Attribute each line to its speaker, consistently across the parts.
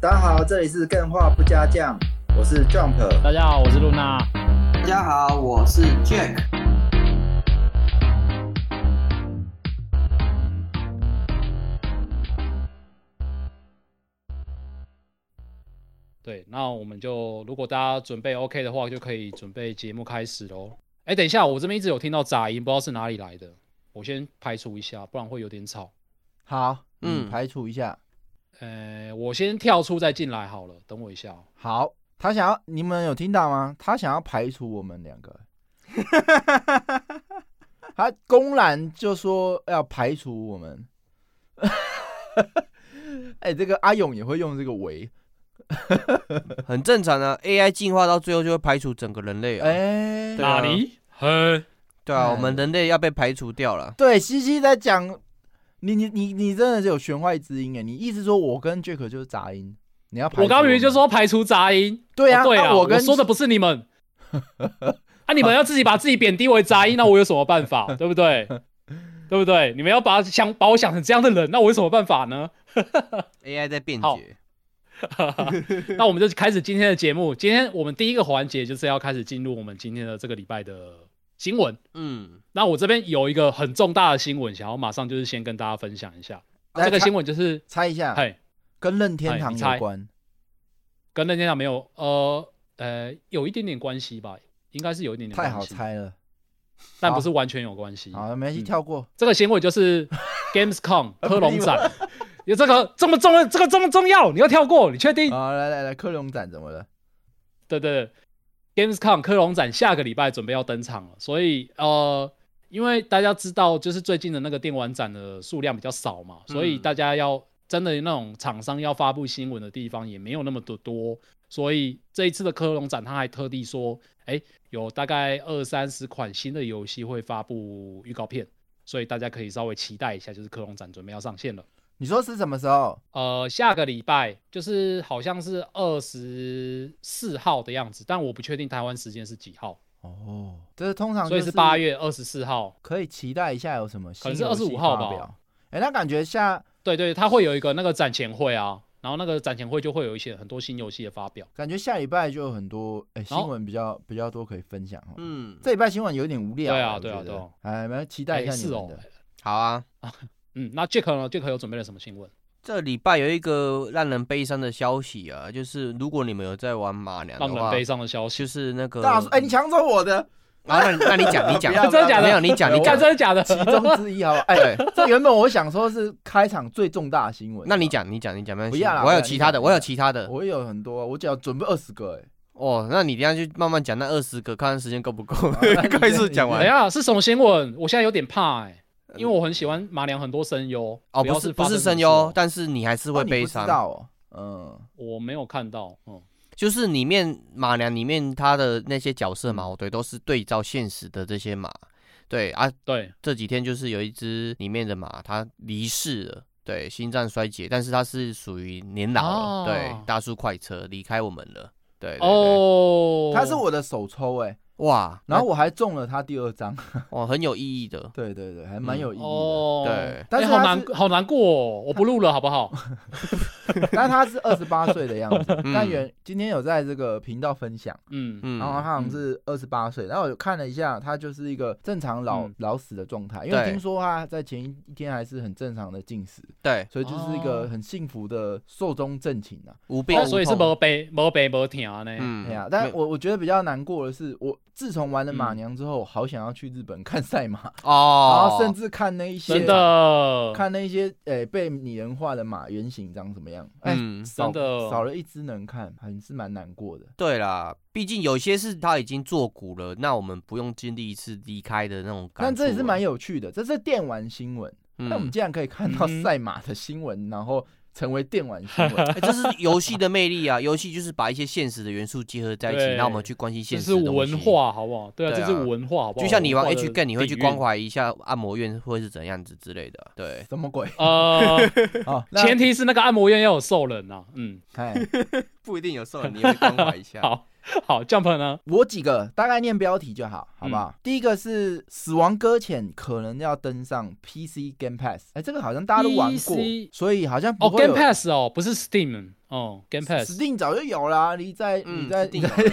Speaker 1: 大家好，这里是更画不加酱，我是 Jump。
Speaker 2: 大家好，我是露娜。
Speaker 3: 大家好，我是 Jack。
Speaker 2: 对，那我们就如果大家准备 OK 的话，就可以准备节目开始喽。哎，等一下，我这边一直有听到杂音，不知道是哪里来的，我先排除一下，不然会有点吵。
Speaker 4: 好，
Speaker 3: 嗯
Speaker 4: 嗯，排除一下。
Speaker 2: 呃，我先跳出再进来好了，等我一下、哦。
Speaker 4: 好，他想要，你们有听到吗？他想要排除我们 两个，他公然就说要排除我们。 哎、这个阿勇也会用这个“为
Speaker 3: 很正常啊，AI 进化到最后就会排除整个人”，类啊。
Speaker 4: 哎，
Speaker 3: 对
Speaker 2: 哪
Speaker 3: 啊
Speaker 2: 里？嘿，
Speaker 3: 对啊，
Speaker 4: 哎
Speaker 3: 我们人类要被排除掉了。
Speaker 4: 对，西西在讲，你你你你真的是有弦外之音哎！你意思说我跟 Jack 就是杂音，你要排除
Speaker 2: 我刚明
Speaker 4: 们
Speaker 2: 明就说排除杂音。
Speaker 4: 对啊，
Speaker 2: 哦对
Speaker 4: 啊
Speaker 2: 啊，
Speaker 4: 我跟
Speaker 2: 说的不是你 们。啊，你们要自己把自己贬低为杂音，那我有什么办法？对不 对？对不对？你们要把想把我想成这样的人，那我有什么办法 呢？
Speaker 3: AI 在辩
Speaker 2: 好
Speaker 3: 解，
Speaker 2: 那我们就开始今天的节目。今天我们第一个环节就是要开始进入我们今天的这个礼拜的新闻。
Speaker 3: 嗯，
Speaker 2: 那我这边有一个很重大的新闻，想要马上就是先跟大家分享一下。
Speaker 4: 来啊
Speaker 2: 这个
Speaker 4: 猜
Speaker 2: 新闻就是，
Speaker 4: 猜一下，
Speaker 2: 嘿，
Speaker 4: 跟任天
Speaker 2: 哎
Speaker 4: 堂
Speaker 2: 你猜
Speaker 4: 有关，
Speaker 2: 跟任天堂没有呃呃有一点点关系吧，应该是有一点点
Speaker 4: 太
Speaker 2: 关
Speaker 4: 好哦
Speaker 2: 系，
Speaker 4: 猜了。
Speaker 2: 但
Speaker 4: 好
Speaker 2: 不是完全有关系。
Speaker 4: 好，没关系，
Speaker 2: 嗯
Speaker 4: 跳过。
Speaker 2: 这个新闻就是 Gamescom 科隆展，有这个这么重要，这个这么重要，你要跳过，你确定？
Speaker 4: 啊，来来来，克隆展怎么了？
Speaker 2: 对对对，Gamescom 科隆展下个礼拜准备要登场了，所以呃，因为大家知道，就是最近的那个电玩展的数量比较少嘛，所以
Speaker 3: 嗯
Speaker 2: 大家要真的那种厂商要发布新闻的地方也没有那么的多，所以这一次的科隆展，他还特地说，哎，有大概二三十款新的游戏会发布预告片，所以大家可以稍微期待一下，就是科隆展准备要上线了。
Speaker 4: 你说是什么时候？
Speaker 2: 呃，下个礼拜就是好像是二十四号的样子，但我不确定台湾时间是几号，
Speaker 4: 哦，这是通常
Speaker 2: 所以
Speaker 4: 就是
Speaker 2: 八，月二十四号。
Speaker 4: 可以期待一下有什么
Speaker 2: 可
Speaker 4: 新
Speaker 2: 能是
Speaker 4: 游戏
Speaker 2: 25号
Speaker 4: 发
Speaker 2: 吧
Speaker 4: 表。哎，那感觉下，
Speaker 2: 对对，它会有一个那个展前会啊，然后那个展前会就会有一些很多新游戏的发表。
Speaker 4: 感觉下礼拜就有很多哎新
Speaker 2: 然后
Speaker 4: 闻比较比较多可以分享哦。
Speaker 3: 嗯，
Speaker 4: 这礼拜新闻有点无聊，
Speaker 2: 对啊
Speaker 4: 我
Speaker 2: 对啊
Speaker 4: 觉得
Speaker 2: 对啊
Speaker 4: 哎，蛮期待一下
Speaker 2: 哎
Speaker 4: 你
Speaker 2: 是哦
Speaker 4: 们的。，
Speaker 3: 好啊。
Speaker 2: 嗯，那 Jack 呢？Jack 有准备了什么新闻？
Speaker 3: 这礼拜有一个让人悲伤的消息啊，就是如果你们有在玩马娘的
Speaker 2: 让人
Speaker 3: 话，
Speaker 2: 悲伤的消息
Speaker 3: 就。是那个
Speaker 4: 大叔，哎，你抢走我的
Speaker 3: 啊，那你那你讲，你讲
Speaker 4: 不要，
Speaker 2: 不要真的假的
Speaker 3: 没有，你讲，你
Speaker 2: 干
Speaker 3: 讲，
Speaker 2: 真的假的？
Speaker 4: 其 中之一，好吧？哎，
Speaker 3: 对，
Speaker 4: 这原本我想说是开场最重大的新闻，
Speaker 3: 那你，讲，你讲，你讲，没关
Speaker 4: 不
Speaker 3: 系，
Speaker 4: 要啦
Speaker 3: 我还
Speaker 4: 不要
Speaker 3: 有
Speaker 4: 你
Speaker 3: 其
Speaker 4: 讲
Speaker 3: 他的，
Speaker 4: 你
Speaker 3: 我还有
Speaker 4: 讲
Speaker 3: 其他的。
Speaker 4: 我也有很多啊，我只要准备二十个哎。
Speaker 3: 哦，那你等一下去慢慢讲，那二十个看看时间够 不够
Speaker 4: 好那你，先
Speaker 3: 快速讲
Speaker 2: 等一
Speaker 3: 完。
Speaker 2: 下是什么新闻？我现在有点怕哎，
Speaker 4: 呃
Speaker 2: 因为我很喜欢马良很多声优
Speaker 3: 哦，
Speaker 2: 要
Speaker 3: 不是
Speaker 2: 发
Speaker 3: 不
Speaker 2: 生
Speaker 3: 是
Speaker 2: 什么
Speaker 3: 声
Speaker 2: 事
Speaker 3: 优
Speaker 2: 哦，
Speaker 3: 但是你还是
Speaker 4: 哦
Speaker 3: 会
Speaker 4: 你
Speaker 3: 悲
Speaker 4: 不知
Speaker 3: 伤。
Speaker 4: 道哦，嗯，
Speaker 2: 我没有看到。嗯，
Speaker 3: 就是里面马娘里面他的那些角色
Speaker 4: 嗯
Speaker 3: 嘛，哦对，都是对照现实的这些马。对啊，
Speaker 2: 对，
Speaker 3: 这几天就是有一只里面的马，它离世了，对，心脏衰竭，但是它是属于年老了，
Speaker 2: 哦
Speaker 3: 对，大叔快车离开我们了，对对对
Speaker 2: 哦，
Speaker 4: 他是我的首抽哎，
Speaker 3: 哇，
Speaker 4: 然后我还中了他第二张，
Speaker 3: 哇很有意义的，
Speaker 4: 对对对，还
Speaker 3: 嗯
Speaker 4: 蛮有意义的。
Speaker 2: 哦，
Speaker 3: 对
Speaker 4: 但
Speaker 2: 哎
Speaker 4: 是
Speaker 2: 好
Speaker 4: 他
Speaker 2: 难
Speaker 4: 是
Speaker 2: 好难过、哦，我不录了好不好？
Speaker 4: 但他是二十八岁的样子，
Speaker 3: 嗯
Speaker 4: 但原今天有在这个频道分享，
Speaker 2: 嗯，
Speaker 3: 嗯
Speaker 4: 然后他好像是二十八岁，然后我看了一下，他就是一个正常老
Speaker 2: 嗯
Speaker 4: 老死的状态，因
Speaker 3: 对
Speaker 4: 为听说他在前一天还是很正常的进食，
Speaker 3: 对，
Speaker 4: 所以就是一个
Speaker 2: 哦
Speaker 4: 很幸福的寿终正寝啊。
Speaker 3: 无病无
Speaker 2: 哦
Speaker 3: 痛，
Speaker 2: 所以是没背没背没听呢。
Speaker 3: 嗯
Speaker 4: 对啊，
Speaker 3: 没
Speaker 4: 但
Speaker 3: 有
Speaker 4: 我我觉得比较难过的是，我自从玩了马
Speaker 2: 嗯
Speaker 4: 娘之后，我好想要去日本看赛马，然
Speaker 3: 哦
Speaker 4: 后，甚至看那一些
Speaker 2: 真的，
Speaker 4: 看那些诶、被拟人化的马原型长什么样，哎、
Speaker 3: 嗯
Speaker 4: 少
Speaker 2: 真的
Speaker 4: 少了一只能看，还是蛮难过的。
Speaker 3: 对啦，毕竟有些是他已经做骨了，那我们不用经历一次离开的那种感
Speaker 4: 但这也
Speaker 3: 触
Speaker 4: 是
Speaker 3: 啊
Speaker 4: 蛮有趣的，这是电玩新闻。
Speaker 3: 嗯
Speaker 4: 那、我们竟然可以看到
Speaker 2: 嗯
Speaker 4: 赛马的新闻，然后成为电玩新闻。
Speaker 3: 欸这是游戏的魅力啊！ 游戏就是把一些现实的元素结合在一起，
Speaker 2: 对
Speaker 3: 让我们去关心
Speaker 2: 这
Speaker 3: 现实
Speaker 2: 是
Speaker 3: 的东西
Speaker 2: 文。化好不好？对啊，
Speaker 3: 对
Speaker 2: 这
Speaker 3: 啊
Speaker 2: 是文化好不好？
Speaker 3: 就像你玩
Speaker 2: 文化
Speaker 3: H
Speaker 2: 的
Speaker 3: g 你会去
Speaker 2: 底蕴
Speaker 3: 关。怀一下按摩院会是怎样子之类的。对，
Speaker 4: 什 么鬼
Speaker 2: 呃，
Speaker 4: 啊？ 那
Speaker 2: 前提是那个按摩院要有兽人啊。嗯，
Speaker 4: 哎，
Speaker 3: 不一定有时候你会关怀一下
Speaker 2: 好好，Jump 呢？
Speaker 4: 我几个大概念标题就好，好
Speaker 2: 嗯
Speaker 4: 不好？第一个是《死亡搁浅》可能要登上 PC Game Pass，哎、这个好像大家都玩过
Speaker 2: PC，
Speaker 4: 所以好像
Speaker 2: 哦
Speaker 4: 不会有
Speaker 2: ，Game Pass 哦，不是 Steam 哦、g a m e Pass
Speaker 4: Steam 早就有啦，你在你
Speaker 3: 嗯，
Speaker 4: 在
Speaker 3: 定
Speaker 4: 你
Speaker 3: 有
Speaker 4: 在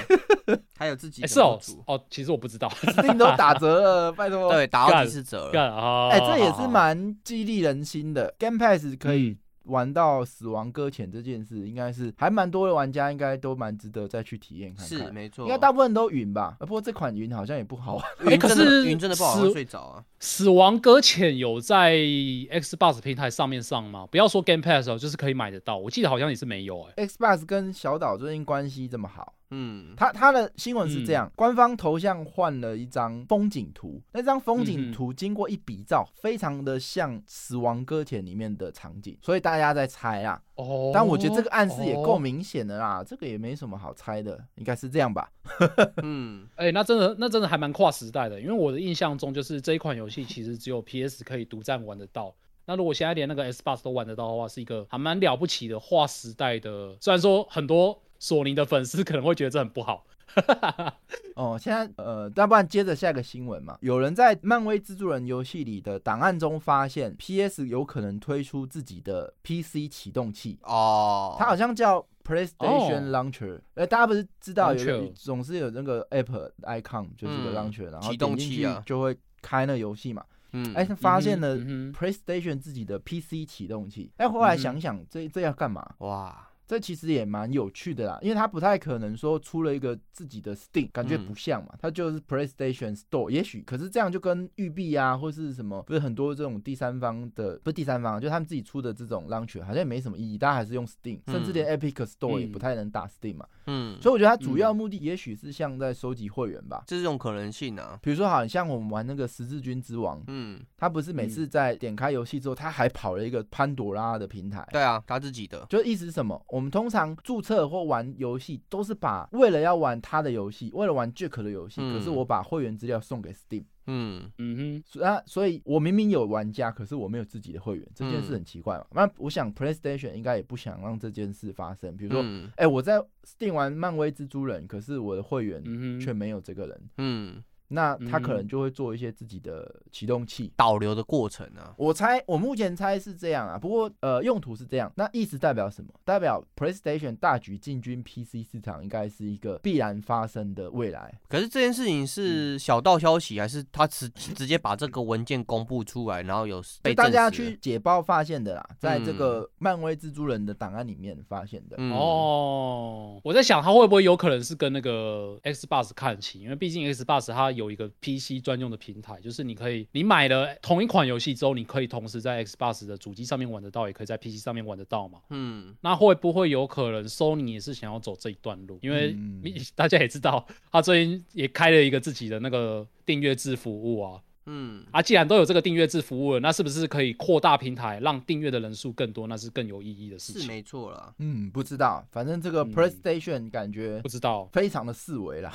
Speaker 3: 了 还有自己
Speaker 2: 哎、
Speaker 3: 的
Speaker 2: 是哦
Speaker 3: 模组
Speaker 2: 哦，其实我不知道，
Speaker 4: Steam 都打折了，拜托。
Speaker 3: 对，打到
Speaker 2: 哦干
Speaker 3: 几 次折了，
Speaker 2: 干啊，
Speaker 4: 哎，这也是
Speaker 3: 好
Speaker 4: 蛮激励人心的。Game Pass 可以
Speaker 2: 嗯
Speaker 4: 玩到死亡搁浅这件事，应该是还蛮多的玩家应该都蛮值得再去体验看看。
Speaker 3: 是没错。
Speaker 4: 应该大部分都云吧，呃不过这款云好像也不好玩。
Speaker 2: 哎
Speaker 3: 云
Speaker 2: 可
Speaker 3: 真的
Speaker 2: 是
Speaker 3: 云真的不好会
Speaker 2: 死
Speaker 3: 睡着啊，
Speaker 2: 死亡搁浅有在 Xbox 平台上面上吗？不要说 Game Pass 哦，就是可以买得到。我记得好像也是没有哎、
Speaker 4: Xbox 跟小岛最近关系这么好，
Speaker 3: 嗯，
Speaker 4: 他他的新闻是这样：官方头像换了一张风景图，那张风景图经过一比照，非常的像《死亡搁浅》里面的场景，所以大家在猜啦。
Speaker 2: 哦，
Speaker 4: 但我觉得这个暗示也够
Speaker 2: 哦
Speaker 4: 明显的啦，这个也没什么好猜的，应该是这样吧？
Speaker 3: 嗯，
Speaker 2: 哎、那真的，那真的还蛮跨时代的，因为我的印象中就是这一款游戏其实只有 PS 可以独占玩得到。那如果现在连那个 Xbox 都玩得到的话，是一个还蛮了不起的划时代的。虽然说很多索尼的粉丝可能会觉得这很不好，
Speaker 4: 哦，现在呃，要不然接着下一个新闻嘛。有人在漫威蜘蛛人游戏里的档案中发现，PS 有可能推出自己的 PC 启动器，
Speaker 3: 哦，
Speaker 4: 它好像叫 PlayStation
Speaker 2: 哦
Speaker 4: Launcher、呃，大家不是知道有
Speaker 2: Launcher
Speaker 4: 有总是有那个 App icon 就是一个
Speaker 3: 嗯
Speaker 4: Launcher，、然后
Speaker 3: 启动
Speaker 4: 点进
Speaker 3: 器
Speaker 4: 去
Speaker 3: 啊
Speaker 4: 就会开那游戏嘛。
Speaker 3: 嗯，
Speaker 4: 哎、发现了
Speaker 2: 嗯哼嗯
Speaker 4: PlayStation 自己的 PC 启动器。哎、后来想想，这这要干嘛？
Speaker 3: 哇，
Speaker 4: 这其实也蛮有趣的啦，因为它不太可能说出了一个自己的 Steam，感觉
Speaker 3: 嗯
Speaker 4: 不像嘛，它就是 PlayStation Store，也许可是这样就跟育碧啊或是什么，不是很多这种第三方的，不是第三方，就他们自己出的这种 launcher 好像也没什么意义，大家还是用 Steam，
Speaker 3: 嗯
Speaker 4: 甚至连 Epic Store
Speaker 2: 嗯
Speaker 4: 也不太能打 Steam 嘛，
Speaker 3: 嗯，
Speaker 4: 所以我觉得它主要目的也许是像在收集会员吧。
Speaker 3: 这是种可能性啊，
Speaker 4: 比如说，好像我们玩那个《十字军之王》，
Speaker 3: 嗯，
Speaker 4: 它不是每次在点开游戏之后，它还跑了一个潘朵拉的平台，
Speaker 3: 对啊，他自己的，
Speaker 4: 就意思是什么？我们通常注册或玩游戏，都是把为了要玩他的游戏，为了玩 Jack 的游戏，
Speaker 3: 嗯
Speaker 4: 可是我把会员资料送给 Steam，
Speaker 3: 嗯，
Speaker 2: 嗯
Speaker 4: 所以啊，所以我明明有玩家，可是我没有自己的会员，这件事很奇怪嘛。那我想 PlayStation 应该也不想让这件事发生，比如说，哎、
Speaker 3: 嗯
Speaker 4: 我在 Steam 玩漫威蜘蛛人，可是我的会员
Speaker 2: 哼，嗯
Speaker 4: 却
Speaker 2: 哼，
Speaker 4: 没有这个人，
Speaker 3: 嗯，
Speaker 4: 那他
Speaker 2: 嗯
Speaker 4: 可能就会做一些自己的启动器。
Speaker 3: 导流的过程啊，
Speaker 4: 我猜，我目前猜是这样啊，不过呃，用途是这样，那意思代表什么？代表 PlayStation 大举进军 PC 市场，应该是一个必然发生的未来。
Speaker 3: 可是这件事情是小道消息，还是他直直接把这个文件公布出来，然后有
Speaker 4: 就
Speaker 3: 被
Speaker 4: 大家
Speaker 3: 证实
Speaker 4: 去解报发现的啦，在这个漫威蜘蛛人的档案里面发现的。
Speaker 3: 嗯
Speaker 2: 哦，我在想它会不会有可能是跟那个 Xbox 看齐，因为毕竟 Xbox 它有一个 PC 专用的平台，就是你可以你买了同一款游戏之后，你可以同时在 Xbox 的主机上面玩得到，也可以在 PC 上面玩得到嘛。
Speaker 3: 嗯
Speaker 2: 那会不会有可能 Sony 也是想要走这一段路？因为
Speaker 4: 嗯
Speaker 2: 你、大家也知道，他最近也开了一个自己的那个订阅制服务啊。
Speaker 3: 嗯
Speaker 2: 啊，既然都有这个订阅制服务了，那是不是可以扩大平台，让订阅的人数更多？那是更有意义的事
Speaker 3: 是
Speaker 2: 情。
Speaker 3: 没错啦，
Speaker 4: 嗯，不知道，反正这个
Speaker 2: 嗯
Speaker 4: PlayStation 感觉
Speaker 2: 不知道。
Speaker 4: 非常的四维 啦。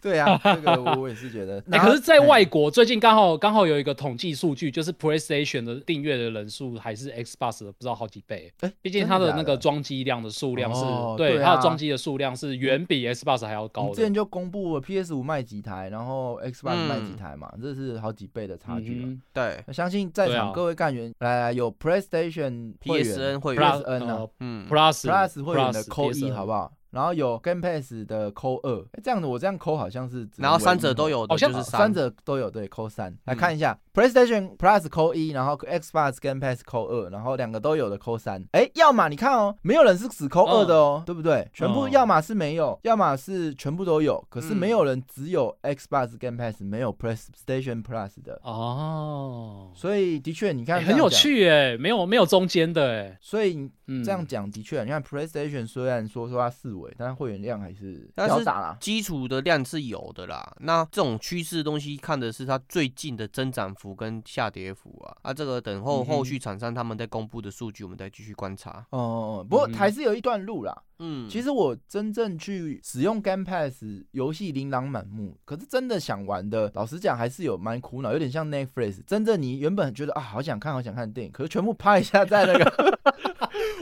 Speaker 4: 对啊，这个我我也是觉 得。
Speaker 2: 哎、
Speaker 4: 然后
Speaker 2: 可是，在外
Speaker 4: 哎
Speaker 2: 国最近刚好刚好有一个统计数据，就是 PlayStation 的订阅的人数还是 Xbox 的不知道好几倍。
Speaker 4: 哎
Speaker 2: 毕竟它
Speaker 4: 真
Speaker 2: 的
Speaker 4: 假
Speaker 2: 那个装机量的数量是，
Speaker 4: 哦
Speaker 2: 对
Speaker 4: 对
Speaker 2: 它
Speaker 4: 啊
Speaker 2: 的装机的数量是远比 Xbox 还要
Speaker 4: 我
Speaker 2: 高
Speaker 4: 之
Speaker 2: 的
Speaker 4: 前。就公布了 PS 五卖几台，然后 Xbox
Speaker 3: 嗯
Speaker 4: 卖几台嘛，这是好几倍的差距啊了。
Speaker 2: 嗯
Speaker 3: 对
Speaker 4: 相信在
Speaker 2: 对
Speaker 4: 场
Speaker 2: 啊
Speaker 4: 各位干员，来来有 PlayStation 会员
Speaker 3: ，PSN 会
Speaker 2: 哼
Speaker 3: 员，
Speaker 4: PSN 啊
Speaker 2: 呃
Speaker 3: 嗯
Speaker 2: Plus
Speaker 4: Plus 会员的
Speaker 2: Plus，
Speaker 4: 扣一
Speaker 2: PSN
Speaker 4: 好不好？然后有 Game Pass 的扣二，诶这样子我这样扣好像是只能
Speaker 3: 然后
Speaker 4: 为
Speaker 3: 三
Speaker 4: 一
Speaker 3: 者都
Speaker 4: 哦。
Speaker 3: 有的，
Speaker 2: 好像
Speaker 3: 就是
Speaker 4: 三者都有对，扣三来看
Speaker 3: 嗯
Speaker 4: 一下、PlayStation Plus 扣一，然后 Xbox Game Pass 扣二，然后两个都有的扣三。哎，要么你看哦，没有人是只扣二的哦，对不对？全部
Speaker 2: 嗯
Speaker 4: 要么是没有，要么是全部都有，可是没
Speaker 3: 嗯
Speaker 4: 有人只有 Xbox Game Pass 没有 PlayStation Plus 的，
Speaker 2: 哦，
Speaker 4: 所以的确你看、
Speaker 2: 欸很有。趣哎、没有没有中间的哎、
Speaker 4: 所以你
Speaker 2: 嗯，
Speaker 4: 这样讲的确，你看 PlayStation 虽然说说它四维，但它会员量还是
Speaker 3: 但
Speaker 4: 吊
Speaker 3: 是
Speaker 4: 打啦。
Speaker 3: 基础的量是有的啦。那这种趋势的东西看的是它最近的增长幅跟下跌幅啊。啊，这个等后
Speaker 2: 嗯哼
Speaker 3: 后续厂商他们在公布的数据，我们再继续观察。
Speaker 4: 哦哦，哦不过
Speaker 2: 嗯
Speaker 4: 还是有一段路啦。
Speaker 3: 嗯，
Speaker 4: 其实我真正去使用 Game Pass 游戏琳琅满目，可是真的想玩的，老实讲还是有蛮苦恼，有点 像 Netflix。真正你原本觉得啊好想看好想看的电影，可是全部啪一下在那个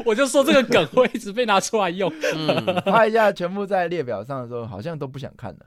Speaker 2: 我就说这个梗会一直被拿出来 用。
Speaker 3: 嗯，
Speaker 4: 拍一下全部在列表上的时候，好像都不想看了，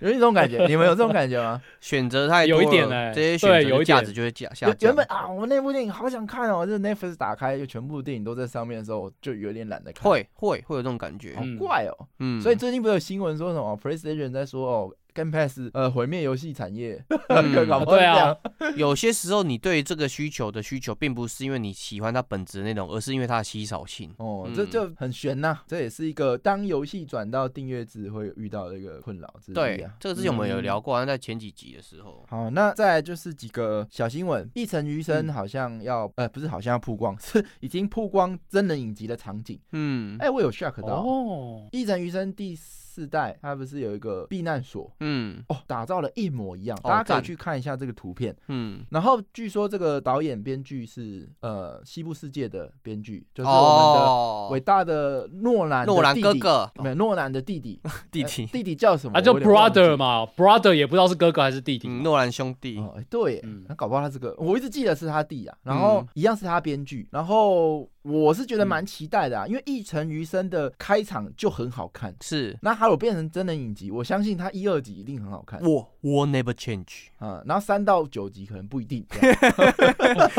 Speaker 4: 有一种感觉。你们有这种感觉吗？
Speaker 3: 选择太
Speaker 2: 有
Speaker 3: 多了，
Speaker 2: 一点欸
Speaker 3: 这些
Speaker 2: 对
Speaker 3: 选
Speaker 2: 有
Speaker 3: 择
Speaker 2: 一
Speaker 3: 的价
Speaker 2: 点
Speaker 3: 值就会下下
Speaker 4: 原
Speaker 3: 降
Speaker 4: 原本啊，我那部电影好想看哦，就是 Netflix 打开就全部电影都在上面的时候，我就有点懒得看。
Speaker 3: 会会会有这种感觉
Speaker 4: 好，
Speaker 2: 嗯
Speaker 4: 怪哦。
Speaker 3: 嗯，
Speaker 4: 所以最近不是有新闻说什么 PlayStation 在说哦，Game Pass 呃毁灭游戏产业，
Speaker 3: 嗯
Speaker 4: 搞不好
Speaker 2: 对啊
Speaker 4: 这样，
Speaker 3: 有些时候你对这个需求的需求，并不是因为你喜欢它本质的内容，而是因为它的稀少性。
Speaker 4: 哦
Speaker 3: 嗯，
Speaker 4: 这就很悬呐、这也是一个当游戏转到订阅制会遇到的一个困扰之一、啊。
Speaker 3: 对，这个之前我们有
Speaker 2: 嗯
Speaker 3: 聊过，啊好像在前几集的时候，
Speaker 4: 好，那再来就是几个小新闻。一城余生
Speaker 2: 嗯
Speaker 4: 好像要，呃，不是好像要曝光， 是已经曝光真人影集的场景。
Speaker 3: 嗯
Speaker 4: 哎、我有 shock 到。
Speaker 2: 哦，
Speaker 4: 一城余生第四代，它不是有一个避难所
Speaker 3: 嗯
Speaker 4: 哦，打造的一模一样，
Speaker 3: 哦
Speaker 4: 大家可
Speaker 3: 赞
Speaker 4: 以去看一下这个图片。
Speaker 3: 嗯，
Speaker 4: 然后据说这个导演编剧是呃西部世界的编剧，就是我们的
Speaker 3: 哦，
Speaker 4: 伟大的诺兰的
Speaker 3: 诺兰
Speaker 4: 弟
Speaker 3: 哥
Speaker 4: 弟，
Speaker 3: 哥哦
Speaker 4: 没有诺兰的弟弟，
Speaker 3: 弟
Speaker 4: 呃
Speaker 3: 弟，
Speaker 4: 弟弟叫什么？
Speaker 2: 啊，就
Speaker 4: 我有点忘记
Speaker 2: brother 嘛，brother 也不知道是哥哥还是弟弟
Speaker 3: 嗯
Speaker 2: 嘛。
Speaker 3: 诺兰兄弟，
Speaker 4: 哦，哎对耶，
Speaker 2: 嗯
Speaker 4: 那搞不好他这个，我一直记得是他弟啊，然后
Speaker 3: 嗯
Speaker 4: 一样是他编剧，然后我是觉得蛮期待的啊，因为《一城余生》的开场就很好看，
Speaker 3: 是
Speaker 4: 那还有变成真人影集，我相信他一二集一定很好看
Speaker 3: 我我 never change，
Speaker 4: 啊、然后三到九集可能不一定。这样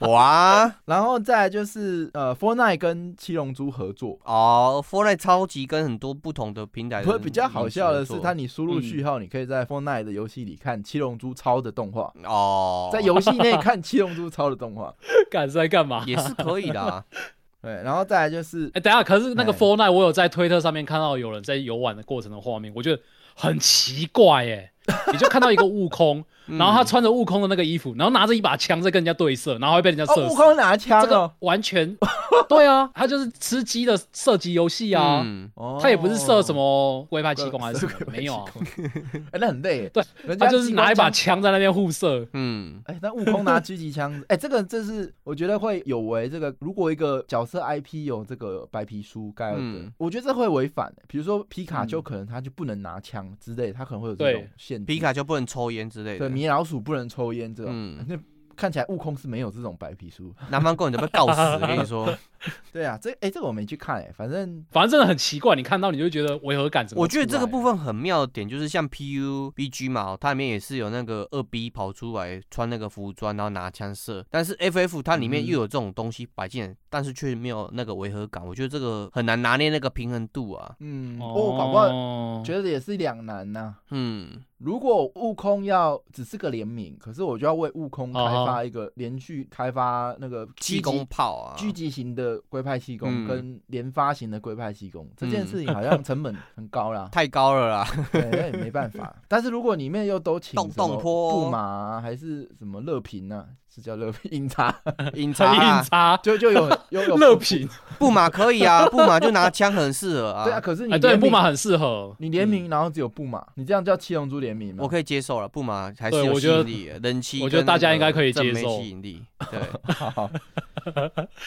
Speaker 3: 哇
Speaker 4: 然后再来就是呃 f o r n i t 跟七龙珠合作，
Speaker 3: 哦 f o r t n i 超级跟很多不同的平台的
Speaker 4: 不过比较好笑的
Speaker 3: 影
Speaker 4: 是，
Speaker 3: 视合作
Speaker 4: 它你输入
Speaker 2: 嗯
Speaker 4: 序号，你可以在 f o r n i t 的游戏里看七龙珠超的动画，
Speaker 3: 哦，
Speaker 4: 在游戏 内看七龙珠超的动画。
Speaker 2: 干是在干嘛？
Speaker 3: 也是可以的啊，
Speaker 4: 对，然后再来就是
Speaker 2: 哎、等一下，可是那个
Speaker 4: 哎
Speaker 2: f o r n i t e 我有在推特上面看到有人在游玩的过程的画面，我觉得很奇怪哎、你就看到一个悟空，然后他穿着悟空的那个衣服，然后拿着一把枪在跟人家对射，然后会被人家射死。
Speaker 4: 哦，悟空拿枪
Speaker 2: 这
Speaker 4: 哦
Speaker 2: 个。完全对啊，他就是吃鸡的射击游戏啊，
Speaker 3: 嗯
Speaker 4: 哦
Speaker 2: 他也不是射什么龟派气功还是什么
Speaker 4: 射
Speaker 2: 的，
Speaker 4: 龟派
Speaker 2: 没有啊
Speaker 4: 气，哎、那很累耶。
Speaker 2: 对，
Speaker 4: 人家
Speaker 2: 他就是
Speaker 4: 激光
Speaker 2: 拿一把
Speaker 4: 枪。
Speaker 2: 枪在那边互射。
Speaker 3: 嗯，
Speaker 4: 哎、那悟空拿狙击枪，哎、这个这是我觉得会有违这个。如果一个角色 IP 有这个白皮书盖尔德，
Speaker 3: 嗯
Speaker 4: 我觉得这会违反。欸比如说皮卡丘
Speaker 2: 嗯
Speaker 4: 可能他就不能拿枪之类，他可能会有这种
Speaker 2: 对
Speaker 4: 限制。
Speaker 3: 皮卡丘不能抽烟之类
Speaker 4: 对
Speaker 3: 的，
Speaker 4: 米老鼠不能抽烟这种。
Speaker 3: 嗯，
Speaker 4: 那看起来悟空是没有这种白皮书。
Speaker 3: 南方公你就被告死，我跟你说。
Speaker 4: 对啊，这哎、这个我没去看哎、反正
Speaker 2: 反正真的很奇怪，你看到你就觉得违和感怎么？
Speaker 3: 我觉得这个
Speaker 2: 不
Speaker 3: 部分很妙的点就是像 PUBG 嘛，哦它里面也是有那个二 B 跑出来穿那个服装，然后拿枪射，但是 FF 它里面
Speaker 4: 嗯
Speaker 3: 又有这种东西摆进来，但是却没有那个违和感，我觉得这个很难拿捏那个平衡度啊。
Speaker 4: 嗯，
Speaker 2: 哦，
Speaker 4: 我、搞不好觉得也是两难呐、
Speaker 3: 嗯，
Speaker 4: 如果悟空要只是个联名，可是我就要为悟空开发一个连续开发那个
Speaker 3: 气功炮啊，
Speaker 4: 狙击型的龟派气功
Speaker 3: 嗯，
Speaker 4: 跟连发型的龟派气功，这件事情好像成本很高啦
Speaker 3: 太高了啊啦。
Speaker 4: 对，那也没办 法。但是如果里面又都请
Speaker 3: 动
Speaker 4: 什么
Speaker 3: 动坡
Speaker 4: 布马啊还是什么乐平啊，是叫乐平 饮茶，
Speaker 3: 隐 藏
Speaker 2: 他
Speaker 3: 啊
Speaker 2: 硬，插
Speaker 4: 就就有有 有
Speaker 2: 乐平，
Speaker 3: 布马可以啊，布马就拿枪很适合啊。
Speaker 4: 对啊，可是你
Speaker 2: 哎，对，
Speaker 4: 联名
Speaker 2: 木马，很适合。
Speaker 4: 你联名然后只有布马，你这样叫七龙珠联名吗？
Speaker 3: 我可以接受了，布马还是
Speaker 2: 嗯对
Speaker 3: 有
Speaker 2: 我
Speaker 3: 吸
Speaker 2: 觉得
Speaker 3: 引力的，人气跟那个正面吸引力。
Speaker 2: 我觉得大家应该可以接受
Speaker 3: 对，
Speaker 4: 好，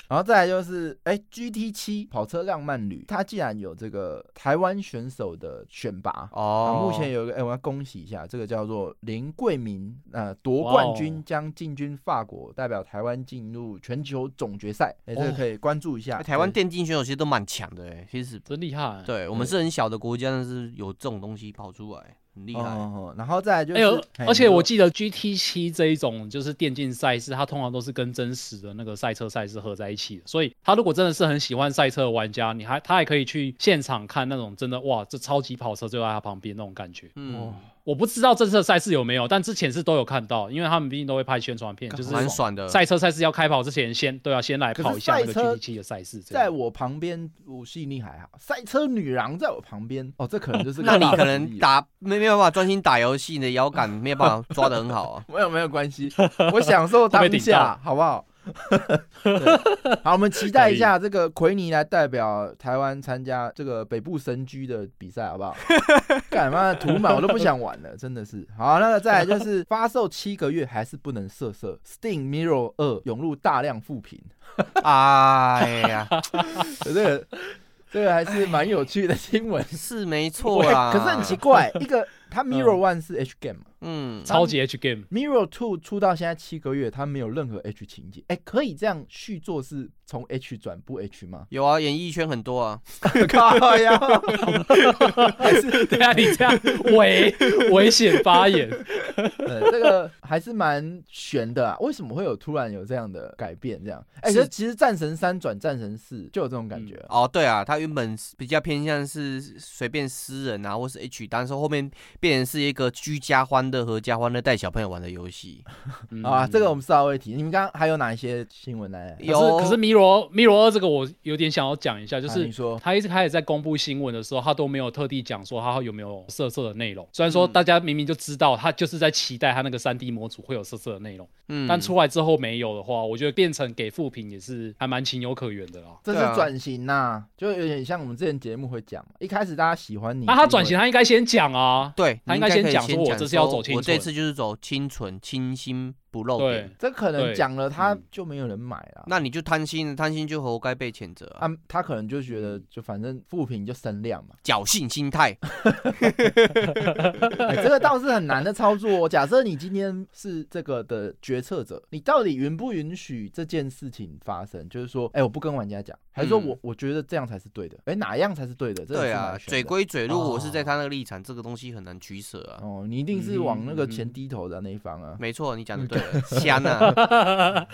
Speaker 4: 然后再来就是，哎、g t 七跑车浪漫旅，它既然有这个台湾选手的选拔。啊
Speaker 3: 哦，
Speaker 4: 目前有一个，哎、我要恭喜一下，这个叫做林桂明，呃，夺冠
Speaker 3: 哦
Speaker 4: 军将进军法国，代表台湾进入全球总决赛，哎、这个
Speaker 2: 哦
Speaker 4: 可以关注一下。
Speaker 3: 欸台湾
Speaker 4: 对
Speaker 3: 电竞选手其实都蛮强的、欸，其实
Speaker 2: 真厉害！
Speaker 3: 对我们是很小的国家，但是有这种东西跑出来，很厉害。
Speaker 4: 哦，然后再来就是，
Speaker 2: 哎呦，
Speaker 4: 嘿
Speaker 2: 而且
Speaker 4: 你
Speaker 2: 我
Speaker 4: 说
Speaker 2: 记得 GT 七这一种就是电竞赛事，它通常都是跟真实的那个赛车赛事合在一起的，所以他如果真的是很喜欢赛车的玩家，你还他还可以去现场看那种真的哇，这超级跑车就在他旁边那种感觉。
Speaker 3: 嗯
Speaker 4: 哦，
Speaker 2: 我不知道正式的赛事有没有，但之前是都有看到，因为他们毕竟都会拍宣传片，就是
Speaker 3: 蛮爽的。
Speaker 2: 赛车赛事要开跑之前先对啊，先来
Speaker 4: 可是
Speaker 2: 跑一下那个
Speaker 4: 赛车
Speaker 2: GT 七的赛事这样。
Speaker 4: 在我旁边，我吸引力还好，啊赛车女郎在我旁边，哦，这可能就是
Speaker 3: 那你
Speaker 4: 个
Speaker 3: 可
Speaker 4: 不一
Speaker 3: 能
Speaker 4: 样。
Speaker 3: 打没没有办法专心打游戏，你的摇杆没有办法抓的很好啊
Speaker 4: 没有没有关系，我享受当
Speaker 2: 会被顶
Speaker 4: 下
Speaker 2: 到，
Speaker 4: 好 不好？对好，我们期待一下这个奎尼来代表台湾参加这个北部神驹的比赛，好不好？ 干嘛土马我都不想玩了， 真的是。好，那再 来就是发售七个月还是不能色色，Steam Mirror 二涌入大量负评，
Speaker 3: 哎呀，
Speaker 4: 这个这个还是蛮有趣的新闻。
Speaker 3: 是没错
Speaker 4: 哎
Speaker 3: 啦。
Speaker 4: 可是很奇，怪，一个它 Mirror One 是 H game 嘛
Speaker 3: 嗯，？
Speaker 2: 超级 H game，
Speaker 4: ，Mirror Two 出到现在七个月，它没有任何 H 情节。哎，可以这样续作是从 H 转不 H 吗
Speaker 3: 有啊，演艺圈很多啊，
Speaker 4: 靠呀！
Speaker 2: 对啊，你这样危危险发言，
Speaker 4: 呃，这个还是蛮悬的啊。为什么会有突然有这样的改变？这样，哎、
Speaker 2: 是
Speaker 4: 可是其实战神三转战神四就有这种感觉啊、
Speaker 3: 哦，对啊，他原本是比较偏向是随便私人啊，或是 H，但是后面变成是一个居家欢乐、合家欢乐带小朋友玩的游戏。
Speaker 2: 嗯
Speaker 4: 好啊，这个我们稍微提。你们刚刚还有哪一些新闻来？
Speaker 2: 可是
Speaker 3: 有
Speaker 2: 可是米罗米罗二这个我有点想要讲一下，就
Speaker 4: 啊
Speaker 2: 是
Speaker 4: 你说
Speaker 2: 他一直开始在公布新闻的时候，他都没有特地讲说他有没有色色的内容。虽然说
Speaker 3: 嗯
Speaker 2: 大家明明就知道他就是在期待他那个三 D 模组会有色色的内容，
Speaker 3: 嗯
Speaker 2: 但出来之后没有的话，我觉得变成给负评也是还蛮情有可原的啦。
Speaker 4: 这
Speaker 3: 对啊
Speaker 4: 是转型呐、就有点像我们之前节目会讲嘛，一开始大家喜欢你，
Speaker 2: 啊那、他转型，
Speaker 4: 因为
Speaker 2: 他应该先讲啊。
Speaker 3: 对，
Speaker 2: 他
Speaker 3: 你
Speaker 2: 应该先
Speaker 3: 可以
Speaker 2: 讲
Speaker 3: 先
Speaker 2: 说我这次要
Speaker 3: 说
Speaker 2: 走清
Speaker 3: 我这
Speaker 2: 纯
Speaker 3: 次就是走清纯、清新不露
Speaker 2: 对
Speaker 3: 点。，
Speaker 4: 这可能
Speaker 2: 对
Speaker 4: 讲了他
Speaker 2: 嗯
Speaker 4: 就没有人买了。
Speaker 3: 那你就贪心，贪心就活该被谴责啊！
Speaker 4: 啊，他可能就觉
Speaker 2: 嗯
Speaker 4: 得，就反正负评就声量嘛、
Speaker 3: 侥幸心态，
Speaker 4: 哎这个倒是很难的操作、哦。假设你今天是这个的决策者，你到底允不允许这件事情发生？就是说，哎、我不跟玩家讲，还是说我、我觉得这样才是对的？哎、哪样才是对的？这个
Speaker 3: 嗯对
Speaker 4: 是
Speaker 3: 啊
Speaker 4: 蛮，悬的
Speaker 3: 嘴归嘴，如果我是在
Speaker 4: 哦
Speaker 3: 他那个立场，这个东西很难取舍啊。
Speaker 4: 哦，你一定是往那个
Speaker 2: 嗯
Speaker 4: 钱低头的那一方啊。
Speaker 3: 没错，你讲的对 了，香啊，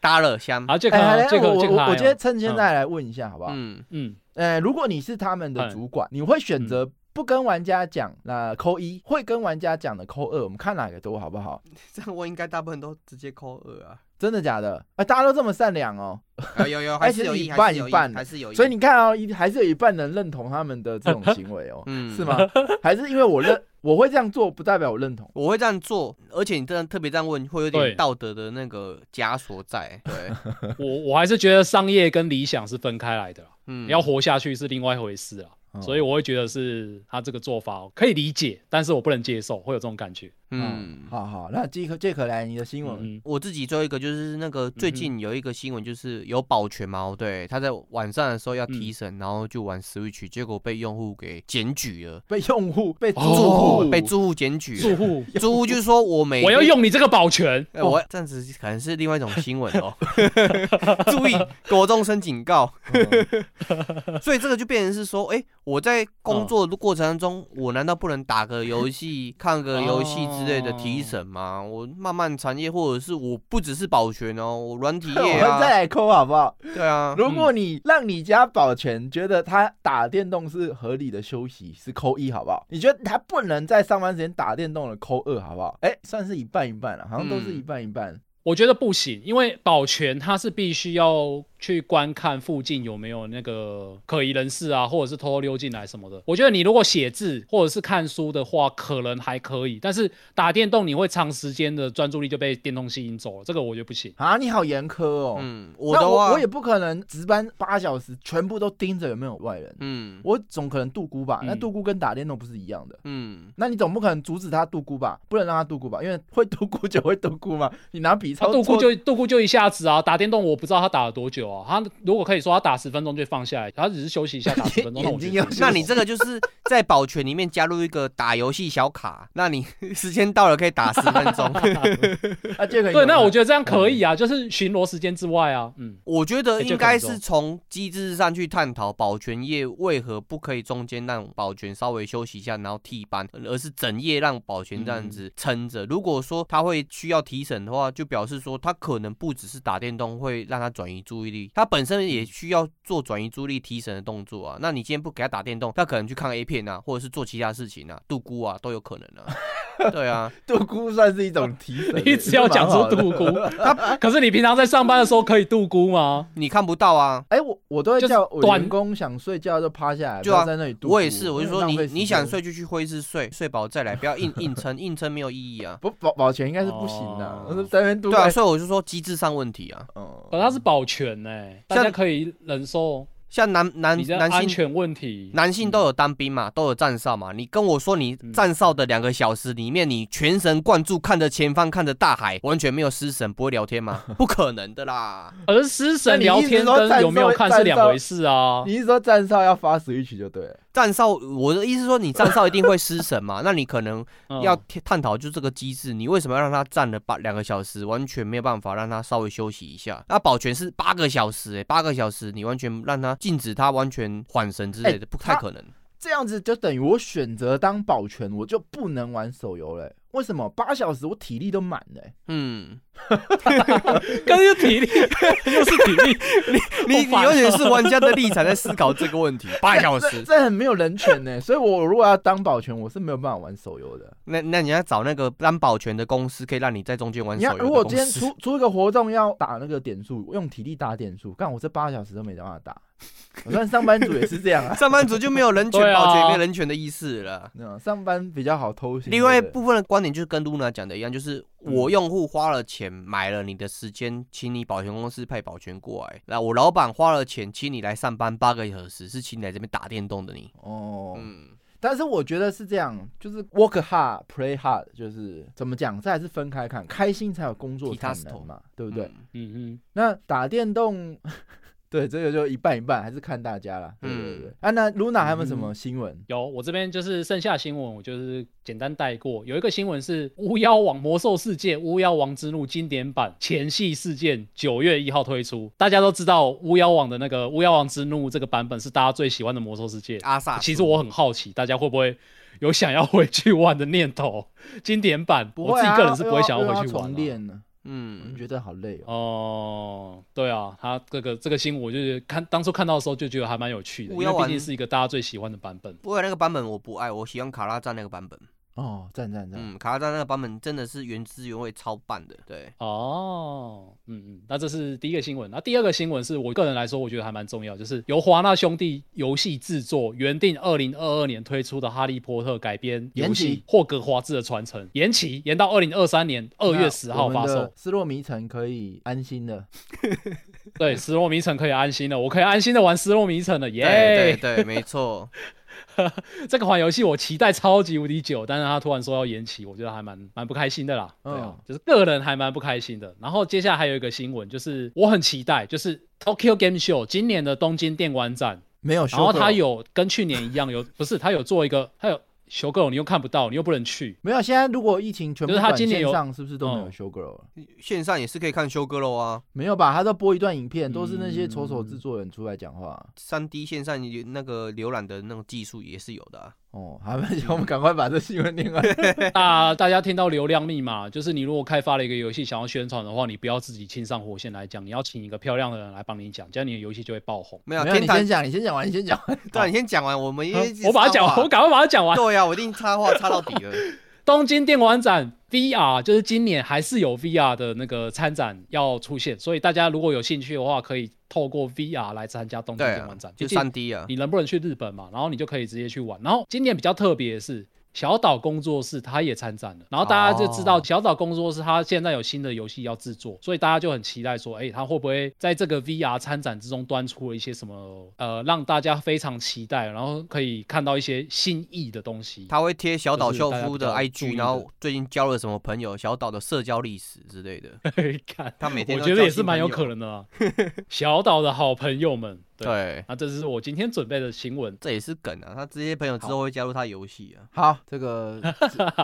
Speaker 3: 搭了香，
Speaker 2: 好，杰克，
Speaker 4: 哎、
Speaker 2: 杰
Speaker 4: 我
Speaker 2: 克，
Speaker 4: 我
Speaker 2: 杰克，
Speaker 4: 我我觉得趁现在来问一下好不好？
Speaker 3: 嗯，
Speaker 2: 嗯，
Speaker 4: 呃，如果你是他们的
Speaker 2: 嗯
Speaker 4: 主管，你会选择不跟玩家讲，那扣一；会跟玩家讲的扣二，我们看哪个多好不好？
Speaker 3: 这样我应该大部分都直接扣二啊。
Speaker 4: 真的假的？啊、大家都这么善良哦，
Speaker 3: 啊有有，
Speaker 4: 哎
Speaker 3: 还
Speaker 4: 其
Speaker 3: 是
Speaker 4: 实
Speaker 3: 有
Speaker 4: 一
Speaker 3: 意，还
Speaker 4: 半
Speaker 3: 是有
Speaker 4: 一
Speaker 3: 意
Speaker 4: 半
Speaker 3: 还是有意。，
Speaker 4: 所以你看哦，一还是有一半人认同他们的这种行为哦
Speaker 3: 嗯
Speaker 4: 是吗？ 还是因为我认我会这样做，不代表我认同。
Speaker 3: 我会这样做，而且你这样特别这样问，会有
Speaker 2: 对
Speaker 3: 点道德的那个枷锁 在。对，
Speaker 2: 我我还是觉得商业跟理想是分开来的啦，
Speaker 3: 嗯，哦
Speaker 2: 要活下去是另外一回事啊。
Speaker 4: 嗯
Speaker 2: 所以我会觉得是他这个做法可以理解，但是我不能接受，会有这种感觉。
Speaker 3: 嗯。
Speaker 4: 好好，那杰克杰克来你的新闻，
Speaker 2: 嗯，
Speaker 3: 我自己最后一个就是那个最近有一个新闻，就是有保全嘛，对，他在晚上的时候要
Speaker 2: 嗯
Speaker 3: 提神，然后就玩 Switch，结果被用户给检举了，
Speaker 4: 被用户被住
Speaker 2: 哦
Speaker 4: 户、
Speaker 3: 被住户检举了，
Speaker 2: 住户，
Speaker 3: 住户就是说我每
Speaker 2: 我要用你这个保
Speaker 4: 哦
Speaker 2: 全。
Speaker 3: 哎、我这样子可能是另外一种新闻 哦， 注意国中生警告。
Speaker 4: 哦
Speaker 3: 所以这个就变成是说，哎、我在
Speaker 4: 嗯
Speaker 3: 工作的过程当中，我难道不能打个游戏、看个游戏之类的
Speaker 4: 哦
Speaker 3: 提审吗？我漫漫产业，或者是我不只是保全哦，我 软体
Speaker 4: 我
Speaker 3: 业
Speaker 4: 们再
Speaker 3: 啊，
Speaker 4: 来扣好不好？
Speaker 3: 对啊，
Speaker 4: 如果你让你家保全觉得他打电动是合理的休息，是扣一好不好？你觉得他不能在上班时间打电动的扣二好不好？哎、算是一半一半了，啊好像都是一半一半。
Speaker 2: 我觉得不行，因为保全他是必须要去观看附近有没有那个可疑人士啊，或者是偷偷溜进来什么的。我觉得你如果写字或者是看书的话，可能还可以，但是打电动你会长时间的专注力就被电动吸引走了，这个我觉得不行。
Speaker 4: 啊，你好严苛 哦。
Speaker 3: 嗯，
Speaker 4: 那
Speaker 3: 我的话，
Speaker 4: 我我也不可能值班八小时全部都盯着有没有外人，
Speaker 3: 嗯
Speaker 4: 我总可能度孤吧？
Speaker 2: 嗯
Speaker 4: 那度孤跟打电动不是一样的。
Speaker 3: 嗯，
Speaker 4: 那你总不可能阻止他度孤吧？不能让他度孤吧？因为会度孤就会度孤嘛。你拿
Speaker 3: 啊
Speaker 4: 笔
Speaker 2: 他
Speaker 4: 抄
Speaker 2: 度
Speaker 4: 错
Speaker 2: 库就度库就一下子啊，打电动我不知道他打了多久啊。他如果可以说他打十分钟就放下来，他只是休息一下打十分 钟，那我
Speaker 4: 眼
Speaker 2: 觉
Speaker 4: 睛
Speaker 2: 得
Speaker 4: 要
Speaker 2: 可以
Speaker 3: 那你这个就是在保全里面加入一个打游戏小卡，那你 时间到了可以打十分钟。
Speaker 4: 啊， 这个
Speaker 2: 对，那我
Speaker 4: 就
Speaker 2: 觉得这样可以
Speaker 4: 嗯
Speaker 2: 啊，就是巡逻时间之外啊，嗯，
Speaker 3: 我觉得
Speaker 2: 哎这
Speaker 3: 应
Speaker 2: 个很
Speaker 3: 该
Speaker 2: 重
Speaker 3: 是从机制上去探讨保全业为何不可以中间让保全稍微休息一下，然后替班，而是整夜让保全这样
Speaker 2: 嗯
Speaker 3: 子撑着。如果说他会需要提审的话，就表示说他可能不只是打电动会让他转移注意力，他本身也需要做转移注意力提神的动作啊。那你今天不给他打电动，他可能去看 A 片啊，或者是做其他事情啊，度孤啊，都有可能啊。对啊，
Speaker 4: 度孤算是一种 提神
Speaker 2: ，你只要讲出
Speaker 4: 孤。
Speaker 2: 度估， 可是你平常在上班的时候可以度估吗？
Speaker 3: 你看不到啊。
Speaker 4: 哎、我我都会
Speaker 2: 就是
Speaker 4: 叫我
Speaker 2: 短
Speaker 4: 员工想睡觉就趴下来，
Speaker 3: 就
Speaker 4: 不要
Speaker 3: 啊
Speaker 4: 在那里度孤。
Speaker 3: 我也是，我就
Speaker 4: 因为
Speaker 3: 说
Speaker 4: 浪
Speaker 3: 你
Speaker 4: 费时
Speaker 3: 你
Speaker 4: 间
Speaker 3: 想睡，就去会议室睡，睡饱再来，不要硬硬撑，硬撑没有 意义啊。
Speaker 4: 不保保全应该是不行的、
Speaker 2: 哦
Speaker 4: 在那边度
Speaker 3: 对啊，
Speaker 4: 干
Speaker 3: 所以我就说机制上问题啊。
Speaker 4: 哦
Speaker 2: 可他是保全呢、大
Speaker 3: 像
Speaker 2: 家可以忍受。
Speaker 3: 像男男
Speaker 2: 比较
Speaker 3: 男
Speaker 2: 安
Speaker 3: 性
Speaker 2: 全问题，
Speaker 3: 男性都有当兵嘛，都有站哨嘛。你跟我说你
Speaker 2: 嗯
Speaker 3: 站哨的两个小时里面，你全神贯注看着前方，看着大海，完全没有失神，不会聊天吗？ 不可能的啦。
Speaker 2: 而失
Speaker 4: 那
Speaker 2: 神
Speaker 4: 你
Speaker 2: 聊
Speaker 4: 意思
Speaker 2: 天
Speaker 4: 说
Speaker 2: 跟
Speaker 4: 战
Speaker 2: 有没
Speaker 4: 斗
Speaker 2: 有
Speaker 4: 会
Speaker 2: 看
Speaker 4: 战
Speaker 2: 是两
Speaker 4: 斗
Speaker 2: 回事啊。
Speaker 4: 你是说站哨要发死一曲就对了，
Speaker 3: 站哨，我的意思说你站哨一定会失神嘛？那你可能
Speaker 2: 嗯
Speaker 3: 要探探讨就这个机制，你为什么要让他站了八两个小时，完全没有办法让他稍微休息一下？那保全是八个小时、哎，八个小时你完全让他禁止他完全缓神之类的，不太
Speaker 4: 哎他
Speaker 3: 可能。
Speaker 4: 这样子就等于我选择当保全，我就不能玩手游了欸、为什么？八小时我体力都满了欸、
Speaker 3: 嗯，
Speaker 2: 跟是体力， 又是体 力，
Speaker 3: 你你
Speaker 2: 好烦
Speaker 3: 永远是玩家的立场在思考这个问 题，八小
Speaker 4: 这
Speaker 3: 时。
Speaker 4: 这很没有人权呢、所以我如果要当保全，我是没有办法玩手游的。
Speaker 3: 那那你要找那个担保权的公司，可以让你在中间玩
Speaker 4: 你
Speaker 3: 手游
Speaker 4: 看，
Speaker 3: 的
Speaker 4: 如果
Speaker 3: 公
Speaker 4: 今天
Speaker 3: 司
Speaker 4: 出出一个活动要打那个点数，用体力打点数，干我这八小时都没办法打。我算上班族也是这样 啊
Speaker 3: ，上班族就没有人权
Speaker 2: 对啊
Speaker 3: 保全，没有人权的意思了。
Speaker 4: 嗯，上班比较好偷闲。
Speaker 3: 另外一
Speaker 4: 对嗯不对
Speaker 3: 部分的观点就是跟 Luna 讲的一样，就是我用户花了钱买了你的时间，请你保全公司派保全过来。那我老板花了钱请你来上班八个小时，是请你来这边打电动的你。
Speaker 4: 哦，
Speaker 3: 嗯，
Speaker 4: 但是我觉得是这样，就是 work hard, play hard，就是怎么讲，这还是分开看，开心才有工作产能嘛，对
Speaker 3: 对
Speaker 4: 不对？？
Speaker 2: 嗯
Speaker 4: 那打电动， 对这个就一半一半，还是看大家啦。对对对。
Speaker 3: 嗯
Speaker 4: 啊，那 Luna 还有没有什么新闻？
Speaker 2: 有，我这边就是剩下新闻，我就是简单带过。有一个新闻是《巫妖王魔兽世界：巫妖王之怒》经典版前戏事件，九月一号推出。大家都知道巫妖王的那个《巫妖王之怒》这个版本是大家最喜欢的魔兽世界。
Speaker 3: 阿
Speaker 4: 啊
Speaker 3: 萨，
Speaker 2: 其实我很好奇，大家会不会有想要回去玩的念头？经典版，
Speaker 4: 不
Speaker 2: 我
Speaker 4: 会
Speaker 2: 自
Speaker 4: 啊，
Speaker 2: 己个人是不会
Speaker 4: 又
Speaker 2: 想
Speaker 4: 又
Speaker 2: 回去玩、啊
Speaker 4: 重练呢，我就
Speaker 3: 嗯，
Speaker 4: 觉得好累哦。
Speaker 2: 哦，对啊，他这个这个新闻，我就是看当初看到的时候就觉得还蛮有趣的，
Speaker 3: 我
Speaker 2: 因
Speaker 3: 要
Speaker 2: 为毕
Speaker 3: 玩
Speaker 2: 竟是一个大家最喜欢的版本。
Speaker 3: 不过那个版本我不爱，我喜欢卡拉赞那个版本。
Speaker 4: 哦，赞赞赞！
Speaker 3: 嗯，卡拉赞那个版本真的是原汁原味，超棒的。对，
Speaker 2: 哦，嗯嗯，那这是第一个新闻。那第二个新闻是我个人来说，我觉得还蛮重要，就是由华纳兄弟游戏制作，原定二零二二年推出的《哈利波特》改编游
Speaker 4: 延
Speaker 2: 戏《
Speaker 4: 期
Speaker 2: 霍格华兹的传承》延期，延到二零二三年二月十号发售。。
Speaker 4: 失落迷城可以安心的，
Speaker 2: 对，《失落迷城》可以安心了，我可以安心的玩《失落迷城》了，耶、
Speaker 3: 对对对，没错。
Speaker 2: 这款游戏我期待超级无敌久，但是他突然说要延期，我觉得还蛮蛮不开心的啦。对啊
Speaker 4: 嗯，
Speaker 2: 就是个人还蛮不开心的。然后接下来还有一个新闻，就是我很期待，就是 Tokyo Game Show 今年的东京电玩展，
Speaker 4: 没有修
Speaker 2: 然
Speaker 4: 过。
Speaker 2: 后他有跟去年一样有，不是他有做一个，他有修 girl，你又看不到，你又不能 去。
Speaker 4: 没有？现在如果疫情全部
Speaker 2: 就是他
Speaker 4: 转
Speaker 2: 今年有
Speaker 4: 线上，是不是都没有
Speaker 2: 嗯
Speaker 4: 修 girl 了？
Speaker 3: 线上也是可以看修哥喽啊，
Speaker 4: 没有吧？他都播一段影片，都是那些丑丑
Speaker 2: 嗯
Speaker 4: 制作人出来讲话。
Speaker 3: 三 D 线上也那个浏览的那种技术也是有的、啊。
Speaker 4: 哦，好，那我们赶快把这新闻 念完。
Speaker 2: 那大家听到流量密码，就是你如果开发了一个游戏想要宣传的话，你不要自己亲上火线来讲，你要请一个漂亮的人来帮你讲，这样你的游戏就会爆红。
Speaker 3: 没有，啊
Speaker 4: 没有，啊
Speaker 3: 天
Speaker 4: 你
Speaker 3: 堂
Speaker 4: 先讲，你先讲完，你先讲完。
Speaker 3: 对啊，你先讲完，我们因为一直啊
Speaker 2: 我把它
Speaker 3: 插
Speaker 2: 讲完，
Speaker 3: 话
Speaker 2: 我赶快把它讲完。
Speaker 3: 对呀、啊我一定插话插到底 了。
Speaker 2: 东京电玩展 VR 就是今年还是有 VR 的那个参展要出现，所以大家如果有兴趣的话，可以透过 VR 来参加东京
Speaker 3: 对
Speaker 2: 电
Speaker 3: 啊
Speaker 2: 玩展，。
Speaker 3: 就
Speaker 2: 毕竟
Speaker 3: 三 D 啊，
Speaker 2: 你能不能去日本嘛？然后你就可以直接去玩。然后今年比较特别的是，小岛工作室它也参展了。然后大家就知道
Speaker 3: 哦
Speaker 2: 小岛工作室它现在有新的游戏要制作，所以大家就很期待说，哎，它会不会在这个 VR 参展之中端出了一些什么呃，让大家非常期待，然后可以看到一些新意的东西。
Speaker 3: 他会贴小岛秀夫
Speaker 2: 就是大家比较注意
Speaker 3: IG，
Speaker 2: 的
Speaker 3: 然后最近交了什么朋友，小岛的社交历史之 类的。
Speaker 2: 看，
Speaker 3: 他每天
Speaker 2: 我
Speaker 3: 都
Speaker 2: 觉得
Speaker 3: 交
Speaker 2: 也是
Speaker 3: 新
Speaker 2: 蛮有
Speaker 3: 朋
Speaker 2: 可
Speaker 3: 友。
Speaker 2: 能的、啊。 小岛的好朋友们，对，
Speaker 3: 对，
Speaker 2: 那这是我今天准备的新闻。
Speaker 3: 这也是梗啊。他这些朋友之后会加入他游戏 啊。
Speaker 4: 好，这个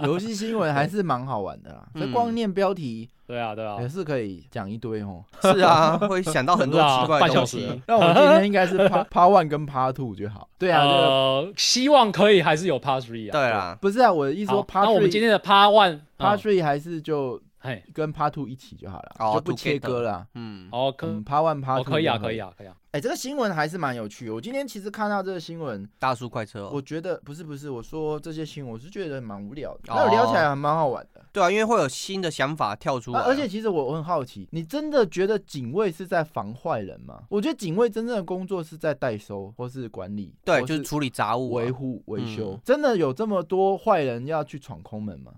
Speaker 4: 游戏新闻还是蛮好玩的啦。
Speaker 3: 嗯
Speaker 4: 这光念标题
Speaker 2: 对啊，对啊
Speaker 4: 也，是可以讲一堆哦。
Speaker 3: 是啊，会想到很多
Speaker 2: 是啊
Speaker 3: 奇怪
Speaker 2: 半
Speaker 3: 的
Speaker 2: 小
Speaker 3: 东
Speaker 2: 时
Speaker 3: 西。
Speaker 4: 那我们今天应该是 part part one 跟 part two 就好。对啊，这个
Speaker 2: 呃，希望可以还是有 Part Three 啊。
Speaker 3: 对啦，
Speaker 4: 不是啊，我的
Speaker 2: 对，
Speaker 4: 意思说
Speaker 2: 好
Speaker 4: part
Speaker 2: 那我们今
Speaker 4: three
Speaker 2: 天的 Part One
Speaker 4: part
Speaker 2: 啊，
Speaker 4: three 还是就
Speaker 2: 嘿，
Speaker 4: 跟 part two 一起就好了，
Speaker 3: 哦
Speaker 4: 就不切
Speaker 3: together
Speaker 4: 割了啊。
Speaker 3: 嗯，
Speaker 2: 哦，可
Speaker 4: 嗯，part one part
Speaker 2: 哦
Speaker 4: two
Speaker 2: 可以啊，
Speaker 4: 就好
Speaker 2: 可以。啊，可以啊。
Speaker 4: 哎，这个新闻还是蛮有趣的。我今天其实看到这个新闻，
Speaker 3: 大叔快车、
Speaker 4: 我
Speaker 3: 哦。
Speaker 4: 觉得不是不是，我说这些新闻我是觉得蛮无聊的，
Speaker 3: 哦
Speaker 4: 但我聊起来还蛮好玩的。
Speaker 3: 对啊，因为会有新的想法跳出来
Speaker 4: 啊
Speaker 3: 啊、
Speaker 4: 而且其实我我很好奇，你真的觉得警卫是在防坏人吗？我觉得警卫真正的工作是在代收或是管理，
Speaker 3: 对，
Speaker 4: 或
Speaker 3: 就是处理杂物、
Speaker 4: 维
Speaker 3: 啊。
Speaker 4: 护维修
Speaker 3: 嗯。
Speaker 4: 真的有这么多坏人要去闯空门吗？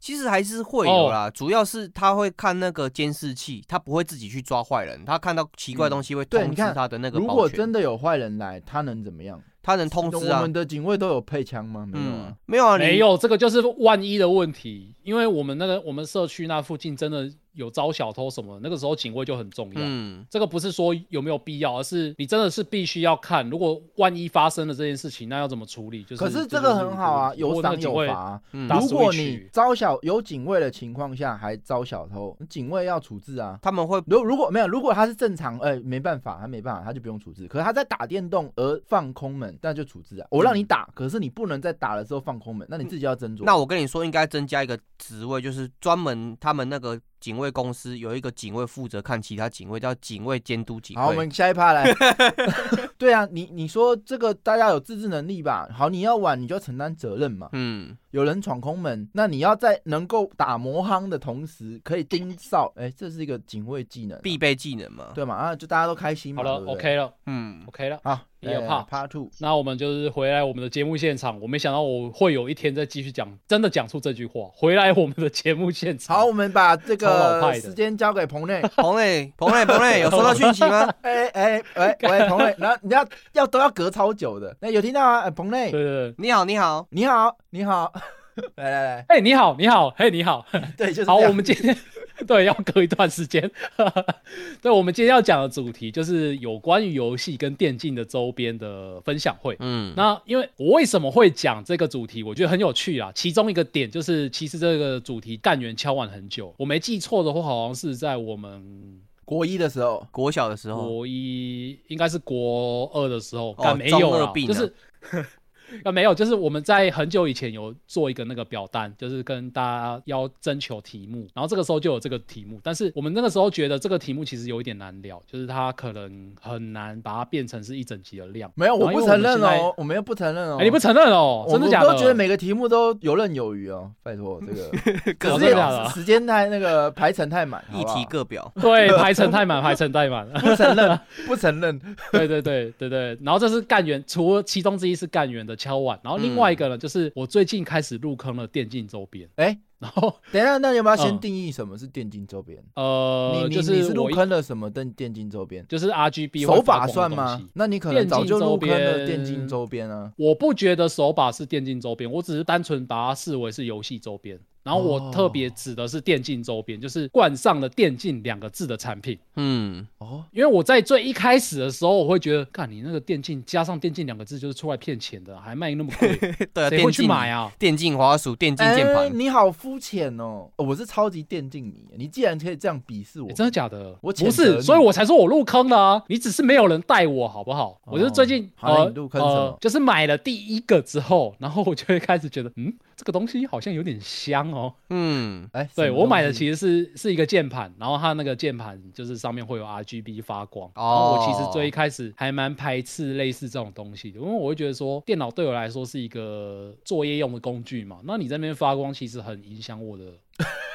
Speaker 3: 其实还是会有啦，主要是他会看那个监视器，他不会自己去抓坏人，他看到奇怪东西会
Speaker 4: 对
Speaker 3: 通
Speaker 4: 你
Speaker 3: 知
Speaker 4: 看
Speaker 3: 他的那个
Speaker 4: 如
Speaker 3: 保
Speaker 4: 果
Speaker 3: 全，
Speaker 4: 真的有坏人来，他能怎么样？
Speaker 3: 他能通知
Speaker 4: 我
Speaker 3: 啊
Speaker 4: 们。的警卫都有配枪吗？没有
Speaker 3: 嗯
Speaker 4: 啊。，
Speaker 3: 没有啊，你
Speaker 2: 没有，这个就是万一的问题，因为我们那个我们社区那附近真的有招小偷什么的，那个时候警卫就很重要。
Speaker 3: 嗯，
Speaker 2: 这个不是说有没有必要，而是你真的是必须要看，如果万一发生了这件事情，那要怎么处理？就是
Speaker 4: 可是这个很好啊，有赏有罚。啊。
Speaker 3: 嗯
Speaker 2: 打
Speaker 4: 如果
Speaker 2: Switch
Speaker 4: 你招小有警卫的情况下还招小偷，警卫要处置啊。
Speaker 3: 他们会
Speaker 4: 如如果没有，如果他是正常，哎、没办法，他没办法，他就不用处置。可是他在打电动而放空门，那就处置啊。我让你打，可是你不能在打的时候放空门，那你自己要斟酌。
Speaker 3: 那我跟你说，应该增加一个职位，就是专门他们那个警卫公司有一个警卫负责看其他警卫，叫警卫监督警卫。
Speaker 4: 好，我们下一趴来。 对啊，你你说这个大家有自制能力吧？好，你要玩你就要承担责任嘛。
Speaker 3: 嗯，
Speaker 4: 有人闯空门，那你要在能够打魔夯的同时，可以盯梢。哎、这是一个警卫技能啊、
Speaker 3: 必备技能嘛。
Speaker 4: 对嘛啊，就大家都开心嘛。
Speaker 2: 好了
Speaker 4: 对不对
Speaker 2: ，OK 了
Speaker 3: 嗯，
Speaker 2: ，OK 了。
Speaker 4: 好，
Speaker 2: 你有
Speaker 4: 来
Speaker 2: 怕
Speaker 4: Part Two，
Speaker 2: 那我们就是回来我们的节目现场，我没想到我会有一天再继续讲，真的讲出这句话。回来我们的节目现场，
Speaker 4: 好，我们把这
Speaker 2: 超老派
Speaker 4: 个
Speaker 2: 的
Speaker 4: 时间交给彭内。
Speaker 3: 彭磊，彭磊，彭磊，有收到讯息吗？
Speaker 4: 哎哎哎喂，彭内，然后你要要都要隔超久的。那有听到啊？哎彭内
Speaker 2: 对，对对，
Speaker 3: 你好，你好。
Speaker 4: 你好，你好， 来来来，
Speaker 2: 哎、你好，你好，嘿，你好，
Speaker 4: 对， 就是
Speaker 2: 好，
Speaker 4: 这样
Speaker 2: 我们今天对要隔一段时间， 对，我们今天要讲的主题就是有关于游戏跟电竞的周边的分享会。
Speaker 3: 嗯，
Speaker 2: 那因为我为什么会讲这个主题，我觉得很有趣啊。其中一个点就是，其实这个主题干员敲碗很久，我没记错的话，好像是在我们
Speaker 4: 国一的时候，
Speaker 3: 国小的时候，
Speaker 2: 国一，应该是国二的时候，
Speaker 3: 哦
Speaker 2: 干没有
Speaker 3: 中
Speaker 2: 啦
Speaker 3: 二病啊
Speaker 2: 就是。 啊，没有，就是我们在很久以前有做一个那个表单，就是跟大家要征求题目，然后这个时候就有这个题目，但是我们那个时候觉得这个题目其实有一点难聊，就是它可能很难把它变成是一整集的量。
Speaker 4: 没有，我
Speaker 2: 然后
Speaker 4: 不
Speaker 2: 因为
Speaker 4: 承
Speaker 2: 们
Speaker 4: 认
Speaker 2: 现在
Speaker 4: 哦，我们又不承认哦
Speaker 2: 哎、。你不承认哦？
Speaker 4: 我
Speaker 2: 真的假的？
Speaker 4: 我都觉得每个题目都游刃有余哦，拜 托这个
Speaker 2: 各
Speaker 4: 时
Speaker 2: 真的假的
Speaker 4: 间时间太那个排程太满，
Speaker 3: 议
Speaker 4: 好不好
Speaker 3: 题 各表。
Speaker 2: 对，排成太满，排成太满。
Speaker 4: 不承认，不承认，
Speaker 2: 对对对对对。然后这是干员，除了其中之一是干员的敲碗，然后另外一个呢，就是我最近开始入坑了电竞周边。
Speaker 4: 哎
Speaker 2: 然后
Speaker 4: 等一下，那你有没有先
Speaker 2: 嗯
Speaker 4: 定义什么是电竞周边？
Speaker 2: 呃，
Speaker 4: 你
Speaker 2: 就
Speaker 4: 你你
Speaker 2: 是
Speaker 4: 是入
Speaker 2: 我一
Speaker 4: 坑了什么电电竞周边？
Speaker 2: 就是 RGB
Speaker 4: 手
Speaker 2: 会
Speaker 4: 把
Speaker 2: 发
Speaker 4: 算
Speaker 2: 光的东
Speaker 4: 吗
Speaker 2: 西？。
Speaker 4: 那你可能早就入坑了电
Speaker 2: 电竞周边
Speaker 4: 竞周边啊。
Speaker 2: 我不觉得手把是电竞周边，我只是单纯把它视为是游戏周边。然后我特别指的是电竞周边，就是冠上了“电竞”两个字的产品。
Speaker 3: 嗯，
Speaker 4: 哦，
Speaker 2: 因为我在最一开始的时候，我会觉得，干你那个电竞加上电竞两个字就是出来骗钱的，还卖那么贵，
Speaker 4: 呃
Speaker 3: 对啊，
Speaker 2: 谁会
Speaker 3: 电
Speaker 2: 去
Speaker 3: 竞
Speaker 2: 买啊？
Speaker 3: 电竞滑鼠、电竞键
Speaker 4: 哎，
Speaker 3: 盘。
Speaker 4: 你好肤浅哦！哦我是超级电竞迷，你既然可以这样鄙视我
Speaker 2: 欸，真的假的？
Speaker 4: 我谴责
Speaker 2: 不是，
Speaker 4: 你
Speaker 2: 所以我才说我入坑了啊！你只是没有人带我，好不好？我就是最近
Speaker 4: 哦好那
Speaker 2: 呃
Speaker 4: 你入坑什么
Speaker 2: 呃，就是买了第一个之后，然后我就会开始觉得，嗯，这个东西好像有点香哦。
Speaker 3: 嗯，
Speaker 4: 哎，
Speaker 2: 对我买的
Speaker 4: 其
Speaker 2: 其实是是一个键盘，然后它那个键盘就是上面会有 RGB 发光。然后
Speaker 3: 哦
Speaker 2: 我其实最一开始还蛮排斥类似这种东西的，因为我会觉得说电脑对我来说是一个作业用的工具嘛，那你在那边发光其实很影响我的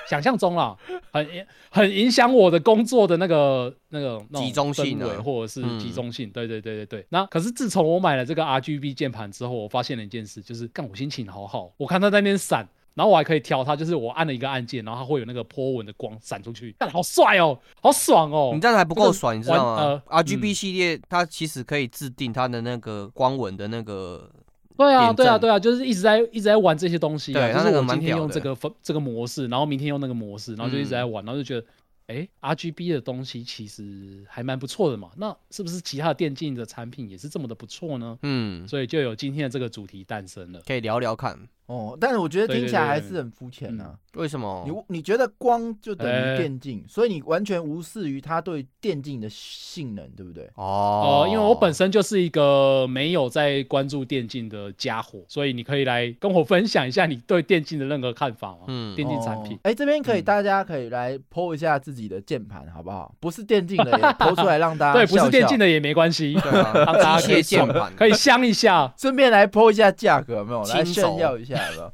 Speaker 2: 想象中啦，很很影响我的工作的那个那个那种
Speaker 3: 集中性啊
Speaker 2: 氛围或者是
Speaker 3: 嗯
Speaker 2: 集中性。对对对对对。那可是自从我买了这个 RGB 键盘之后，我发现了一件事，就是干我心情好好，我看它在那边闪。然后我还可以调它，就是我按了一个按键，然后它会有那个波纹的光闪出去，干好帅哦，好爽哦！
Speaker 3: 你这样还不
Speaker 2: 这
Speaker 3: 够
Speaker 2: 个
Speaker 3: 爽，你知道
Speaker 2: 玩
Speaker 3: 吗啊
Speaker 2: 呃
Speaker 3: ？RGB 系列它其实可以制定它的那个光纹的那个，
Speaker 2: 对啊，
Speaker 3: 点
Speaker 2: 对啊，
Speaker 3: 阵
Speaker 2: 对啊，就是一直在一直在玩这些东西、啊，
Speaker 3: 对
Speaker 2: 就
Speaker 3: 它那
Speaker 2: 是
Speaker 3: 个
Speaker 2: 我
Speaker 3: 蛮
Speaker 2: 今天
Speaker 3: 屌
Speaker 2: 用
Speaker 3: 的嗯
Speaker 2: 这个分这个模式，然后明天用那个模式，然后就一直在玩，然后就觉得，哎，RGB 的东西其实还蛮不错的嘛，那是不是其他的电竞的产品也是这么的不错呢？
Speaker 3: 嗯，
Speaker 2: 所以就有今天的这个主题诞生了。
Speaker 3: 可以聊聊看
Speaker 4: 哦，但是我觉得
Speaker 2: 对
Speaker 4: 听起
Speaker 2: 对
Speaker 4: 来
Speaker 2: 对
Speaker 4: 还
Speaker 2: 对
Speaker 4: 是很肤浅啊。
Speaker 3: 为什么
Speaker 4: 你你觉得光就等于
Speaker 2: 哎
Speaker 4: 电竞，所以你完全无视于它对电竞的性能，对不对？
Speaker 3: 哦
Speaker 2: 哦、因为我本身就是一个没有在关注电竞的家伙，所以你可以来跟我分享一下你对电竞的任何看法吗？
Speaker 3: 嗯
Speaker 2: 电竞产品
Speaker 4: 哦，哎、这边可以、
Speaker 2: 嗯
Speaker 4: 大家可以来剖一下自己的键盘，好不好？不是电竞的也剖出来让大家
Speaker 2: 对，不是电竞
Speaker 4: 的，
Speaker 2: 的也没关系，
Speaker 3: 对 啊
Speaker 2: 让大家
Speaker 3: 机
Speaker 2: 可以
Speaker 3: 械键
Speaker 2: 爽
Speaker 3: 盘
Speaker 2: 可以香一下。
Speaker 4: 顺便来剖一下价格，有没有？来
Speaker 3: 亲手
Speaker 4: 炫耀一下，有没有？哎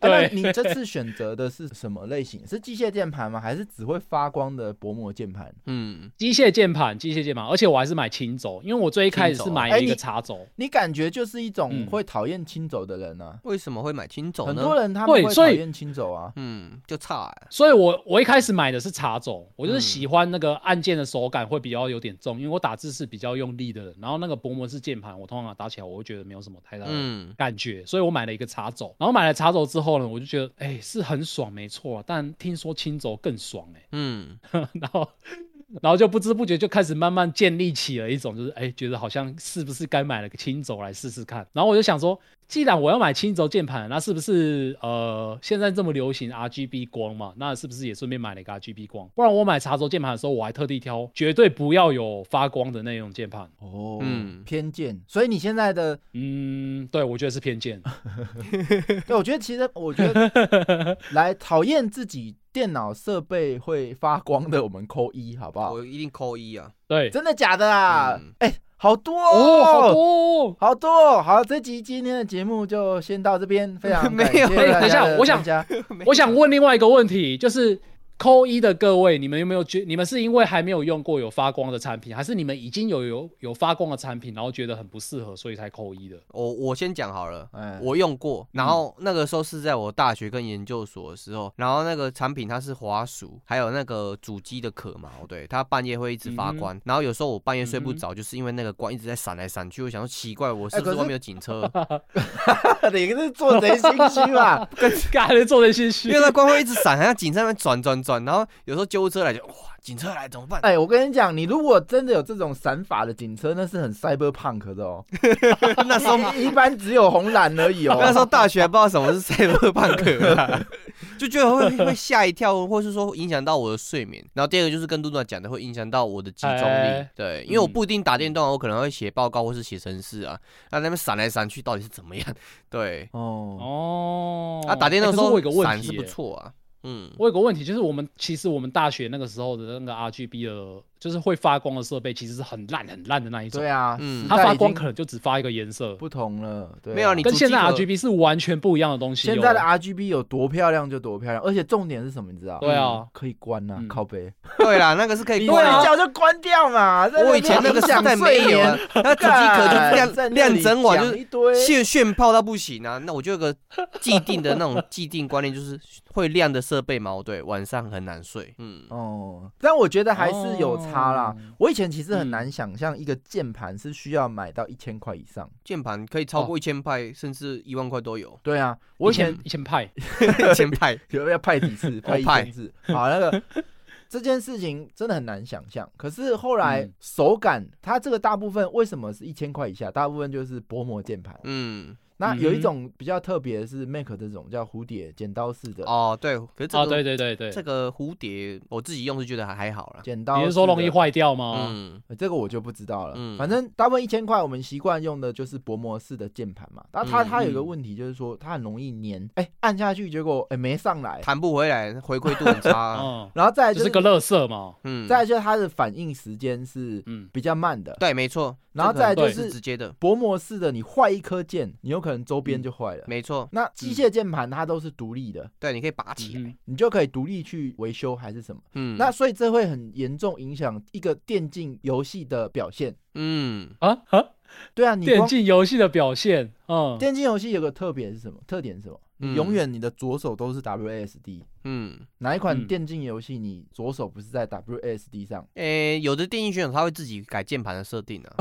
Speaker 4: 那
Speaker 2: 对
Speaker 4: 你这次选择的是什么类型？是机械键盘吗？还是只会发光的薄膜键盘？
Speaker 3: 嗯，
Speaker 2: 机械键盘，机械键盘，而且我还是买轻轴，因为我最一开始是
Speaker 3: 轻轴啊
Speaker 2: 买
Speaker 4: 哎
Speaker 2: 了一个
Speaker 4: 你
Speaker 2: 插轴，
Speaker 4: 你感觉就是一种
Speaker 2: 嗯
Speaker 4: 会讨厌轻轴的人呢、
Speaker 3: 为什么会买轻
Speaker 4: 啊？
Speaker 3: 轴
Speaker 4: 很
Speaker 3: 呢？
Speaker 4: 多人他们
Speaker 2: 对
Speaker 4: 会讨
Speaker 2: 所以
Speaker 4: 厌轻轴啊。
Speaker 3: 嗯，就差欸
Speaker 2: 所以我我一开始买的是插轴，我就是
Speaker 3: 嗯
Speaker 2: 喜欢那个按键的手感会比较有点重，因为我打字是比较用力的人，然后那个薄膜式键盘，我通常打起来我会觉得没有什么太大的
Speaker 3: 嗯
Speaker 2: 感觉，所以我买了一个插轴。然后买了插轴之后呢，我就觉得哎、是很爽没错啊，但听说轻轴更爽哎、
Speaker 3: 嗯，
Speaker 2: 然后然后就不知不觉就开始慢慢建立起了一种就是哎、觉得好像是不是该买了个轻轴来试试看。然后我就想说，既然我要买轻轴键盘，那是不是呃现在这么流行 RGB 光嘛？那是不是也顺便买了一个 RGB 光？不然我买茶轴键盘的时候，我还特地挑绝对不要有发光的那种键盘。
Speaker 4: 哦，
Speaker 3: 嗯
Speaker 4: 偏见。所以你现 在的，
Speaker 2: 嗯，对，我觉得是偏见。
Speaker 4: 对我觉得其实我觉得 来讨厌自己电脑设备会发光的，我们扣一好不好？
Speaker 2: 哦
Speaker 3: 我一定扣一啊。
Speaker 2: 对，
Speaker 4: 真的假的啊
Speaker 3: 嗯？
Speaker 4: 哎、好多
Speaker 2: 哦，好多、哦。
Speaker 4: 好多哦、好，这集今天的节目就先到这 边，非常
Speaker 3: 没
Speaker 4: 感谢
Speaker 3: 有
Speaker 4: 大家
Speaker 2: 哎等一下
Speaker 4: 的
Speaker 2: 我想
Speaker 4: 参加
Speaker 2: 我想问另外一个问题，就是扣一的各位，你们有没有觉？你们是因为还没有用过有发光的产品，还是你们已经有有有发光的产品，然后觉得很不适合，所以才扣一的？
Speaker 3: 我我先讲好了，
Speaker 4: 哎
Speaker 3: 我用过，然后那个时候是在我大学跟研究所的时候，然后那个产品它是滑鼠，还有那个主机的壳嘛，哦对，它半夜会一直
Speaker 4: 嗯
Speaker 3: 发光，然后有时候我半夜睡不着，就是因为那个光一直在闪来闪去，我想说奇怪，我是不
Speaker 4: 哎可
Speaker 3: 是
Speaker 4: 是
Speaker 3: 外面有警车？
Speaker 4: 你是做贼心虚吧？
Speaker 2: 干人做人心虚
Speaker 3: 因为。那光会一直闪，好像警车在那边转转转，然后有时候救护车来就哇，警车来怎么办？
Speaker 4: 哎，我跟你讲，你如果真的有这种闪法的警车，那是很 cyberpunk 的哦。
Speaker 3: 那时候
Speaker 4: 一般只有红蓝而已哦。
Speaker 3: 那时候大学还不知道什么是 cyberpunk，啦 就觉得会会吓一跳，或是说影响到我的睡眠。然后第二个就是跟杜总讲的，会影响到我的集中力。
Speaker 2: 哎
Speaker 3: 对，因为我不一定打电动啊，我可能会写报告或是写程式啊，那那边闪来闪去到底是怎么样？对，
Speaker 4: 哦，
Speaker 2: 哦，
Speaker 3: 啊，打电动的时
Speaker 2: 欸可是我有个
Speaker 3: 候
Speaker 2: 问
Speaker 3: 闪
Speaker 2: 题
Speaker 3: 是
Speaker 2: 耶、
Speaker 3: 不错啊，嗯，
Speaker 2: 我有个问题，就是我们其实我们大学那个时候的那个 RGB 的，就是会发光的设备，其实是很烂很烂的那一种。
Speaker 4: 对啊，
Speaker 3: 嗯
Speaker 4: 时
Speaker 2: 它
Speaker 4: 代
Speaker 2: 发
Speaker 4: 已
Speaker 2: 光
Speaker 4: 经
Speaker 2: 可能就只发一个颜色，
Speaker 4: 不同了。对啊，
Speaker 3: 没有你啊
Speaker 2: 跟现在
Speaker 3: 主机壳
Speaker 2: RGB 是完全不一样的东西哦。
Speaker 4: 现在的 RGB 有多漂亮就多漂亮，而且重点是什么？你知道？
Speaker 2: 对啊
Speaker 4: 嗯，可以关呐
Speaker 2: 嗯，
Speaker 4: 靠背。
Speaker 3: 哎对啦，那个是可以
Speaker 4: 你
Speaker 3: 关
Speaker 4: 一
Speaker 3: 的。
Speaker 4: 脚就关掉嘛。在那边
Speaker 3: 我以前那个
Speaker 4: 影响
Speaker 3: 时代没
Speaker 4: 睡
Speaker 3: 有啊
Speaker 4: 眠，
Speaker 3: 那主机壳就是
Speaker 4: 干
Speaker 3: 亮亮整晚
Speaker 4: 在那
Speaker 3: 就是
Speaker 4: 里讲一堆。
Speaker 3: 炫炫炮到不行啊！那我就有个既定的那 种既定观念，就是会亮的设备嘛，对，晚上很难睡。嗯，
Speaker 4: 哦，但我觉得还是有差啦。
Speaker 2: 哦
Speaker 4: 我以前其实很难想象一个键盘是需要买到一千块以上。。
Speaker 3: 键盘可以超过
Speaker 2: 哦
Speaker 3: 一千派，甚至一万块都有
Speaker 4: 对啊，我以
Speaker 2: 一千
Speaker 4: 前
Speaker 2: 一千派，
Speaker 3: 一千派，
Speaker 4: 要要派几次，派一
Speaker 3: 派
Speaker 4: 千次。好，那个这件事情真的很难想象。可是后来
Speaker 2: 嗯
Speaker 4: 手感，它这个大部分为什么是一千块以下？大部分就是薄膜键盘。
Speaker 3: 嗯，
Speaker 4: 那有一
Speaker 2: 嗯
Speaker 4: 种比较特别的是 Mac 这种叫蝴蝶剪刀式的，
Speaker 3: 哦，对，可 是这个、
Speaker 2: 啊，对对对对，
Speaker 3: 这个蝴蝶，我自己用是觉得还还好啦。
Speaker 4: 剪刀
Speaker 2: 你是
Speaker 4: 式
Speaker 2: 说容
Speaker 4: 的
Speaker 2: 易坏掉吗？
Speaker 3: 嗯，
Speaker 4: 呃这个我就不知道了。
Speaker 3: 嗯
Speaker 4: 反正大部分一千块，我们习惯用的就是薄膜式的键盘嘛。但它
Speaker 3: 嗯
Speaker 4: 它有一个问题，就是说它很容易粘，哎、按下去结果哎、没上来，
Speaker 3: 弹不回来，回馈度很差 啊、
Speaker 2: 嗯，
Speaker 4: 然后再来
Speaker 2: 就是是个乐色嘛。
Speaker 3: 嗯，
Speaker 4: 哦再来就是它的反应时间是
Speaker 2: 嗯，
Speaker 4: 比较慢的。
Speaker 3: 对，没错。
Speaker 4: 然后
Speaker 3: 这个
Speaker 4: 再来
Speaker 2: 就
Speaker 3: 对
Speaker 4: 是
Speaker 3: 直接的，
Speaker 4: 薄膜式的你坏一颗键，你有可能周
Speaker 2: 嗯
Speaker 4: 边就坏了。
Speaker 3: 没错。
Speaker 4: 那机械键盘它都是独立的，
Speaker 3: 对，你可以拔起啊来。
Speaker 2: 嗯
Speaker 4: 你就可以独立去维修还是什么。
Speaker 3: 嗯，
Speaker 4: 那所以这会很严重影响一个电竞游戏的表现。
Speaker 3: 嗯，
Speaker 2: 啊啊！
Speaker 4: 对啊，你
Speaker 2: 电
Speaker 4: 光
Speaker 2: 竞游戏的表现，嗯，
Speaker 4: 电竞游戏有个特点是什么？特点是什么？你
Speaker 3: 嗯
Speaker 4: 永远你的左手都是 WASD。
Speaker 3: 嗯，
Speaker 4: 哪一款
Speaker 2: 嗯
Speaker 4: 电竞游戏你左手不是在 WASD 上？
Speaker 3: 诶，有的电竞选手他会自己改键盘的设定 啊。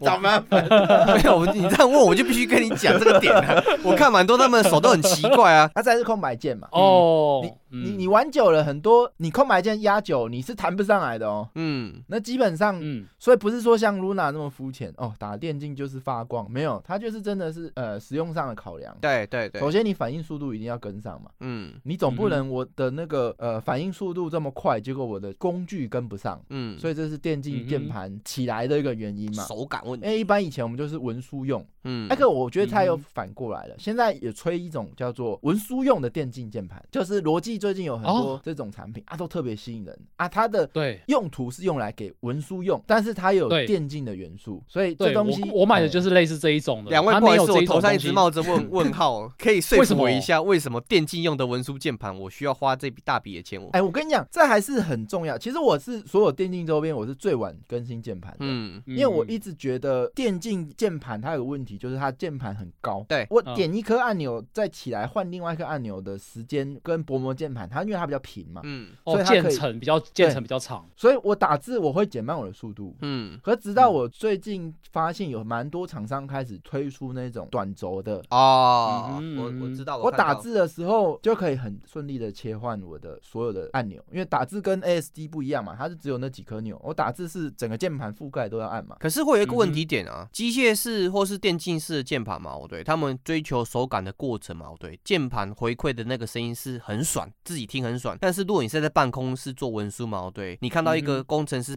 Speaker 4: 找麻烦。
Speaker 3: 没有，我你这样问我就必须跟你讲这个点啊。我看蛮多他们的手都很奇怪啊。
Speaker 4: 它才是空白键嘛。
Speaker 2: 哦，
Speaker 4: 你
Speaker 2: 嗯
Speaker 4: 你玩久了，很多你空白键压久，你是弹不上来的哦。
Speaker 3: 嗯，
Speaker 4: 那基本上
Speaker 2: 嗯，
Speaker 4: 所以不是说像 Luna 那么肤浅哦，打电竞就是发光，没有，它就是真的是呃实用上的考量。
Speaker 3: 对对对
Speaker 4: 首，先你反应速度一定要跟上嘛，
Speaker 3: 嗯
Speaker 4: 你总不不能我的那个呃反应速度这么快，结果我的工具跟不上，
Speaker 3: 嗯，
Speaker 4: 所以这是电竞键盘起来的一个原因嘛。
Speaker 3: 手感问
Speaker 4: 因
Speaker 3: 题，
Speaker 4: 为一般以前我们就是文书用，
Speaker 3: 嗯，
Speaker 4: 哎那个我觉得它有
Speaker 2: 嗯哼
Speaker 4: 反过来了，现在也吹一种叫做文书用的电竞键盘，就是罗技最近有很多
Speaker 2: 哦
Speaker 4: 这种产品啊，都特别吸引人啊，它的。
Speaker 2: 对
Speaker 4: 用途是用来给文书用，但是它有
Speaker 2: 对
Speaker 4: 电竞的元素，所以这
Speaker 2: 对，
Speaker 4: 东西
Speaker 2: 我我买的
Speaker 4: 哎
Speaker 2: 就是类似这一种的。
Speaker 3: 两位
Speaker 2: 它
Speaker 3: 不好
Speaker 2: 没
Speaker 3: 意
Speaker 2: 有
Speaker 3: 思，我
Speaker 2: 这
Speaker 3: 头
Speaker 2: 种
Speaker 3: 上
Speaker 2: 东
Speaker 3: 一直
Speaker 2: 西。
Speaker 3: 冒着问问号，哦可以说
Speaker 2: 为
Speaker 3: 服
Speaker 2: 什
Speaker 3: 我一
Speaker 2: 么
Speaker 3: 下，为什么电竞用的文书键盘我需要花这笔大笔的钱？我
Speaker 4: 哎、我跟你讲，这还是很重要。其实我是所有电竞周边，我是最晚更新键盘的。
Speaker 3: 嗯，
Speaker 2: 因
Speaker 4: 因为我一直觉得电竞键盘它有个问题，就是它键盘很高。
Speaker 3: 对
Speaker 4: 我
Speaker 2: 嗯
Speaker 4: 点一颗按钮再起来换另外一颗按钮的时间，跟薄膜键盘它因为它比较平嘛，
Speaker 3: 嗯
Speaker 4: 所
Speaker 2: 哦
Speaker 4: 以它可以
Speaker 2: 建成比较建成比较长，
Speaker 4: 所以我打字我会减慢我的速度。
Speaker 3: 嗯，
Speaker 4: 可直到我最近发现有蛮多厂商开始推出那种短轴的，
Speaker 3: 哦，
Speaker 2: 嗯
Speaker 3: 我
Speaker 2: 嗯
Speaker 3: 我
Speaker 2: 嗯
Speaker 3: 知道，
Speaker 4: 我
Speaker 3: 看
Speaker 4: 打
Speaker 3: 到，
Speaker 4: 字的时候就可以很顺利的切换我的所有的按钮，因为打字跟 ASD 不一样嘛，它是只有那几颗钮。我打字是整个键盘覆盖都要按嘛。
Speaker 3: 可是会有一个问
Speaker 2: 嗯哼
Speaker 3: 题点啊，机械式或是电竞式的键盘嘛，我对他们追求手感的过程嘛，我对键盘回馈的那个声音是很爽，自己听很爽。但是如果你是在办公室做文书嘛，我对你看到一个工程师，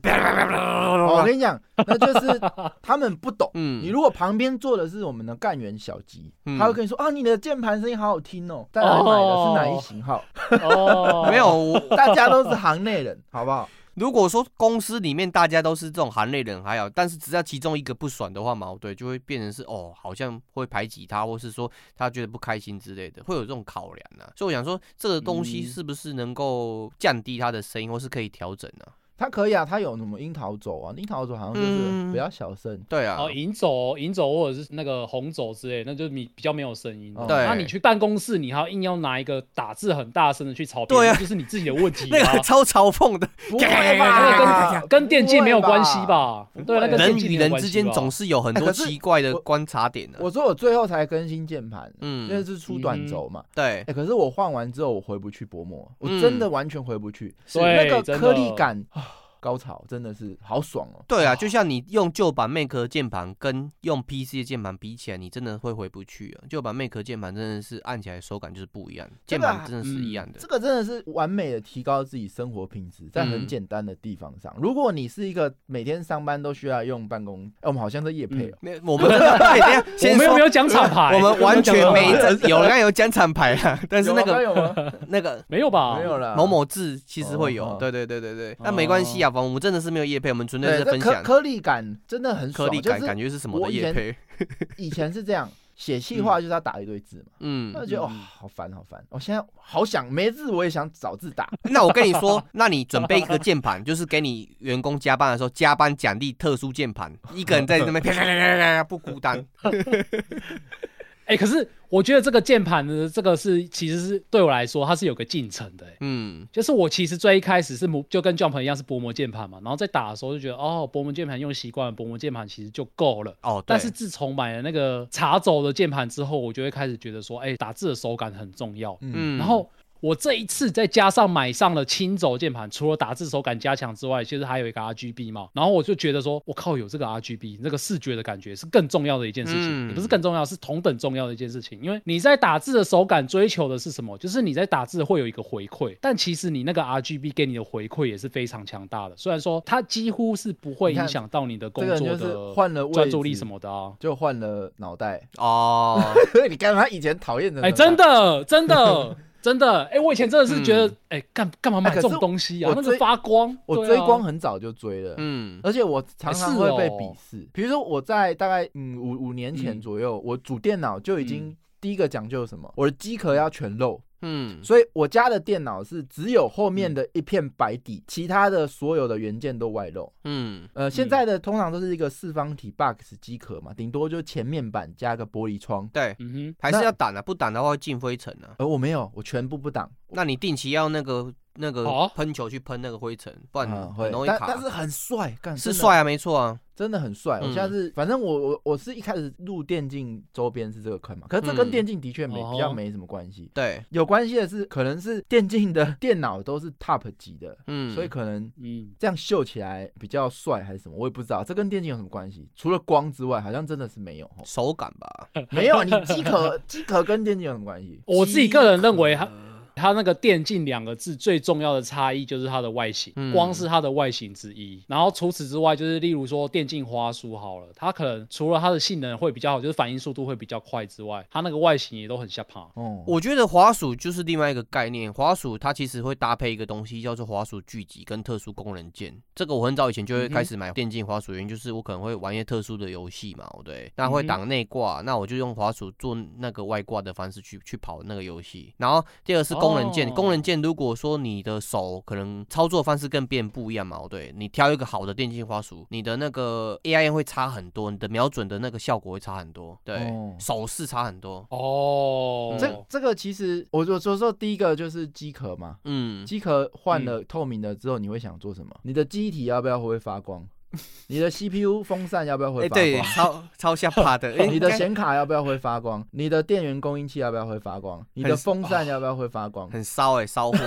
Speaker 4: 哦我跟你讲，那 就是他们不懂。
Speaker 3: 嗯
Speaker 4: 你如果旁边坐的是我们的干员小吉，
Speaker 3: 嗯
Speaker 4: 他会跟你说啊，你的键盘声音好好听哦，在哪里买的？是哪一型号？
Speaker 2: 哦
Speaker 3: 没有，我
Speaker 4: 大家都是行内人，好不好？
Speaker 3: 如果说公司里面大家都是这种含泪人还好，但是只要其中一个不爽的话，矛盾就会变成是哦，好像会排挤他，或是说他觉得不开心之类的，会有这种考量啊。所以我想说，这个东西
Speaker 2: 嗯
Speaker 3: 是不是能够降低他的声音，或是可以调整呢、
Speaker 4: 他可以啊，他有什么樱桃轴啊？樱桃轴好像就是
Speaker 3: 嗯
Speaker 4: 比较小 声，
Speaker 3: 对啊，
Speaker 2: 哦，银轴、银轴或者是那个红轴之类，那就是你比较没有声音的。
Speaker 4: 哦
Speaker 2: 那
Speaker 3: 对
Speaker 2: 你去办公室，你还要硬要拿一个打字很大声的去吵别人，
Speaker 3: 对啊
Speaker 2: 那就是你自己的问题
Speaker 3: 那
Speaker 2: 啊
Speaker 3: 个。超嘲讽 的，
Speaker 4: 不会吧？
Speaker 2: 跟 跟电竞没有关系？吧
Speaker 4: 不会吧？
Speaker 2: 对，那跟
Speaker 3: 人
Speaker 2: 电竞没
Speaker 3: 与
Speaker 2: 有
Speaker 3: 人
Speaker 2: 关
Speaker 3: 之
Speaker 2: 系
Speaker 3: 间
Speaker 2: 吧
Speaker 3: 总是有很
Speaker 4: 哎
Speaker 3: 多
Speaker 4: 可是
Speaker 3: 奇怪的
Speaker 4: 我
Speaker 3: 观察点的、
Speaker 4: 我说我最后才更新键盘，因为
Speaker 3: 嗯，
Speaker 4: 是出短轴嘛。
Speaker 3: 对
Speaker 4: 哎、，可是我换完之后，我回不去薄膜，我
Speaker 3: 嗯
Speaker 4: 真的完全回不去。
Speaker 2: 是
Speaker 4: 那个
Speaker 2: 对
Speaker 4: 颗
Speaker 2: 真
Speaker 4: 粒
Speaker 2: 的
Speaker 4: 感
Speaker 3: 哦
Speaker 4: 啊高潮真的是好爽哦。
Speaker 3: 对啊，就像你用旧版 Mac 的键盘跟用 PC 的键盘比起来，你真的会回不去啊。旧版 Mac 的键盘真的是按起来手感就是不一样，
Speaker 4: 这
Speaker 3: 键
Speaker 4: 个啊
Speaker 3: 盘真的是一样的
Speaker 4: 这。个真的是完美的提高自己生活品质，在很
Speaker 3: 嗯
Speaker 4: 简单的地方上。如果你是一个每天上班都需要用办公，哎、我们好像在夜配哦、
Speaker 3: 没有，我们 真的哎，等一下
Speaker 2: 我
Speaker 3: 先
Speaker 2: 们有没
Speaker 3: 说，
Speaker 2: 有讲厂牌？
Speaker 3: 我们完全
Speaker 2: 有没有
Speaker 3: 没
Speaker 2: 讲厂牌
Speaker 3: 在有，刚才有讲厂牌啦，但是
Speaker 4: 有啊
Speaker 3: 那
Speaker 4: 吗
Speaker 3: 个
Speaker 4: 有 吗？
Speaker 3: 那个
Speaker 2: 没有吧？
Speaker 4: 没有啦，
Speaker 3: 某某字其实会
Speaker 4: 哦
Speaker 3: 有
Speaker 4: 哦，
Speaker 3: 对对对对对，
Speaker 2: 哦
Speaker 3: 那没关系啊，反正我们真的是没有叶配，我们纯粹
Speaker 4: 对，
Speaker 3: 是
Speaker 4: 这
Speaker 3: 分
Speaker 4: 颗
Speaker 3: 享
Speaker 4: 颗粒感真的很
Speaker 3: 颗
Speaker 4: 爽，
Speaker 3: 粒感，感
Speaker 4: 就
Speaker 3: 觉是什么
Speaker 4: 我
Speaker 3: 的
Speaker 4: 以
Speaker 3: 叶
Speaker 4: 前
Speaker 3: 配，
Speaker 4: 是以前是这 样。写细话就是要打一堆字嘛，
Speaker 3: 嗯
Speaker 4: 那、就觉得哇、哦
Speaker 2: 嗯
Speaker 4: 好烦好烦，我现在好想没字我也想找字打，
Speaker 3: 那我跟你说，那你准备一个键盘，就是给你员工加班的时候，加班奖励特殊键盘，一个人在那边 啪啪啪啪啪，不孤单。
Speaker 2: 哎，可是我觉得这个键盘呢，这个是其实是对我来说，它是有个进程的。哎
Speaker 3: 嗯，
Speaker 2: 就是我其实最一开始是模就跟 Jump 一样是薄膜键盘嘛，然后在打的时候就觉得哦，薄膜键盘用习惯了，薄膜键盘其实就够了。
Speaker 3: 哦，
Speaker 2: 但
Speaker 3: 对
Speaker 2: 是自从买了那个茶轴的键盘之后，我就会开始觉得说，哎、打字的手感很重要。
Speaker 3: 嗯，
Speaker 2: 然后我这一次再加上买上了轻轴键盘，除了打字手感加强之外，其实还有一个 RGB 嘛。然后我就觉得说，我靠，有这个 RGB，那个视觉的感觉是更重要的一件事情，
Speaker 3: 嗯
Speaker 2: 也不是更重要，是同等重要的一件事情。因为你在打字的手感追求的是什么？就是你在打字会有一个回馈，但其实你那个 RGB 给你的回馈也是非常强大的。虽然说它几乎是不会
Speaker 4: 你看
Speaker 2: 影响到你的工
Speaker 4: 这个人
Speaker 2: 作
Speaker 4: 就是
Speaker 2: 的
Speaker 4: 换了位
Speaker 2: 专注力
Speaker 4: 置
Speaker 2: 什么的啊。
Speaker 4: 就换了脑袋。
Speaker 3: 哦，
Speaker 4: 你看他以前讨厌的，
Speaker 2: 哎、真。 的，真的，真的，哎、我以前真的是觉得，哎、干干嘛买
Speaker 4: 嗯哎
Speaker 2: 这
Speaker 4: 可是
Speaker 2: 种东西啊
Speaker 4: 我？
Speaker 2: 那
Speaker 4: 追
Speaker 2: 个发光，
Speaker 4: 我
Speaker 2: 对
Speaker 4: 追
Speaker 2: 啊
Speaker 4: 光很早就追了，
Speaker 3: 嗯，
Speaker 4: 而且我常常
Speaker 2: 是
Speaker 4: 会被
Speaker 2: 哦
Speaker 4: 鄙视。比如说我在大概嗯五五年前
Speaker 2: 嗯
Speaker 4: 左右，我主电脑就已经第一个讲究什么，我的机壳要全露，
Speaker 3: 嗯，
Speaker 4: 所以我家的电脑是只有后面的一片白底，其他的所有的元件都外露。
Speaker 3: 嗯，
Speaker 4: 呃，现在的通常都是一个四方体 box 机壳嘛，顶多就前面板加个玻璃窗。
Speaker 3: 对，
Speaker 2: 嗯
Speaker 3: 还是要挡啊，不挡的话会进灰尘啊。
Speaker 4: 而我没有，我全部不挡，
Speaker 3: 那你定期要那个那个
Speaker 2: 哦
Speaker 3: 喷球去喷那个灰尘，不
Speaker 4: 嗯
Speaker 3: 然
Speaker 4: 会
Speaker 3: 很容易
Speaker 4: 但
Speaker 3: 卡
Speaker 4: 但。是很帅，干
Speaker 3: 是
Speaker 4: 真的
Speaker 3: 帅啊，没错啊，
Speaker 4: 真的很帅。我
Speaker 3: 嗯
Speaker 4: 下次、反正我我我是一开始入电竞周边是这个坑嘛，可是这跟
Speaker 3: 嗯
Speaker 4: 电竞的确没、
Speaker 2: 哦
Speaker 4: 比较没什么关系。
Speaker 3: 对，
Speaker 4: 有关系的是，可能是电竞的 电脑都是 top 级的，
Speaker 3: 嗯，。
Speaker 4: 所以可能
Speaker 2: 嗯，
Speaker 4: 这样秀起来比较帅还是什么，我也不知道。这跟电竞有什么关系？除了光之外，好像真的是没有哦啊
Speaker 3: 手感吧，
Speaker 4: 没有，你机壳机壳跟电竞有什么关系？
Speaker 2: 我自己个人认为它
Speaker 3: 呃
Speaker 2: 它那个电竞两个字最重要的差异就是它的外形，
Speaker 3: 嗯
Speaker 2: 光是它的外形之一。然后除此之外，就是例如说电竞花束好了，它可能除了它的性能会比较好，就是反应速度会比较快之外，它那个外形也都很下趴。
Speaker 4: 哦，
Speaker 3: 我觉得滑鼠就是另外一个概念，滑鼠它其实会搭配一个东西叫做滑鼠聚集跟特殊功能键。这个我很早以前就会开始买电竞滑鼠，原因就是我可能会玩一些特殊的游戏嘛，对，那会挡内挂，那我就用滑鼠做那个外挂的方式去去跑那个游戏。然后第二个是功能键，
Speaker 2: 哦
Speaker 3: 功能键如果说你的手可能操作方式更变不一样嘛，对，你挑一个好的电竞滑鼠，你的那个 AI 会差很多，你的瞄准的那个效果会差很多，对，
Speaker 4: 哦
Speaker 3: 手势差很多。
Speaker 2: 哦，
Speaker 4: 这这个其实我我说说第一个就是机壳嘛，
Speaker 3: 嗯，
Speaker 4: 机壳换了透明的之后，你会想做什么？你的机体要不要会发光？ 你的 CPU 风扇要不要
Speaker 3: 哎、
Speaker 4: 会发
Speaker 3: 对，
Speaker 4: 光？
Speaker 3: 超超下 巴的。哎
Speaker 4: 你的
Speaker 3: 应该
Speaker 4: 显卡要不要会发光？你的电源供应器要不要会发光？你的
Speaker 3: 很
Speaker 4: 风扇要不要会发光？
Speaker 3: 很骚 哎、骚货。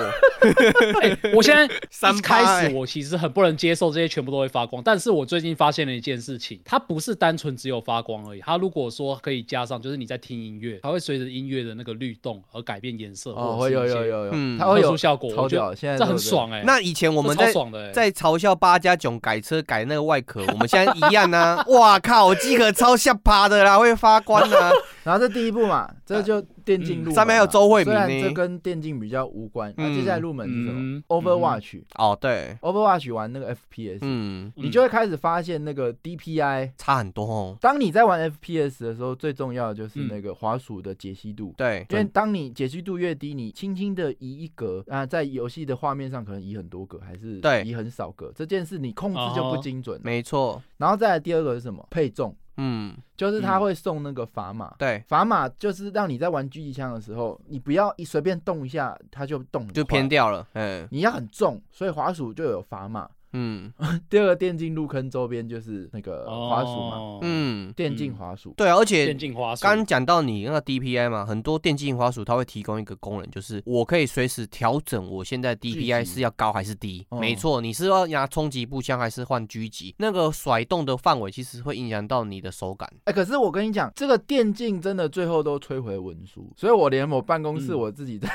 Speaker 2: 哎我现在
Speaker 3: 三
Speaker 2: 一
Speaker 3: 八
Speaker 2: 开
Speaker 4: 哎
Speaker 3: 欸
Speaker 2: 始我其实很不能接受这些全部都会发光，但是我最近发现了一件事情，它不是单纯只有发光而已，它如果说可以加上，就是你在听音乐，它会随着音乐的那个律动而改变颜色，
Speaker 4: 哦，
Speaker 2: 或
Speaker 4: 会
Speaker 2: 者
Speaker 4: 有
Speaker 2: 是一
Speaker 4: 有
Speaker 2: 些
Speaker 4: 有有，
Speaker 3: 嗯
Speaker 4: 它会
Speaker 2: 特
Speaker 4: 有
Speaker 2: 殊效果，
Speaker 4: 超
Speaker 2: 我觉
Speaker 4: 屌，
Speaker 2: 得
Speaker 4: 现在
Speaker 2: 这
Speaker 4: 都有
Speaker 2: 很爽哎、
Speaker 3: 那以前我
Speaker 2: 我
Speaker 3: 们
Speaker 2: 超
Speaker 3: 在
Speaker 2: 爽的、欸，
Speaker 3: 在嘲笑八加九改车改那个外壳，我们现在一样啊！哇靠，机壳超下巴的啦，会发光 啊！
Speaker 4: 然后这第一步 嘛，这就电竞入门嘛、
Speaker 3: 嗯上面还有周慧敏
Speaker 4: 虽然
Speaker 3: 呢
Speaker 4: 这跟电竞比较无关，那、
Speaker 3: 嗯
Speaker 4: 接下来入门是什么、
Speaker 2: 嗯
Speaker 4: o v e r w a t c
Speaker 3: 哦，对，
Speaker 4: h o v e r w a t c h 玩那个 FPS，、
Speaker 3: 嗯，
Speaker 4: 你就会开始发现那个 DPI。
Speaker 3: 差很多哦。
Speaker 4: 当你在玩 FPS 的时候，最重要的就是那个滑鼠的解析度。
Speaker 3: 嗯对，
Speaker 4: 因为当你解析度越低，你轻轻的移一格啊，在游戏的画面上可能移很多格，还是
Speaker 3: 对哦
Speaker 4: 移很少格，这件事你控制就不精准。
Speaker 3: 没错，
Speaker 4: 然后再来第二个是什么？配重，
Speaker 3: 嗯，
Speaker 4: 就是它
Speaker 2: 嗯
Speaker 4: 会送那个砝码，
Speaker 3: 对，
Speaker 4: 砝码就是让你在玩狙击枪的时候，你不要一随便动一下，它就动很
Speaker 3: 就
Speaker 4: 快
Speaker 3: 偏，掉了。嗯
Speaker 4: 你要很重，所以滑鼠就有砝码。
Speaker 3: 嗯
Speaker 4: 第二个电竞入坑周边就是那个滑鼠嘛，
Speaker 2: 哦，
Speaker 3: 嗯，
Speaker 4: 电竞
Speaker 2: 嗯
Speaker 4: 滑鼠。
Speaker 3: 对啊，而
Speaker 2: 电
Speaker 3: 且
Speaker 2: 竞花束，
Speaker 3: 刚刚讲到你那个 DPI 嘛，很多电竞滑鼠它会提供一个功能，就是我可以随时调整我现在 DPI
Speaker 4: 狙击
Speaker 3: 是要高还是低。
Speaker 4: 嗯
Speaker 3: 没错，你是要拿冲击步枪还是换狙击？那个甩动的范围其实会影响到你的手感。
Speaker 4: 哎、可是我跟你讲，这个电竞真的最后都摧毁文书，所以我连我办公室
Speaker 2: 嗯
Speaker 4: 我自己在，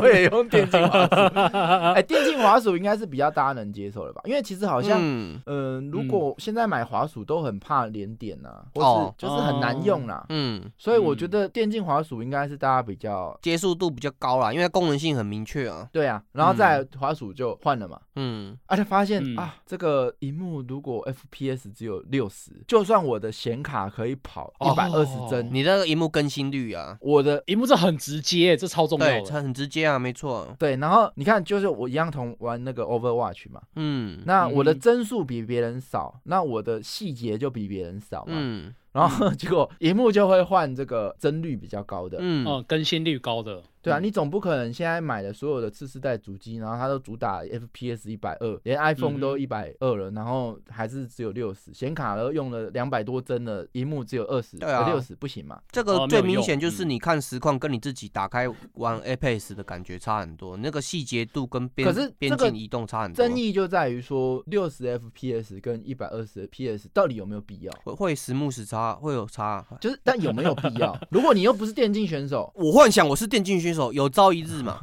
Speaker 4: 我也用电竞 滑鼠。哎、电竞滑鼠应该是比较大家能接受的吧？因为其实好像，嗯、
Speaker 3: 嗯
Speaker 4: 如果现在买滑鼠都很怕连点啊，或
Speaker 3: 哦
Speaker 4: 是就是很难用啊啦。
Speaker 3: 嗯，
Speaker 4: 所以我觉得电竞滑鼠应该是大家比较
Speaker 3: 接受度比较高啦，因为它功能性很明确啊。
Speaker 4: 对啊，然后再来滑鼠就换了嘛。
Speaker 3: 嗯，
Speaker 4: 而且发现、
Speaker 2: 嗯
Speaker 4: 啊，这个荧幕如果 FPS 只有六十，就算我的显卡可以跑
Speaker 2: 哦
Speaker 4: 一百二十帧，
Speaker 3: 你那个荧幕更新率啊，
Speaker 4: 我的
Speaker 2: 荧幕这很直接、这超重要
Speaker 3: 对，
Speaker 2: 的，
Speaker 3: 它很直接啊，没错。
Speaker 4: 对，然后你看，就是我一样同玩那个 Overwatch 嘛，
Speaker 3: 嗯，
Speaker 4: 那我的
Speaker 2: 嗯
Speaker 4: 帧数比别人少，那我的细节就比别人少嘛，
Speaker 3: 嗯
Speaker 4: 然后 结果荧幕就会换这个帧率比较高的，
Speaker 3: 嗯
Speaker 2: 嗯，更新率高的，
Speaker 4: 对啊，
Speaker 3: 嗯
Speaker 4: 你总不可能现在买的所有的次世代主机，然后它都主打 FPS 一百二，连
Speaker 3: 嗯
Speaker 4: iPhone 都一百二了，然后还是只有六十，显卡都用了两百多帧了，荧幕只有二十、呃
Speaker 3: 对啊
Speaker 4: 六十不行嘛？
Speaker 3: 这
Speaker 2: 哦
Speaker 3: 个
Speaker 2: 没
Speaker 3: 最
Speaker 2: 有
Speaker 3: 明
Speaker 2: 用
Speaker 3: 显就是
Speaker 2: 嗯
Speaker 3: 你看实况跟你自己打开玩 Apex 的感觉差很多，那个细节度跟边
Speaker 4: 可是
Speaker 3: 边
Speaker 4: 这个
Speaker 3: 境移动差很多，
Speaker 4: 争议就在于说六十 FPS 跟一百二十 PS 到底有没有必要？
Speaker 3: 会会时目时差会有差。
Speaker 4: 就是但有没有必 要？如果你又不是电竞选手，
Speaker 3: 我幻想我是电竞选手，有朝一 日嘛，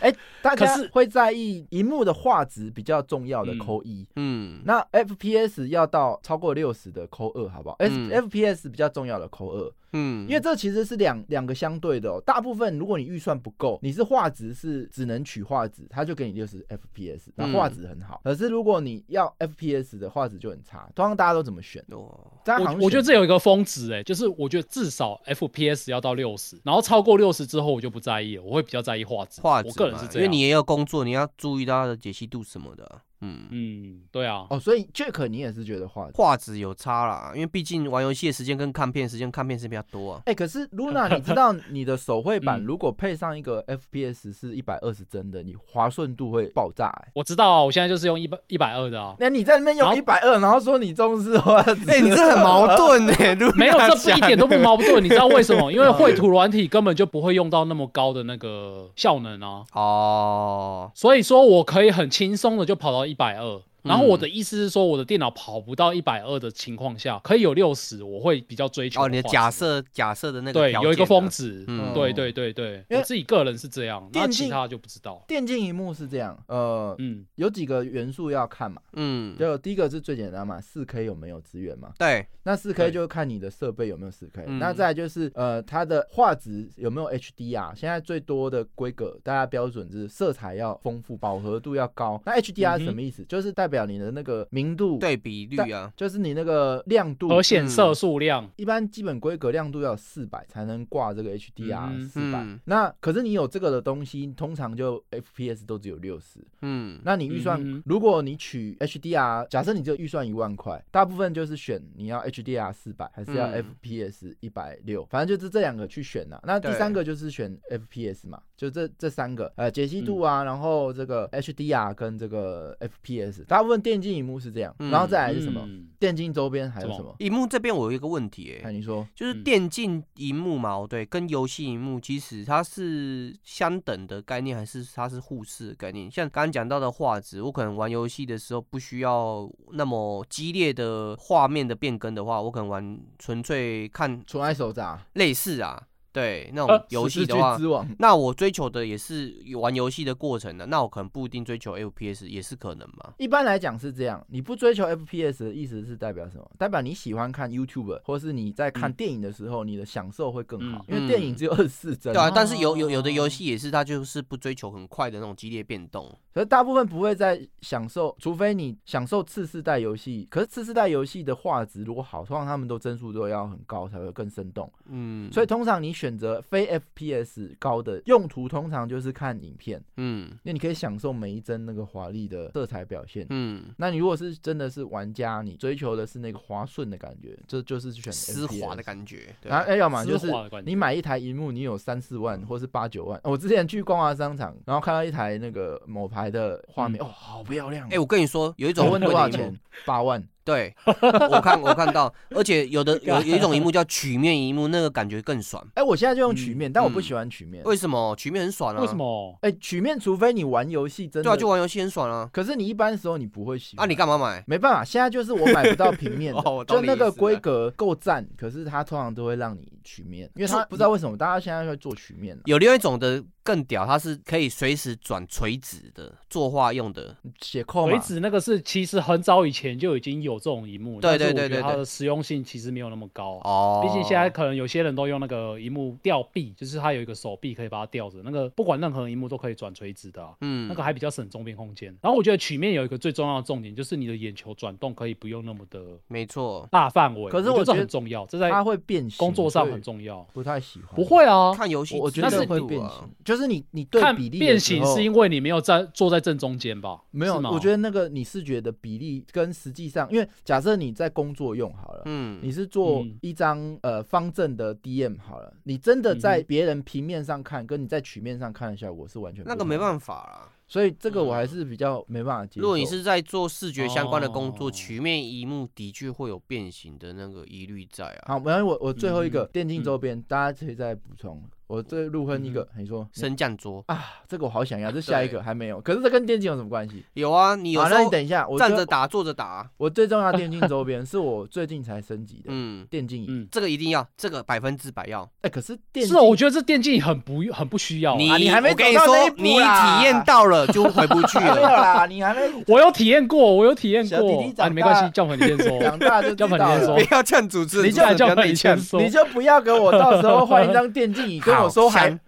Speaker 4: 哎大家
Speaker 2: 可是
Speaker 4: 会在意荧幕的画质比较重要的扣一。
Speaker 3: 嗯，
Speaker 4: 那 FPS 要到超过六十的扣二，好不好、
Speaker 3: 嗯
Speaker 4: f p s 比较重要的扣二，
Speaker 3: 嗯，
Speaker 4: 因为这其实是两两个相对的哦。大部分如果你预算不够，你是画质是只能取画质，它就给你六十 FPS，那画质很好。
Speaker 2: 嗯
Speaker 4: 可是如果你要 FPS 的画质就很差，通常大家都怎么选？
Speaker 3: 哦
Speaker 4: 大家好像
Speaker 2: 我我觉得
Speaker 4: 选
Speaker 2: 这有一个峰值哎、就是我觉得至少 FPS 要到六十，然后超过六十之后我就不在意了，我会比较在意画质。
Speaker 3: 画质
Speaker 2: 我
Speaker 3: 嘛，
Speaker 2: 个人是这
Speaker 3: 因
Speaker 2: 样。
Speaker 3: 为你也有工作，你要注意到它的解析度什么的，嗯，
Speaker 2: 嗯，对啊，
Speaker 4: 哦，所以 Jack 你也是觉得画 质。
Speaker 3: 画质有差啦，因为毕竟玩游戏的时间跟看片时间，看片时间比较多啊。
Speaker 4: 哎、可是 Luna，你知道你的手绘版
Speaker 2: 嗯
Speaker 4: 如果配上一个 FPS 是一百二十帧的，你滑顺度会爆炸、哎，
Speaker 2: 我知道啊，我现在就是用一百一百二的啊。
Speaker 4: 那你在那边用
Speaker 2: 然后
Speaker 4: 一百二，然后说你重视画质，
Speaker 3: 哎、你这很矛盾哎、欸，
Speaker 2: 没有，这不一点都不矛盾，你知道为什么？因为
Speaker 4: 嗯
Speaker 2: 绘图软体根本就不会用到那么高的那个效能啊，
Speaker 3: 哦，
Speaker 2: 所以说我可以很轻松的就跑到一百二，然后我
Speaker 3: 嗯
Speaker 2: 的意思是说，我的电脑跑不到一百二的情况下，可以有六十，我会比较追求
Speaker 3: 哦，
Speaker 2: 画质。
Speaker 3: 你的假设假设的那个
Speaker 2: 对
Speaker 3: 条
Speaker 2: 有一个
Speaker 3: 件啊
Speaker 2: 峰值，
Speaker 3: 嗯
Speaker 2: 对对对对，
Speaker 4: 因为
Speaker 2: 我自己个人是这样，那
Speaker 4: 电竞
Speaker 2: 其他就不知道。
Speaker 4: 电竞荧幕是这样，呃，
Speaker 2: 嗯，
Speaker 4: 有几个元素要看嘛，
Speaker 3: 嗯，
Speaker 4: 就第一个是最简单嘛，四 K 有没有资源嘛？
Speaker 3: 对，
Speaker 4: 那四
Speaker 2: 对
Speaker 4: K 就看你的设备有没有四 K，
Speaker 3: 嗯
Speaker 4: 那再来就是呃它的画质有没有 HDR，现在最多的规格大家标准是色彩要丰富，饱和度要高。那 HDR 是
Speaker 2: 嗯
Speaker 4: 什
Speaker 2: 哼
Speaker 4: 么意思？就是代表你的那个明度，，
Speaker 3: 对比率啊，
Speaker 4: 就是你那个亮度。
Speaker 2: 和显色
Speaker 3: 嗯
Speaker 2: 数量，
Speaker 4: 一般基本规格亮度要四百才能挂这个 HDR
Speaker 2: 嗯
Speaker 4: 四百、
Speaker 3: 嗯
Speaker 4: 那可是你有这个的东西，通常就 FPS 都只有六十。
Speaker 3: 嗯，
Speaker 4: 那你预算，
Speaker 2: 嗯哼
Speaker 4: 如果你取 HDR，假设你只有预算一万块，大部分就是选你要 HDR 四百，还是要
Speaker 3: 嗯
Speaker 4: FPS 一百六，反正就是这两个去选啦、那第
Speaker 3: 对
Speaker 4: 三个就是选 FPS 嘛，就这这三个，呃，解析度
Speaker 3: 嗯
Speaker 4: 啊，然后这个 HDR 跟这个 FPS，大部分电竞荧幕是这样，
Speaker 3: 嗯
Speaker 4: 然后再来是什么？
Speaker 2: 嗯
Speaker 4: 电竞周边还有什么？
Speaker 3: 荧幕这边我有一个问题、
Speaker 4: 哎，
Speaker 3: 欸，
Speaker 4: 你说，
Speaker 3: 就是
Speaker 2: 嗯
Speaker 3: 电竞荧幕嘛，哦对，跟游戏荧幕其实它是相等的概念，还是它是互斥的概念？像刚刚讲到的画质，我可能玩游戏的时候不需要那么激烈的画面的变更的话，我可能玩纯粹看
Speaker 4: 纯爱手札，
Speaker 3: 类似啊，对那
Speaker 2: 呃
Speaker 3: 种游戏的
Speaker 4: 十字
Speaker 3: 话
Speaker 4: 军，之王，
Speaker 3: 那我追求的也是玩游戏的过程啊呢、那我可能不一定追求 FPS，也是可能嘛。
Speaker 4: 一般来讲是这样，你不追求 FPS 的意思是代表什么？代表你喜欢看 YouTube，或是你在看
Speaker 2: 嗯
Speaker 4: 电影的时候，你的享受会更好，
Speaker 3: 嗯
Speaker 4: 因为电影只有二十四帧
Speaker 3: 对
Speaker 4: 嘛，
Speaker 3: 啊，但是有有有的
Speaker 4: 哦
Speaker 3: 游戏也是，它就是不追求很快的那种激烈变动。
Speaker 4: 可是大部分不会在享受，除非你享受次世代游戏。可是次世代游戏的画质如果好，通常他们都帧数都要很高才会更生动，
Speaker 3: 嗯，
Speaker 4: 所以通常你选择非 FPS 高的用途，通常就是看影片，
Speaker 3: 嗯
Speaker 4: 因为你可以享受每一帧那个华丽的色彩表现。
Speaker 3: 嗯，
Speaker 4: 那你如果是真的是玩家，你追求的是那个滑顺的感觉，这就是选
Speaker 3: 丝滑
Speaker 4: 觉。
Speaker 3: 的感觉。对啊
Speaker 4: 然后，哎要么就是
Speaker 2: 丝滑的感觉
Speaker 4: 你买一台荧幕，你有三四万
Speaker 3: 嗯
Speaker 4: 或是八九万。哦我之前去光华商场，然后看到一台那个某牌的画
Speaker 2: 嗯
Speaker 4: 面，哦，好漂亮哦！
Speaker 3: 哎，我跟你说，有一种
Speaker 4: 我问
Speaker 3: 会的
Speaker 4: 多少
Speaker 3: 荧幕
Speaker 4: 钱？八万。
Speaker 3: 对，我看我 看到，而且有的有有一种荧幕叫曲面荧幕，那个感觉 更爽。
Speaker 4: 哎，我现在就用曲面，但我不
Speaker 3: 嗯
Speaker 4: 喜欢曲面。
Speaker 3: 为什么曲面很爽啊？
Speaker 2: 为什？么？
Speaker 4: 哎，曲面除非你玩游戏真的，
Speaker 3: 对啊，就玩游戏很爽啊。
Speaker 4: 可是你一般时候你不会喜
Speaker 3: 啊，
Speaker 4: 欢。
Speaker 3: 你干嘛买？
Speaker 4: 没办法，现在就是我买不到平 面的，
Speaker 3: 哦我懂
Speaker 4: 就
Speaker 3: 你
Speaker 4: 那
Speaker 3: 意
Speaker 4: 个
Speaker 3: 思
Speaker 4: 规
Speaker 3: 了
Speaker 4: 格够赞，可是它通常都会让你曲面，因为
Speaker 3: 做
Speaker 4: 它不知道为什么大家现在会做曲面、啊。
Speaker 3: 有另外一种的更屌，它是可以随时转垂直的，作画用的。
Speaker 4: 写扣
Speaker 2: 为
Speaker 4: 嘛，
Speaker 2: 止那个是其实很早以前就已经有这种荧幕，
Speaker 3: 对
Speaker 2: 但是
Speaker 3: 对
Speaker 2: 我觉得
Speaker 3: 对对
Speaker 2: 它
Speaker 3: 对
Speaker 2: 的实用性其实没有那么高。啊
Speaker 3: 哦，
Speaker 2: 毕竟现在可能有些人都用那个荧幕吊臂，就是它有一个手臂可以把它吊着，那个不管任何荧幕都可以转垂直的啊、
Speaker 3: 嗯
Speaker 2: 那个还比较省中边空间。然后我觉得曲面有一个最重要的重点，就是你的眼球转动可以不用那么的
Speaker 3: 没错，
Speaker 2: 大范围，
Speaker 4: 可是
Speaker 2: 我
Speaker 4: 我
Speaker 2: 这
Speaker 4: 觉得
Speaker 2: 很重要，这在
Speaker 4: 它会变形，
Speaker 2: 工作上
Speaker 4: 所以
Speaker 2: 很重要。
Speaker 4: 不太喜欢。
Speaker 2: 不会啊，
Speaker 3: 看游戏
Speaker 4: 哦我，我觉
Speaker 2: 但
Speaker 4: 得
Speaker 2: 是
Speaker 4: 会变
Speaker 3: 啊
Speaker 4: 形，。就是你你对
Speaker 2: 看
Speaker 4: 比例
Speaker 2: 变形是因
Speaker 4: 为
Speaker 2: 为你没有在坐在正中间吧？
Speaker 4: 没有，
Speaker 2: 是吗
Speaker 4: 我觉得那个你视觉的比例跟实际上，因为假设你在工作用好了。
Speaker 3: 嗯，
Speaker 4: 你是做
Speaker 2: 嗯
Speaker 4: 一张、呃方正的 DM 好了，你真的在
Speaker 2: 嗯哼
Speaker 4: 别人平面上看，跟你在曲面上看的效果是完全
Speaker 3: 那个没办
Speaker 4: 法，
Speaker 3: 法啦。
Speaker 4: 所以这个我还是比较没办法接受。
Speaker 3: 嗯如果你是在做视觉相关的工作，
Speaker 2: 哦
Speaker 3: 曲面荧幕的确会有变形的那个疑虑在啊。
Speaker 4: 好，没关系，我我最后一个
Speaker 2: 嗯
Speaker 4: 电竞周边，大家可以再补充。我这入坑一个，你说你
Speaker 3: 升降桌
Speaker 4: 啊，这个我好想要，这下一个
Speaker 3: 嗯对
Speaker 4: 还没有。可是这跟电竞有什么关系？
Speaker 3: 有啊，你有
Speaker 4: 好，
Speaker 3: 时
Speaker 4: 那你
Speaker 3: 候
Speaker 4: 等一下，我
Speaker 3: 站
Speaker 4: 最
Speaker 3: 着打，坐啊着打，
Speaker 4: 我最重要的电竞周边 是我最近才升级的
Speaker 3: 嗯，
Speaker 4: 电竞椅。
Speaker 2: 嗯
Speaker 3: 这个一定要，这个百分之百要。
Speaker 4: 哎，可是电
Speaker 2: 是
Speaker 4: 竞
Speaker 2: 哦，我觉得这电竞很不很不需要啊、
Speaker 3: 你
Speaker 4: 啊你还没
Speaker 3: 我跟你
Speaker 4: 走到
Speaker 3: 说
Speaker 4: 那一，步
Speaker 3: 你
Speaker 4: 啦
Speaker 3: 体验到了就回不去
Speaker 4: 没有
Speaker 3: 了。
Speaker 4: 啦，你还没
Speaker 2: 我有体验过，我有体验
Speaker 4: 小
Speaker 2: 过
Speaker 4: 弟弟
Speaker 2: 啊，
Speaker 4: 长
Speaker 2: 你没关
Speaker 4: 大
Speaker 2: 系，叫粉你先
Speaker 4: 长
Speaker 3: 哦
Speaker 2: 说，
Speaker 4: 大就
Speaker 2: 要
Speaker 4: 知
Speaker 2: 不
Speaker 4: 道
Speaker 2: 然你先
Speaker 4: 了
Speaker 3: 不。要呛主持人，
Speaker 4: 你
Speaker 3: 主
Speaker 4: 就
Speaker 3: 持人
Speaker 2: 叫
Speaker 3: 不要
Speaker 2: 粉
Speaker 3: 内
Speaker 2: 你
Speaker 3: 呛
Speaker 2: 先。说
Speaker 4: 你，就不要给我到时候换一张电 竞椅跟我说
Speaker 3: 好
Speaker 4: 还
Speaker 3: 香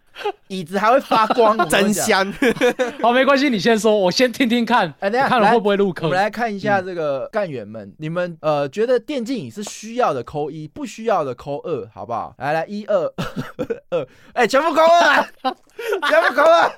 Speaker 4: 椅子还会发光，我跟
Speaker 3: 真
Speaker 4: 你讲。
Speaker 3: 香，
Speaker 2: 好，没关系，你先说，我先听听看，
Speaker 4: 哎，等一
Speaker 2: 我
Speaker 4: 下
Speaker 2: 看了
Speaker 4: 来
Speaker 2: 会不会入
Speaker 4: 我
Speaker 2: 坑
Speaker 4: 们。来看一
Speaker 2: 嗯
Speaker 4: 下这个干员们，你们呃觉得电竞椅是需要的扣一，不需要的扣二，好不好？来来，一二 二，哎，全部扣二 啊，全部 扣二。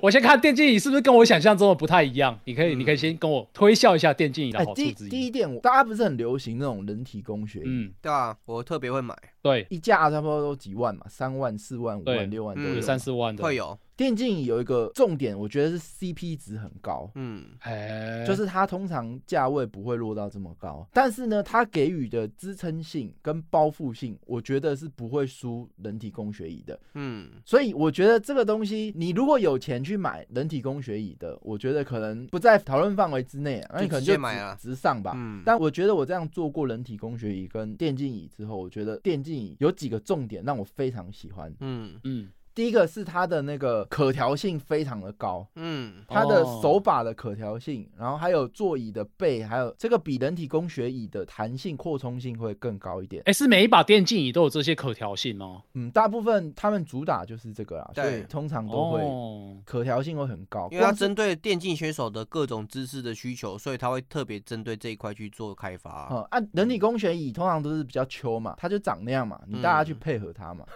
Speaker 2: 我先看电竞椅是不是跟我想象中的不太一样？你可以，
Speaker 3: 嗯
Speaker 2: 你可以先跟我推销一下电竞椅的
Speaker 4: 哎
Speaker 2: 好，处
Speaker 4: 第
Speaker 2: 之
Speaker 4: 第
Speaker 2: 一。
Speaker 4: 一点，大家不是很流行那种人体工学椅，
Speaker 2: 嗯，
Speaker 3: 对啊，我特别会买，
Speaker 2: 对，
Speaker 4: 一架差不多都几万嘛，三万、四万、五
Speaker 2: 对
Speaker 4: 万、六万都
Speaker 3: 嗯
Speaker 4: 有
Speaker 2: 有
Speaker 4: 嘛。
Speaker 2: 三四万的
Speaker 3: 会，有，
Speaker 4: 电竞椅有一个重点，我觉得是 CP 值很高。
Speaker 3: 嗯，
Speaker 2: 哎，
Speaker 4: 就是它通常价位不会落到这么高，但是呢，它给予的支撑性跟包覆性，我觉得是不会输人体工学椅的。
Speaker 3: 嗯，
Speaker 4: 所以我觉得这个东西，你如果有钱去买人体工学椅的，我觉得可能不在讨论范围之内啊，那你
Speaker 3: 就
Speaker 4: 可能
Speaker 3: 直接
Speaker 4: 就
Speaker 3: 买
Speaker 4: 直
Speaker 3: 啊
Speaker 4: 直上吧。
Speaker 3: 嗯
Speaker 4: 但我觉得我这样做过人体工学椅跟电竞椅之后，我觉得电竞椅有几个重点让我非常喜欢。
Speaker 3: 嗯
Speaker 2: 嗯，
Speaker 4: 第一个是它的那个可调性非常的高，
Speaker 3: 嗯
Speaker 4: 它的
Speaker 2: 哦
Speaker 4: 手把的可调性，然后还有座椅的背，还有这个比人体工学椅的弹性扩充性会更高一点。
Speaker 2: 哎，是每一把电竞椅都有这些可调性哦。
Speaker 4: 嗯，大部分他们主打就是这个啦，所
Speaker 3: 对
Speaker 4: 以通常都会
Speaker 2: 哦，
Speaker 4: 可调性会很高，
Speaker 3: 因为它
Speaker 4: 光是
Speaker 3: 针对电竞选手的各种知识的需求，所以它会特别针对这一块去做开发、
Speaker 4: 嗯，按、人体工学椅通常都是比较秋嘛，它就长那样嘛，你大家去配合 它嘛。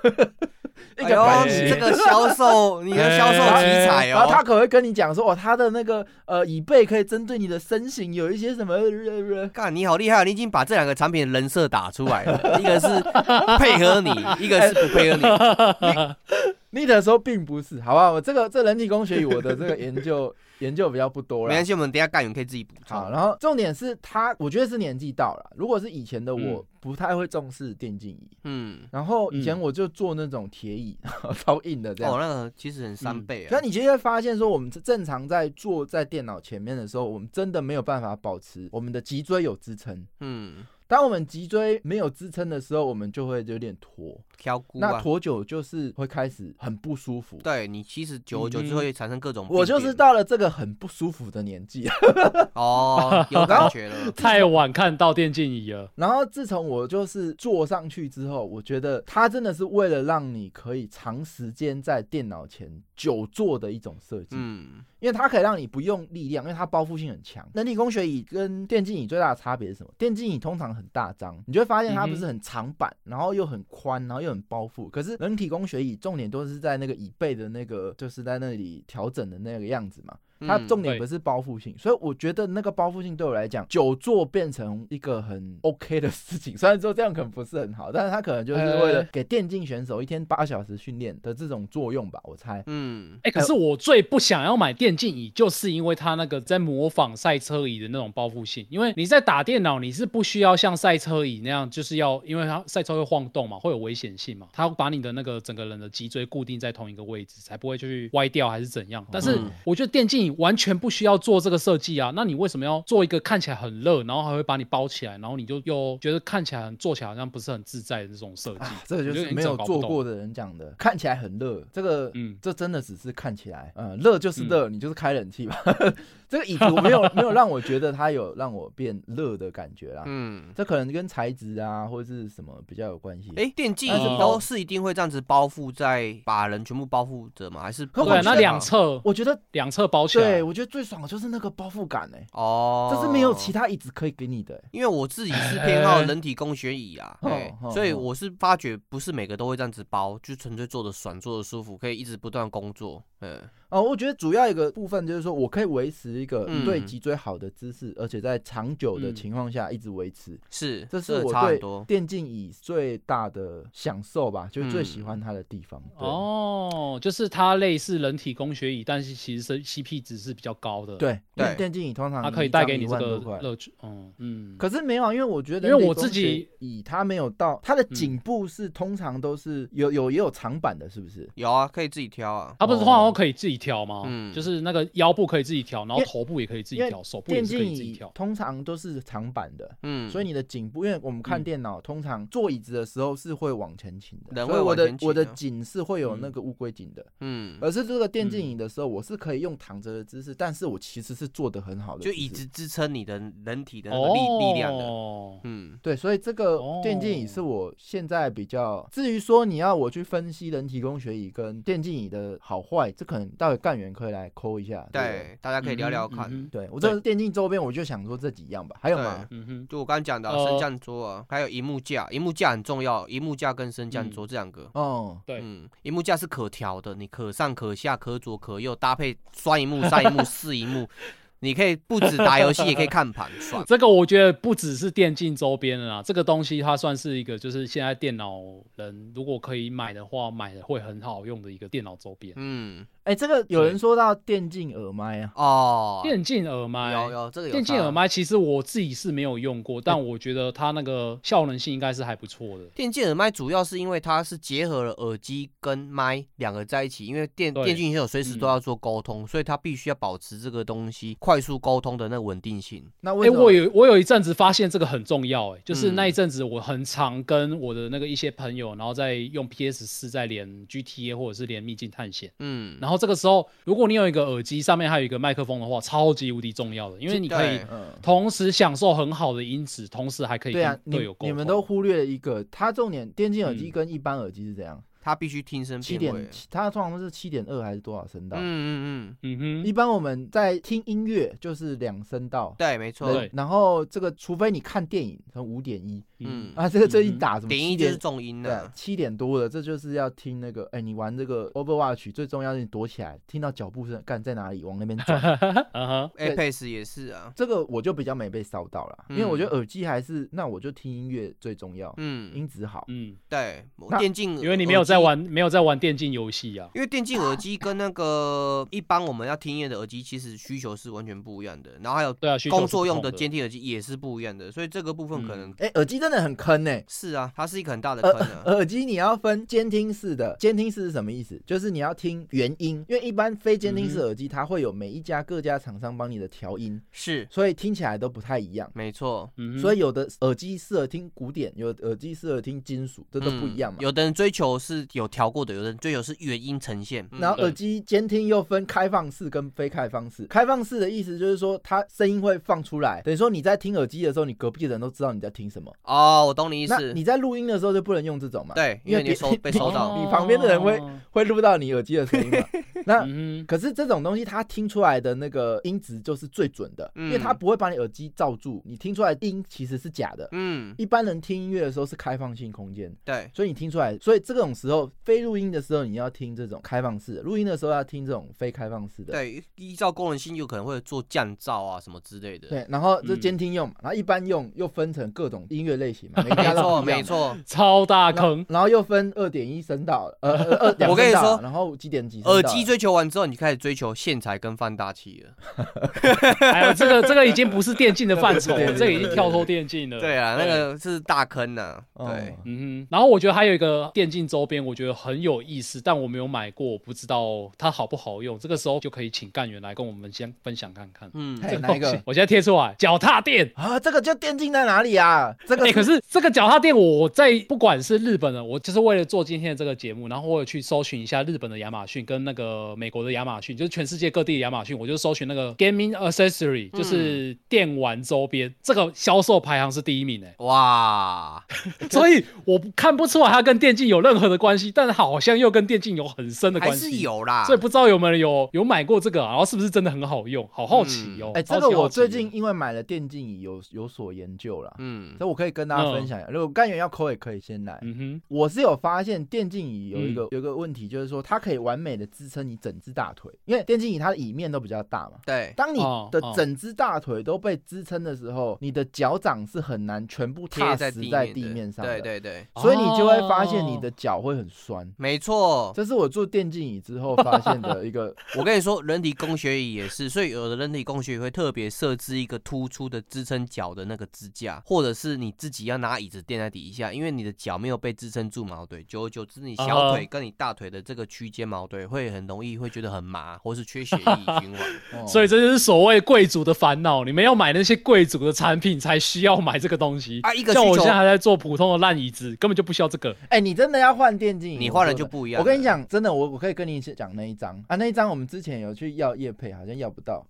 Speaker 4: 一
Speaker 3: 哎
Speaker 4: 个
Speaker 3: 呦，
Speaker 4: 白
Speaker 2: 白
Speaker 3: 你
Speaker 4: 痴
Speaker 2: 痴
Speaker 3: 这个销售，你的销售奇才
Speaker 4: 然后他
Speaker 3: 哦！
Speaker 4: 可能会跟你讲说，哦，他的那个呃椅背可以针对你的身形有一些什么，呃
Speaker 3: 干，你好厉害哦！你已经把这两个产品的人设打出来了，一个是配合你，一个是不配合
Speaker 4: 哎
Speaker 3: 你。
Speaker 4: 你的时候并不是，好不好？我这个这人体工学椅我的这个研 究研究比较不多
Speaker 3: 没
Speaker 4: 啦
Speaker 3: 关。系，我们等一下干员可以自己补
Speaker 4: 好，
Speaker 3: 充。
Speaker 4: 然后重点是他，我觉得是年纪到了。如果是以前的我
Speaker 2: 嗯，
Speaker 4: 不太会重视电竞椅，
Speaker 3: 嗯，
Speaker 4: 然后以前
Speaker 2: 嗯
Speaker 4: 我就坐那种铁椅，超硬的这样嗯
Speaker 3: 哦，。那个其实很三倍
Speaker 4: 可
Speaker 3: 啊
Speaker 4: 是。你其实会发现，说我们正常在坐在电脑前面的时候，我们真的没有办法保持我们的脊椎有支撑。
Speaker 3: 嗯，
Speaker 4: 当我们脊椎没有支撑的时候，我们就会有点驼。
Speaker 3: 挑骨
Speaker 4: 那
Speaker 3: 啊。
Speaker 4: 驼久就是会开始很不舒服。
Speaker 3: 对你其实久而久之
Speaker 2: 嗯
Speaker 3: 会产生各种。
Speaker 4: 我就是到了这个很不舒服的年纪，啊
Speaker 3: 哦，有感觉了。
Speaker 2: 太晚看到电竞椅了。
Speaker 4: 然后自从我就是坐上去之后，我觉得它真的是为了让你可以长时间在电脑前久坐的一种设计。
Speaker 3: 嗯，
Speaker 4: 因为它可以让你不用力量，因为它包覆性很强。人体工学椅跟电竞椅最大的差别是什么？电竞椅通常很大张，你就会发现它
Speaker 2: 嗯哼
Speaker 4: 不是很长板，然后又很宽，然后又很包覆。可是人体工学椅重点都是在那个椅背的那个，就是在那里调整的那个样子嘛。它
Speaker 3: 嗯
Speaker 4: 重点
Speaker 2: 对
Speaker 4: 不是包覆性，所以我觉得那个包覆性对我来讲，久坐变成一个很 OK 的事情。 虽然说这样可能不是很好，但是它可能就是为了
Speaker 2: 呃
Speaker 4: 给电竞选手一天八小时训练的这种作用吧，我猜。
Speaker 3: 嗯，
Speaker 2: 哎，可是我最不想要买电竞椅，就是因为它那个在模仿赛车椅的那种包覆性。因为你在打电脑，你是不需要像赛车椅那样，就是要因为它赛车会晃动嘛，会有危险性嘛，它把你的那个整个人的脊椎固定在同一个位置，才不会去歪掉还是怎样。但是
Speaker 3: 嗯
Speaker 2: 我觉得电竞椅完全不需要做这个设计啊，那你为什么要做一个看起来很热，然后还会把你包起来，然后你就又觉得看起来很坐起来好像不是很自在的这种设计？
Speaker 4: 啊，这个就
Speaker 2: 我觉
Speaker 4: 是
Speaker 2: 得
Speaker 4: 没
Speaker 2: 你整
Speaker 4: 有
Speaker 2: 搞不
Speaker 4: 做
Speaker 2: 懂
Speaker 4: 过的人讲的，看起来很热，这个，嗯
Speaker 2: 嗯，
Speaker 4: 这真的只是看起来，嗯，热就是热，你就是开冷气吧。 这个椅子我 没有没有让我觉得它有让我变热的感觉啦，
Speaker 3: 嗯。
Speaker 4: 这可能跟材质啊或者是什么比较有关系。
Speaker 3: 哎，电竞
Speaker 2: 但是
Speaker 4: 哦
Speaker 3: 椅
Speaker 2: 包
Speaker 3: 都是一定会这样子包覆在把人全部包覆着吗？还是
Speaker 4: 可
Speaker 3: 不
Speaker 4: 我
Speaker 2: 对，啊
Speaker 3: 能
Speaker 4: 觉
Speaker 2: 那
Speaker 4: 得
Speaker 2: 两侧
Speaker 4: 我觉得，
Speaker 2: 两侧包起来。啊
Speaker 4: 啊对我觉得最爽的就是那个包覆感哎，
Speaker 3: 哦，
Speaker 4: 这是没有其他椅子可以给你的欸。
Speaker 3: 因为我自己是偏好人体工学椅啊，
Speaker 4: 哎
Speaker 3: 哎
Speaker 4: 哦哦
Speaker 3: 所以
Speaker 4: 哦
Speaker 3: 我是发觉不是每个都会这样子包，就纯粹坐的爽，坐的舒服，可以一直不断工作。嗯
Speaker 4: 哦，我觉得主要一个部分就是说我可以维持一个
Speaker 3: 嗯
Speaker 4: 对脊椎好的姿势，而且在长久的
Speaker 2: 嗯
Speaker 4: 情况下一直维持。
Speaker 3: 是，
Speaker 4: 这是我
Speaker 3: 差很
Speaker 4: 对
Speaker 3: 多。
Speaker 4: 电竞椅最大的享受吧，就是最喜
Speaker 3: 嗯
Speaker 4: 欢它的地方。对，
Speaker 2: 哦，就是它类似人体工学椅，但是其实是 CP 值是比较高的，，
Speaker 4: 对，因为
Speaker 3: 对
Speaker 4: 电竞椅通常
Speaker 2: 它可
Speaker 4: 一
Speaker 2: 以带
Speaker 4: 张
Speaker 2: 给你
Speaker 4: 1
Speaker 2: 这
Speaker 4: 万多
Speaker 2: 个
Speaker 4: 块
Speaker 2: 乐趣。嗯嗯，
Speaker 4: 可是没有啊，因为我觉得
Speaker 2: 因为
Speaker 4: 那
Speaker 2: 我
Speaker 4: 个
Speaker 2: 自
Speaker 4: 东西
Speaker 2: 己嗯
Speaker 4: 椅它没有到它的颈部是通常都是有有也有长板的，是不是？
Speaker 3: 有啊，可以自己挑啊。
Speaker 2: 它不是通常都可以自己调吗？
Speaker 3: 嗯
Speaker 2: 就是那个腰部可以自己调，然
Speaker 4: 因
Speaker 2: 后
Speaker 4: 为
Speaker 2: 头部也可以自
Speaker 4: 因
Speaker 2: 己
Speaker 4: 为
Speaker 2: 调，手部
Speaker 4: 电
Speaker 2: 也是可
Speaker 4: 竞
Speaker 2: 以自己
Speaker 4: 椅
Speaker 2: 调。
Speaker 4: 通常都是长板的。
Speaker 3: 嗯，
Speaker 4: 所以你的颈部，因为我们看
Speaker 2: 嗯
Speaker 4: 电脑，通常坐椅子的时候是会往前倾的，
Speaker 3: 人
Speaker 4: 所以
Speaker 3: 会
Speaker 4: 我
Speaker 3: 往
Speaker 4: 的
Speaker 3: 前倾
Speaker 4: 我的
Speaker 3: 啊
Speaker 4: 颈是会有那
Speaker 2: 嗯
Speaker 4: 个乌龟颈的。
Speaker 3: 嗯，
Speaker 4: 而是这个电竞
Speaker 2: 嗯
Speaker 4: 椅的时候，我是可以用躺着的姿势，但是我其实是做的很好的，
Speaker 3: 就椅子。支撑你的人体的那个力力量的。
Speaker 2: 哦，
Speaker 3: 嗯，
Speaker 4: 对，所以这个
Speaker 2: 哦
Speaker 4: 电竞椅是我现在比较。至于说你要我去分析人体工学椅跟电竞椅的好坏，这可能待会干员可以来抠一下。对不对，
Speaker 3: 对，大家可以聊聊看。
Speaker 2: 嗯
Speaker 4: 对我这个电竞周边我就想说这几样吧，还有吗？
Speaker 2: 哼，嗯哼
Speaker 3: 就我刚刚讲的啊
Speaker 2: 呃
Speaker 3: 升降桌啊，还有荧幕架，荧幕架很重要，荧幕架跟升降桌这两个。
Speaker 4: 哦，
Speaker 2: 嗯对
Speaker 3: 嗯，荧幕架是可调的，你可上可下，可左可右，搭配双荧幕、三荧幕、四荧 幕，你可以不止打游戏，也可以看盘，爽。
Speaker 2: 这个我觉得不只是电竞周边了啦，这个东西它算是一个，就是现在电脑人如果可以买的话，买的会很好用的一个电脑周边。
Speaker 3: 嗯，
Speaker 4: 哎，这个有人说到电竞耳麦啊，
Speaker 3: 哦，
Speaker 2: 电竞耳麦，
Speaker 3: 有有这个有
Speaker 2: 电竞
Speaker 3: 差
Speaker 2: 耳麦其实我自己是没有用过，
Speaker 4: 哎
Speaker 2: 但我觉得它那个效能性应该是还不错的。
Speaker 3: 电竞耳麦主要是因为它是结合了耳机跟麦两个在一起，因为电
Speaker 2: 对嗯
Speaker 3: 电竞选手随时都要做沟通，所以它必须要保持这个东西快速沟通的那个稳定性。
Speaker 4: 那
Speaker 2: 哎、
Speaker 4: 为什么
Speaker 2: 我有我有一阵子发现这个很重要、哎，就是那一
Speaker 3: 嗯
Speaker 2: 阵子我很常跟我的那个一些朋友，然后在用 PS 四在连 GTA 或者是连秘境探险。
Speaker 3: 嗯，
Speaker 2: 然后这个时候，如果你有一个耳机上面还有一个麦克风的话，超级无敌重要的，因为你可以
Speaker 3: 对
Speaker 4: 嗯。
Speaker 2: 同时享受很好的音质，同时还可以
Speaker 4: 对啊
Speaker 2: 跟，
Speaker 4: 你
Speaker 2: 队友沟通。
Speaker 4: 你们都忽略了一个，它重点电竞耳机
Speaker 2: 嗯
Speaker 4: 跟一般耳机是怎样？
Speaker 3: 它必须听声
Speaker 4: 七
Speaker 3: 辨
Speaker 4: 点
Speaker 3: 位。，
Speaker 4: 它通常是七点二还是多少声道？
Speaker 3: 嗯嗯嗯，
Speaker 2: 嗯
Speaker 4: 一
Speaker 2: 哼，
Speaker 4: 般我们在听音乐就是两声道，
Speaker 3: 对，没错。
Speaker 2: 对
Speaker 4: 然后这个除非你看电影，从五点一
Speaker 3: 嗯，
Speaker 4: 啊，这个最近
Speaker 2: 嗯
Speaker 4: 打什么
Speaker 3: 点
Speaker 4: 七
Speaker 3: 一就是
Speaker 4: 点
Speaker 3: 重音
Speaker 4: 对
Speaker 3: 的，啊
Speaker 4: 七点多了，这就是要听那个哎，你玩这个 Overwatch 最重要的是你躲起来，听到脚步声，干在哪里往那边 转，
Speaker 2: 嗯哼，
Speaker 3: a
Speaker 4: 对
Speaker 3: p e x 也是啊。
Speaker 4: 这个我就比较没被烧到了，因为我觉得耳机还是那我就听音乐最重要，
Speaker 3: 嗯，
Speaker 4: 音质好。
Speaker 2: 嗯，
Speaker 3: 对，我
Speaker 4: 那
Speaker 3: 电竞，
Speaker 2: 因为你没有在。玩，没有在玩电竞游戏啊。
Speaker 3: 因为电竞耳机跟那个一般我们要听音乐的耳机，其实需求是完全不一样的。然后还有
Speaker 2: 对啊，需求
Speaker 3: 工作
Speaker 2: 是不
Speaker 3: 用
Speaker 2: 同
Speaker 3: 的
Speaker 2: 的嗯
Speaker 3: 监听耳机也是不一样的，所以这个部分可能、
Speaker 4: 哎，耳机真的很坑呢。
Speaker 3: 是啊，它是一个很大的
Speaker 4: 呃
Speaker 3: 坑啊。
Speaker 4: 耳机你要分监听式的，监听式是什么意思？就是你要听原音，因为一般非监听式
Speaker 2: 嗯哼
Speaker 4: 耳机它会有每一家各家厂商帮你的调音，
Speaker 3: 是，
Speaker 4: 所以听起来都不太一样。
Speaker 3: 没错，
Speaker 2: 嗯哼，
Speaker 4: 所以有的耳机适合听古典，有的耳机适合听金属，这都
Speaker 3: 这
Speaker 4: 不一样嘛。
Speaker 3: 嗯有的人追求是有调过的，有的人追求是原音呈现。嗯
Speaker 4: 然后
Speaker 2: 对
Speaker 4: 耳机监听又分开放式跟非开放式。开放式的意思就是说，它声音会放出来，等于说你在听耳机的时候，你隔壁的人都知道你在听什么。
Speaker 3: 哦，我懂你意
Speaker 4: 那
Speaker 3: 思。
Speaker 4: 你在录音的时候就不能用这种嘛？，
Speaker 3: 对，因
Speaker 4: 因为
Speaker 3: 为你
Speaker 4: 别
Speaker 3: 收被收到。
Speaker 4: 你旁边的人会啊
Speaker 2: 哦
Speaker 4: 会录到你耳机的声音嘛。那
Speaker 2: 嗯哼，
Speaker 4: 可是这种东西，它听出来的那个音质就是最准的，
Speaker 3: 嗯
Speaker 4: 因为它不会把你耳机罩住，你听出来的音其实是假的。
Speaker 3: 嗯，
Speaker 4: 一般人听音乐的时候是开放性空间，
Speaker 3: 对，
Speaker 4: 所以你听出来，所以这种时候非录音的时候，你要听这种开放式的；录音的时候要听这种非开放式的。
Speaker 3: 对，依照功能性有可能会做降噪啊什么之类的。
Speaker 4: 对，然后这
Speaker 2: 嗯
Speaker 4: 监听用嘛，然后一般用又分成各种音乐类型嘛，每
Speaker 3: 没
Speaker 4: 家都
Speaker 3: 错，
Speaker 4: 不一样
Speaker 3: 没。错。
Speaker 2: 超大坑。
Speaker 4: 然后又分二点一声道，呃， 呃二两
Speaker 3: 我跟你
Speaker 4: 声道
Speaker 3: 说
Speaker 4: 然后几点几声道
Speaker 3: 耳机追求完之后，你开始追求线材跟放大器了。
Speaker 2: 哎呦，这个这个已经不是电竞的范畴
Speaker 4: 对
Speaker 2: 了，
Speaker 4: 对对
Speaker 2: 这个已经跳脱电竞了。
Speaker 3: 对啊，那个是大坑呐。
Speaker 4: 哦
Speaker 3: 对，
Speaker 2: 嗯哼，然后我觉得还有一个电竞周边，我觉得很有意思，但我没有买过，我不知道它好不好用。这个时候就可以请干员来跟我们先分享看看。
Speaker 3: 嗯，
Speaker 4: 嘿哪一个
Speaker 2: 我现在贴出来，脚踏垫。
Speaker 4: 啊？这个叫电竞在哪里啊？这 个
Speaker 2: 哎、可是这个脚踏垫，我在不管是日本的，我就是为了做今天的这个节目，然后我有去搜寻一下日本的亚马逊跟那个美国的亚马逊，就是全世界各地的亚马逊，我就搜寻那个 gaming accessory，就是
Speaker 3: 嗯
Speaker 2: 电玩周边，这个销售排行是第一名 哎、
Speaker 3: 哇，
Speaker 2: 所以我不看不出来它跟电竞有任何的关系，但好像又跟电竞有很深的
Speaker 3: 还
Speaker 2: 关系。
Speaker 3: 是，有啊啦。
Speaker 2: 所以不知道有没有人有有买过这个啊、然后是不是真的很好用？好好
Speaker 3: 嗯
Speaker 2: 奇哦。
Speaker 4: 哎、
Speaker 2: 超
Speaker 4: 这
Speaker 2: 级
Speaker 4: 个我
Speaker 2: 好奇
Speaker 4: 最
Speaker 2: 的
Speaker 4: 近因为买了电竞椅有有所研究啦，
Speaker 3: 嗯
Speaker 4: 所以我可以跟大家分享一下。如果干员要抠也可以先来。
Speaker 2: 嗯哼，
Speaker 4: 我是有发现电竞椅有一个、有一个问题，就是说它可以完美的支撑你整只大腿，因为电竞椅它的椅面都比较大嘛。
Speaker 3: 对，
Speaker 4: 当你
Speaker 2: 哦
Speaker 4: 的
Speaker 2: 哦
Speaker 4: 整只大腿都被支撑的时候，你的脚掌是很难全部踏
Speaker 3: 贴在
Speaker 4: 实在地
Speaker 3: 的
Speaker 4: 面上的，
Speaker 3: 对对对，
Speaker 4: 所以你就会发现
Speaker 2: 哦
Speaker 4: 你的脚会很酸。
Speaker 3: 没错。
Speaker 4: 这是我做电竞椅之后发现的一个
Speaker 3: 我跟你说，人体工学椅也是，所以有的人体工学椅会特别设置一个突出的支撑脚的那个支架，或者是你自己要拿椅子垫在底下，因为你的脚没有被支撑住嘛，对，久而久之，你小
Speaker 2: 啊
Speaker 3: 腿跟你大腿的这个区间嘛，对，会很容易会觉得很麻，或是缺血液循环。
Speaker 4: 哦
Speaker 2: 所以这就是所谓贵族的烦恼，你们要买那些贵族的产品才需要买这个东西。
Speaker 3: 啊一个需求
Speaker 2: 像我现在还在做普通的烂椅子，根本就不需要这 个。
Speaker 4: 哎、你真的要换电竞椅，
Speaker 3: 你
Speaker 4: 我
Speaker 3: 换了
Speaker 4: 说
Speaker 3: 就
Speaker 4: 的
Speaker 3: 不一样
Speaker 4: 我跟你
Speaker 3: 了
Speaker 4: 讲，真的，我我可以跟你讲那一张啊，那一张我们之前有去要叶配，好像要不到。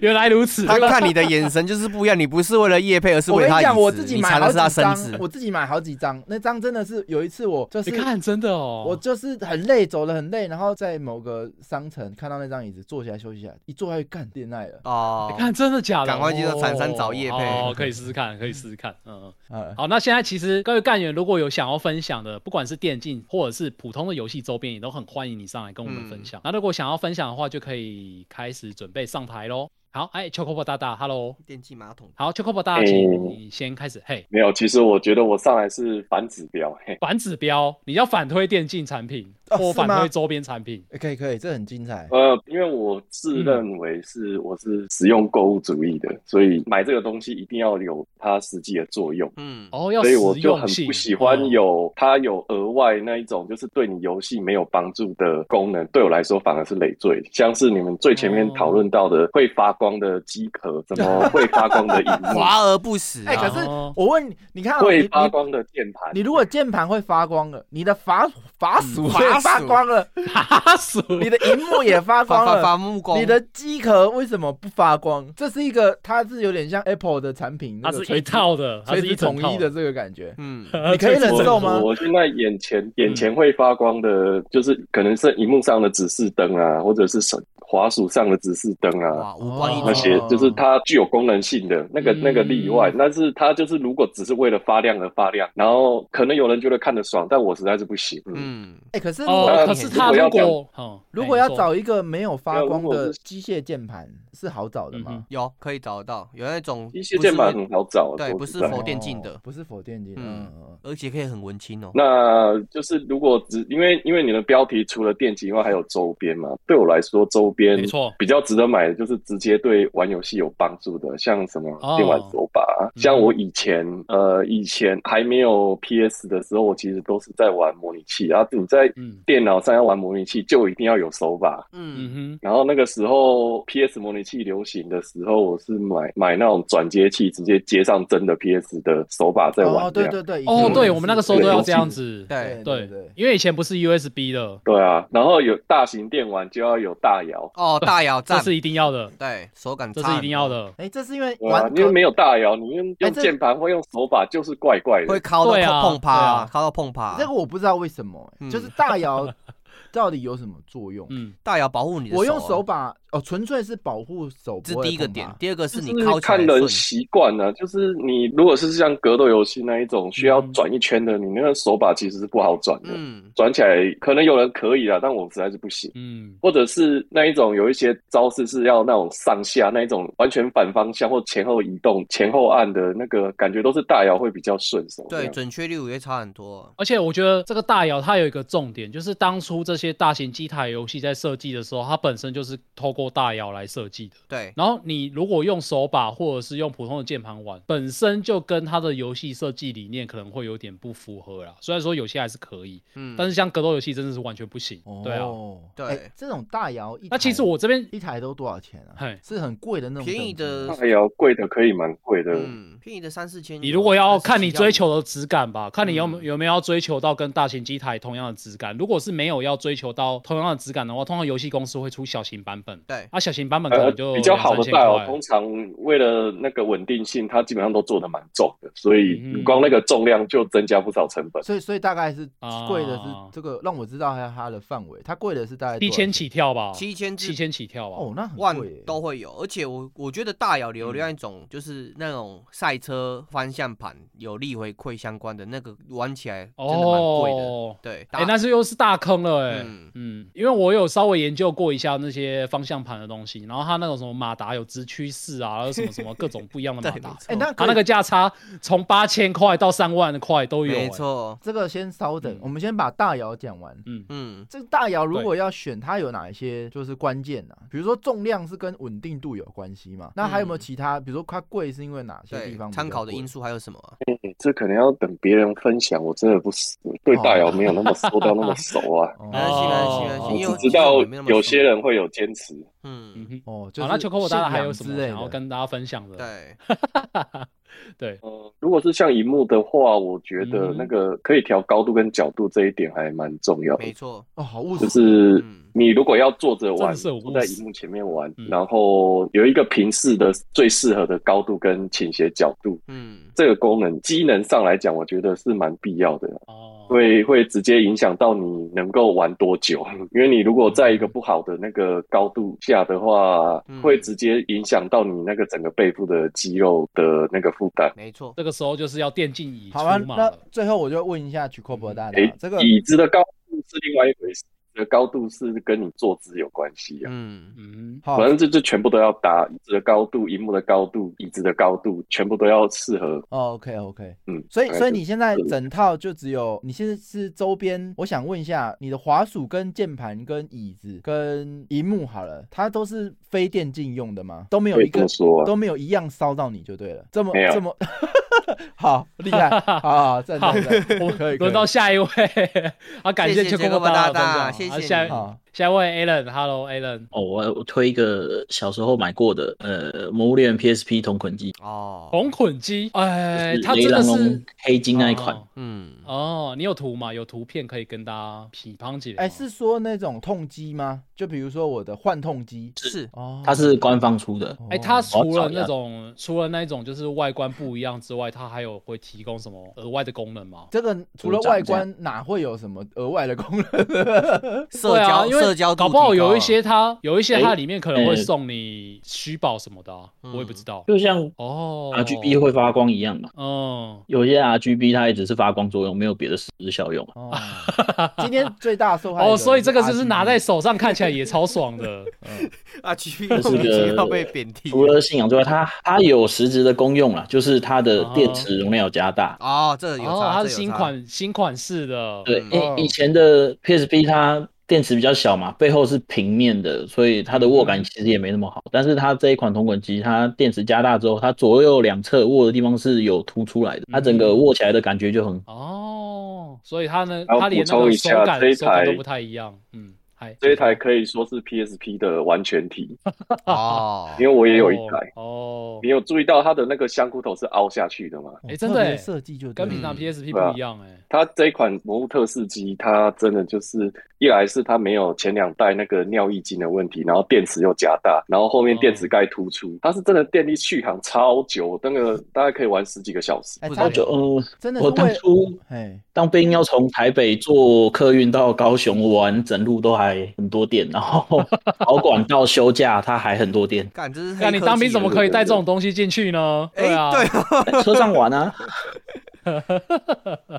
Speaker 2: 原来如此，
Speaker 3: 他看你的眼神就是不一样，你不是为了叶配，而是
Speaker 4: 我
Speaker 3: 为
Speaker 4: 跟
Speaker 3: 了
Speaker 4: 你
Speaker 3: 他椅子，
Speaker 4: 讲，我自己
Speaker 3: 你
Speaker 4: 买
Speaker 3: 缠
Speaker 4: 好
Speaker 3: 的是他
Speaker 4: 几
Speaker 3: 身
Speaker 4: 张
Speaker 3: 子，。
Speaker 4: 我自己买好几张，那张真的是有一次我就是
Speaker 2: 你。看真的哦，
Speaker 4: 我就是很累，走了很累，然后在某个商城看到那张椅子，坐下来休息一下，一坐下去干恋爱了
Speaker 3: 哦
Speaker 2: 你，看真的假的？
Speaker 3: 赶快去厂商找业配
Speaker 2: 哦，可以试试看，可以试试看，嗯。嗯
Speaker 4: 啊！
Speaker 2: 好，那现在其实各位干员如果有想要分享的，不管是电竞或者是普通的游戏周边，也
Speaker 3: 嗯
Speaker 2: 都很欢迎你上来跟我们分享。那如果想要分享的话，就可以开始准备上台喽。好，哎，Chocobo 大大，Hello，
Speaker 3: 电气马桶。
Speaker 2: 好，Chocobo 大大，
Speaker 5: 哎
Speaker 2: 请你先开始。嘿，
Speaker 5: 没有，其实我觉得我上来是反指标，嘿，
Speaker 2: 反指标，你要反推电竞产品
Speaker 4: 哦
Speaker 2: 或
Speaker 4: 是
Speaker 2: 反
Speaker 4: 吗
Speaker 2: 推周边产品。
Speaker 4: 哎可以可以，这很精彩。
Speaker 5: 呃，因为我
Speaker 2: 嗯
Speaker 5: 自认为是、我是实用购物主义的，所以买这个东西一定要有它实际的作用。
Speaker 3: 嗯，
Speaker 2: 哦，要
Speaker 5: 所以我
Speaker 2: 实
Speaker 5: 就很
Speaker 2: 用性。
Speaker 5: 不喜欢
Speaker 2: 嗯
Speaker 5: 有它有额外那一种，就是对你游戏没有帮助的功能，对我来说反而是累赘。像是你们最前面
Speaker 2: 哦
Speaker 5: 讨论到的会发光的机壳，怎么会发 光的荧幕，
Speaker 3: 华而不实
Speaker 4: 哎、可
Speaker 3: 啊。
Speaker 4: 是
Speaker 2: 哦
Speaker 4: 我问你，你看、啊、
Speaker 5: 会
Speaker 4: 你
Speaker 5: 发
Speaker 4: 你
Speaker 5: 光的键盘，
Speaker 4: 你如果键盘会发光了，你的法法属
Speaker 3: 法
Speaker 4: 也发
Speaker 3: 属
Speaker 4: 光了，
Speaker 2: 哈鼠，
Speaker 4: 你的荧幕也发
Speaker 3: 发
Speaker 4: 光
Speaker 3: 发
Speaker 4: 了。
Speaker 3: 发木工，
Speaker 4: 你的机壳为什么不发光？这是一个，它是有点像 Apple 的产品，
Speaker 2: 它
Speaker 4: 那个
Speaker 2: 是
Speaker 4: 垂
Speaker 2: 一
Speaker 4: 直
Speaker 2: 套的，它
Speaker 4: 垂
Speaker 2: 是
Speaker 4: 直
Speaker 2: 整
Speaker 4: 统
Speaker 2: 套
Speaker 4: 一的，这个感觉。
Speaker 3: 嗯，
Speaker 4: 你可以忍
Speaker 5: 我
Speaker 4: 受吗？
Speaker 5: 我现在眼前眼前会发光的，就是可能是荧幕上的指示灯啊，或者是手滑鼠上的指示灯啊。
Speaker 3: 哇，五官一
Speaker 5: 那
Speaker 3: 体。
Speaker 5: 些就是它具有功能性的那个
Speaker 2: 嗯
Speaker 5: 那个例外，但是它就是如果只是为了发亮而发亮，然后可能有人觉得看得爽，但我实在是不行。嗯，
Speaker 3: 嗯，
Speaker 4: 哎、可是如果、
Speaker 2: 哦，
Speaker 5: 那
Speaker 2: 可是它
Speaker 5: 如
Speaker 2: 如
Speaker 5: 果呃要
Speaker 2: 果嗯
Speaker 4: 如
Speaker 2: 哎
Speaker 4: 果
Speaker 2: 你
Speaker 4: 要
Speaker 2: 说
Speaker 4: 找一个没有发
Speaker 5: 没有如
Speaker 4: 光
Speaker 5: 果
Speaker 4: 的
Speaker 5: 是
Speaker 4: 机械键盘，是好找的
Speaker 2: 嗯
Speaker 4: 吗？
Speaker 3: 有可以找得到，有那种
Speaker 5: 一些键盘
Speaker 3: 不是
Speaker 5: 很好找，啊
Speaker 3: 对
Speaker 5: 说
Speaker 3: 不
Speaker 5: 实
Speaker 3: 是
Speaker 5: 在
Speaker 3: 否电竞的
Speaker 4: 哦不是否电竞的。
Speaker 3: 嗯
Speaker 4: 嗯嗯
Speaker 3: 而且可以很文青哦。
Speaker 5: 那就是如果只因为因为你的标题除了电竞以外还有周边嘛，对我来说周边
Speaker 2: 没错
Speaker 5: 比较值得买的就是直接对玩游戏有帮助的，像什么
Speaker 2: 哦
Speaker 5: 电玩手把啊，
Speaker 2: 嗯
Speaker 5: 像我以前呃以前还没有 PS 的时候，我其实都是在玩模拟器，然后你在
Speaker 2: 嗯
Speaker 5: 电脑上要玩模拟器就一定要有手把。
Speaker 3: 嗯，
Speaker 2: 嗯
Speaker 5: 然后那个时候 PS 模拟器流行的时候，我是买买那种转接器，直接接上真的 PS 的手把在
Speaker 4: 嗯。
Speaker 5: 玩
Speaker 4: 哦，对
Speaker 5: 这样。
Speaker 4: 对对。以
Speaker 2: 哼，
Speaker 4: 前
Speaker 2: 哦，
Speaker 4: 也
Speaker 2: 对
Speaker 4: 是
Speaker 2: 我们那个时候都要这样
Speaker 5: 对
Speaker 2: 子，哎
Speaker 3: 对，
Speaker 4: 对
Speaker 2: 对
Speaker 4: 对，
Speaker 2: 因为以前不是 USB 的，
Speaker 5: 对啊，然后有大型电玩就要有大摇，
Speaker 3: 哦，大摇
Speaker 2: 这
Speaker 3: 站，
Speaker 2: 是一定要的，
Speaker 3: 对，手感
Speaker 2: 这
Speaker 3: 差
Speaker 2: 是一定要的。
Speaker 4: 哎、这是因为
Speaker 5: 对啊
Speaker 4: 玩，
Speaker 5: 因为
Speaker 4: 可
Speaker 5: 没有大摇，你用
Speaker 4: 哎
Speaker 5: 用
Speaker 4: 这
Speaker 5: 键盘或用手把就是怪怪
Speaker 3: 很多，
Speaker 5: 的
Speaker 3: 会。敲到
Speaker 2: 对啊
Speaker 3: 碰碰
Speaker 2: 对
Speaker 3: 趴，
Speaker 2: 啊
Speaker 3: 敲到碰趴
Speaker 4: 这。个我不知道为什么、哎
Speaker 3: 嗯
Speaker 4: 就是大摇到底有什么作用？
Speaker 2: 嗯，
Speaker 3: 大摇保护你的手啊。
Speaker 4: 我用手把哦，纯粹是保护手
Speaker 3: 这
Speaker 4: 不会
Speaker 3: 是第一个
Speaker 4: 碰
Speaker 3: 点
Speaker 4: 吧，
Speaker 3: 第二个是你
Speaker 5: 就是
Speaker 3: 靠起来
Speaker 5: 看
Speaker 3: 顺
Speaker 5: 人。习惯呢，就是你如果是像格斗游戏那一种需要
Speaker 2: 嗯
Speaker 5: 转一圈的，你那个手把其实是不好转的，
Speaker 3: 嗯，
Speaker 5: 转起来可能有人可以啊，但我实在是不行。
Speaker 2: 嗯，
Speaker 5: 或者是那一种有一些招式是要那种上下那一种完全反方向或前后移动、前后按的那个感觉，都是大摇会比较顺手。这
Speaker 3: 对，
Speaker 5: 样
Speaker 3: 准确率也差很多。
Speaker 2: 而且我觉得这个大摇它有一个重点，就是当初这些大型机台游戏在设计的时候，它本身就是透过大摇来设计的。
Speaker 3: 对，
Speaker 2: 然后你如果用手把或者是用普通的键盘玩，本身就跟它的游戏设计理念可能会有点不符合啦。虽然说有些还是可以，
Speaker 3: 嗯，
Speaker 2: 但是像格斗游戏真的是完全不行。对啊，
Speaker 4: 哦
Speaker 3: 对
Speaker 4: 哎这种大摇一台，
Speaker 2: 那其实我这边
Speaker 4: 一台都多少钱啊
Speaker 2: 嘿？
Speaker 4: 是很贵的那种等级吗，
Speaker 3: 便宜的
Speaker 5: 大摇贵的可以蛮贵的，
Speaker 3: 嗯，便宜的三四千有。
Speaker 2: 你如果要
Speaker 3: 三四
Speaker 2: 看你
Speaker 3: 千
Speaker 2: 追
Speaker 3: 有
Speaker 2: 求的质感吧，看你有没
Speaker 3: 嗯
Speaker 2: 有没有要追求到跟大型机台同样的质感。如果是没有要追求到同样的质感的话，通常游戏公司会出小型版本。
Speaker 3: 对，
Speaker 2: 啊，小型版本可
Speaker 5: 呃
Speaker 2: 能就
Speaker 5: 比较好的
Speaker 2: 两三千
Speaker 5: 大
Speaker 2: 块
Speaker 5: 哦，通常为了那个稳定性，它基本上都做的蛮重的，所以
Speaker 2: 嗯
Speaker 5: 光那个重量就增加不少成本。
Speaker 4: 所以所以大概是
Speaker 2: 啊
Speaker 4: 贵的是这个，让我知道一下它的范围，它贵的是大概
Speaker 2: 七
Speaker 4: 多少
Speaker 2: 千
Speaker 4: 钱
Speaker 2: 起跳吧，
Speaker 3: 七千
Speaker 2: 七
Speaker 3: 至
Speaker 2: 千起跳吧。
Speaker 4: 哦，那很
Speaker 3: 万
Speaker 4: 贵耶
Speaker 3: 都会有，而且我我觉得大摇流另外一种就是那种赛车方向盘有力回馈相关的那个玩起来真的蛮贵的，
Speaker 2: 哦，
Speaker 3: 对，
Speaker 2: 哎、
Speaker 3: 大
Speaker 2: 那是又是大坑了哎、嗯
Speaker 3: 嗯
Speaker 2: 因为我有稍微研究过一下那些方向盘的东西，然后它那种什么马达有直驱式啊，还 有什么什么各种不一样的
Speaker 3: 对
Speaker 2: 马达，
Speaker 4: 哎，那
Speaker 2: 它
Speaker 4: 可
Speaker 2: 啊那
Speaker 4: 以
Speaker 2: 个价差从八千块到三万块都有、
Speaker 3: 没
Speaker 2: 哎，
Speaker 3: 错，
Speaker 4: 这个先稍等
Speaker 2: 嗯，
Speaker 4: 我们先把大摇讲完。
Speaker 2: 嗯，
Speaker 3: 嗯，
Speaker 4: 这个大摇如
Speaker 2: 对
Speaker 4: 果要选，它有哪一些就是关键呢、比如说重量是跟稳定度有关系嘛？那还有没有
Speaker 3: 嗯
Speaker 4: 其他？比如说它贵是因为哪些
Speaker 3: 对
Speaker 4: 地方？，
Speaker 3: 参考的因
Speaker 4: 素。。
Speaker 3: 素还有什么啊？
Speaker 5: 嗯这可能要等别人分享，我真的不是对大摇没有那么说到那么熟啊
Speaker 4: 哦
Speaker 3: 没关系，没关系，没 关
Speaker 2: 哦
Speaker 3: 系，因为
Speaker 5: 我
Speaker 3: 我
Speaker 5: 只知
Speaker 3: 其实
Speaker 5: 道
Speaker 3: 我没那么熟
Speaker 5: 有些，人会有坚持，
Speaker 2: 嗯
Speaker 3: 嗯，
Speaker 2: 哼。
Speaker 4: 哦，就
Speaker 2: 好，
Speaker 4: 是
Speaker 2: 那秋科我大大还有什
Speaker 4: 信
Speaker 2: 么
Speaker 4: 仰之类
Speaker 2: 想要
Speaker 4: 的
Speaker 2: 跟大家分享的？
Speaker 3: 对，
Speaker 2: 对，
Speaker 5: 呃，如果是像荧幕的话，我觉得
Speaker 2: 嗯
Speaker 5: 那个可以调高度跟角度这一点还蛮重要的
Speaker 3: 没。错，
Speaker 4: 哦，好务实，
Speaker 5: 就是
Speaker 3: 嗯
Speaker 5: 你如果要坐着玩，
Speaker 2: 真的是很
Speaker 5: 坐在
Speaker 2: 务实
Speaker 5: 荧幕前面玩，
Speaker 2: 嗯
Speaker 5: 然后有一个平视的最适合的高度跟倾斜角度，
Speaker 3: 嗯，
Speaker 5: 这个功能机能上来讲，我觉得是蛮必要的，
Speaker 2: 哦，
Speaker 5: 会会直接影响到你能够玩多久。 因为你如果在一个不好的那个高度下的话，
Speaker 3: 嗯
Speaker 5: 会直接影响到你那个整个背部的肌肉的那个负担。
Speaker 3: 没错，
Speaker 2: 这个时候就是要电竞椅出
Speaker 4: 好啊，
Speaker 2: 马
Speaker 4: 那
Speaker 2: 了。
Speaker 4: 最后我就问一下曲阔博大大
Speaker 5: 哎，
Speaker 4: 这个
Speaker 5: 椅子的高度是另外一回事。的高度是跟你坐姿有关系啊。
Speaker 3: 嗯，
Speaker 2: 嗯，
Speaker 4: 好
Speaker 5: 反，正这这全部都要搭，椅子的高度、荧幕的高度、椅子的高度，全部都要适合。
Speaker 4: 哦，OK OK，
Speaker 5: 嗯，
Speaker 4: 所以
Speaker 5: 大概
Speaker 4: 所以
Speaker 5: 就
Speaker 4: 你现在
Speaker 5: 是
Speaker 4: 整套就只有你现在是周边，我想问一下，你的滑鼠跟键盘跟椅子跟荧幕好了，它都是非电竞用的吗？都没有
Speaker 5: 可
Speaker 4: 一
Speaker 5: 以这
Speaker 4: 个
Speaker 5: 么说啊，
Speaker 4: 都没有一样烧到你就对了，这么
Speaker 5: 没有
Speaker 4: 这么好 厉害，好好赞赞赞，
Speaker 2: 我
Speaker 4: 可以可
Speaker 2: 轮
Speaker 4: 以
Speaker 2: 到下一位， 好，感
Speaker 3: 谢谢
Speaker 2: 谢秋
Speaker 3: 杰
Speaker 2: 哥
Speaker 3: 克
Speaker 2: 大
Speaker 3: 大大
Speaker 2: 大的
Speaker 3: 谢
Speaker 2: 分享啊，
Speaker 3: 谢
Speaker 2: 下
Speaker 3: 你
Speaker 2: 一
Speaker 4: 好
Speaker 2: 下一位 Alan，Hello Alan，
Speaker 6: 哦，我我推一个小时候买过的，呃，《魔物猎人》PSP 同捆机，
Speaker 3: 哦，
Speaker 2: 红捆鸡，哎
Speaker 6: 就，
Speaker 2: 它
Speaker 6: 雷
Speaker 2: 真的
Speaker 6: 狼
Speaker 2: 是
Speaker 6: 龙黑金那一款，
Speaker 2: 哦
Speaker 3: 嗯，
Speaker 2: 哦，你有图吗？有图片可以跟大家匹乓解。
Speaker 4: 哎，是说那种痛机吗？就比如说我的换痛机
Speaker 3: 是
Speaker 4: 哦，
Speaker 6: 它是官方出的。
Speaker 2: 哎，
Speaker 3: 哦
Speaker 2: 它除
Speaker 6: 我要
Speaker 2: 了
Speaker 6: 找一下
Speaker 2: 那种除了那种就是外观不一样之外，它还有会提供什么额外的功能吗？
Speaker 4: 这个除了外观哪会有什么额外的功能？
Speaker 3: 社
Speaker 2: 对
Speaker 3: 交、
Speaker 2: 啊，因为
Speaker 3: 社交度
Speaker 2: 搞不好
Speaker 3: 提高
Speaker 2: 有一
Speaker 3: 了
Speaker 2: 些它有一些它
Speaker 6: 哎
Speaker 2: 里面可能会
Speaker 6: 呃
Speaker 2: 送你虚宝什么的啊，
Speaker 3: 嗯
Speaker 2: 我也不知道。
Speaker 6: 就像
Speaker 2: 哦
Speaker 6: RGB 会发光一样嘛。
Speaker 2: 嗯，
Speaker 6: 有些 RGB 它也只是发光作用，没有别的实质效用。
Speaker 4: 哦，今天最大受害者
Speaker 2: 哦，所以这个
Speaker 4: 是
Speaker 2: 就是
Speaker 4: RGB
Speaker 2: 拿在手上看起来也超爽 的。嗯
Speaker 3: 啊，GP
Speaker 6: 这是
Speaker 3: 莫名其
Speaker 6: 个
Speaker 3: 妙被贬低
Speaker 6: 除了信仰之外，它它有实质的功用啦，就是它的电池容量有加大。
Speaker 3: 哦，这个有
Speaker 2: 哦，
Speaker 3: 差，
Speaker 2: 它
Speaker 3: 这
Speaker 2: 是
Speaker 3: 个有
Speaker 2: 新
Speaker 3: 差，
Speaker 2: 款新款式的，
Speaker 6: 对，
Speaker 3: 嗯
Speaker 4: 哦
Speaker 6: 因以前的 PSP 它电池比较小嘛，背后是平面的，所以它的握感其实也没那么好。但是它这一款同捆机，它电池加大之后，它左右两侧握的地方是有凸出来的，它整个握起来的感觉就很好。
Speaker 2: 哦，所以它呢，
Speaker 5: 然后
Speaker 2: 它连
Speaker 5: 补
Speaker 2: 那
Speaker 5: 充
Speaker 2: 个
Speaker 5: 一
Speaker 2: 手
Speaker 5: 下
Speaker 2: 感
Speaker 5: 这一
Speaker 2: 手感都
Speaker 5: 台
Speaker 2: 不太一样。嗯，嗨，
Speaker 5: 这一台可以说是 PSP 的完全体，
Speaker 3: 哦，
Speaker 5: 因为我也有一台。嗯
Speaker 2: 哦，
Speaker 5: 你有注意到它的那个香菇头是凹下去的吗？
Speaker 4: 哦
Speaker 2: 哎真的
Speaker 4: 特别
Speaker 2: 哎
Speaker 4: 设计就对
Speaker 2: 跟
Speaker 4: 了
Speaker 2: 平常
Speaker 3: 嗯
Speaker 2: PSP
Speaker 5: 对啊
Speaker 2: 不一样哎。
Speaker 5: 它这一款魔物特仕机，它真的就是一来是它没有前两代那个尿液晶的问题，然后电池又加大，然后后面电池盖突出，它是真的电力续航超久，那个大概可以玩十几个小时。
Speaker 4: 哎，
Speaker 3: 不
Speaker 4: 它
Speaker 6: 就嗯，
Speaker 4: 真的是
Speaker 6: 我当
Speaker 4: 为
Speaker 6: 初
Speaker 4: 哎
Speaker 6: 当兵要从台北坐客运到高雄玩，整路都还很多电，然后 保管到休假它还很多电，
Speaker 3: 干这是黑
Speaker 2: 那你
Speaker 3: 科
Speaker 2: 当兵
Speaker 3: 技
Speaker 2: 怎么
Speaker 3: 了
Speaker 2: 可以带这种东西进去呢？
Speaker 3: 哎，
Speaker 2: 啊，
Speaker 3: 对哦，
Speaker 6: 在车上玩啊。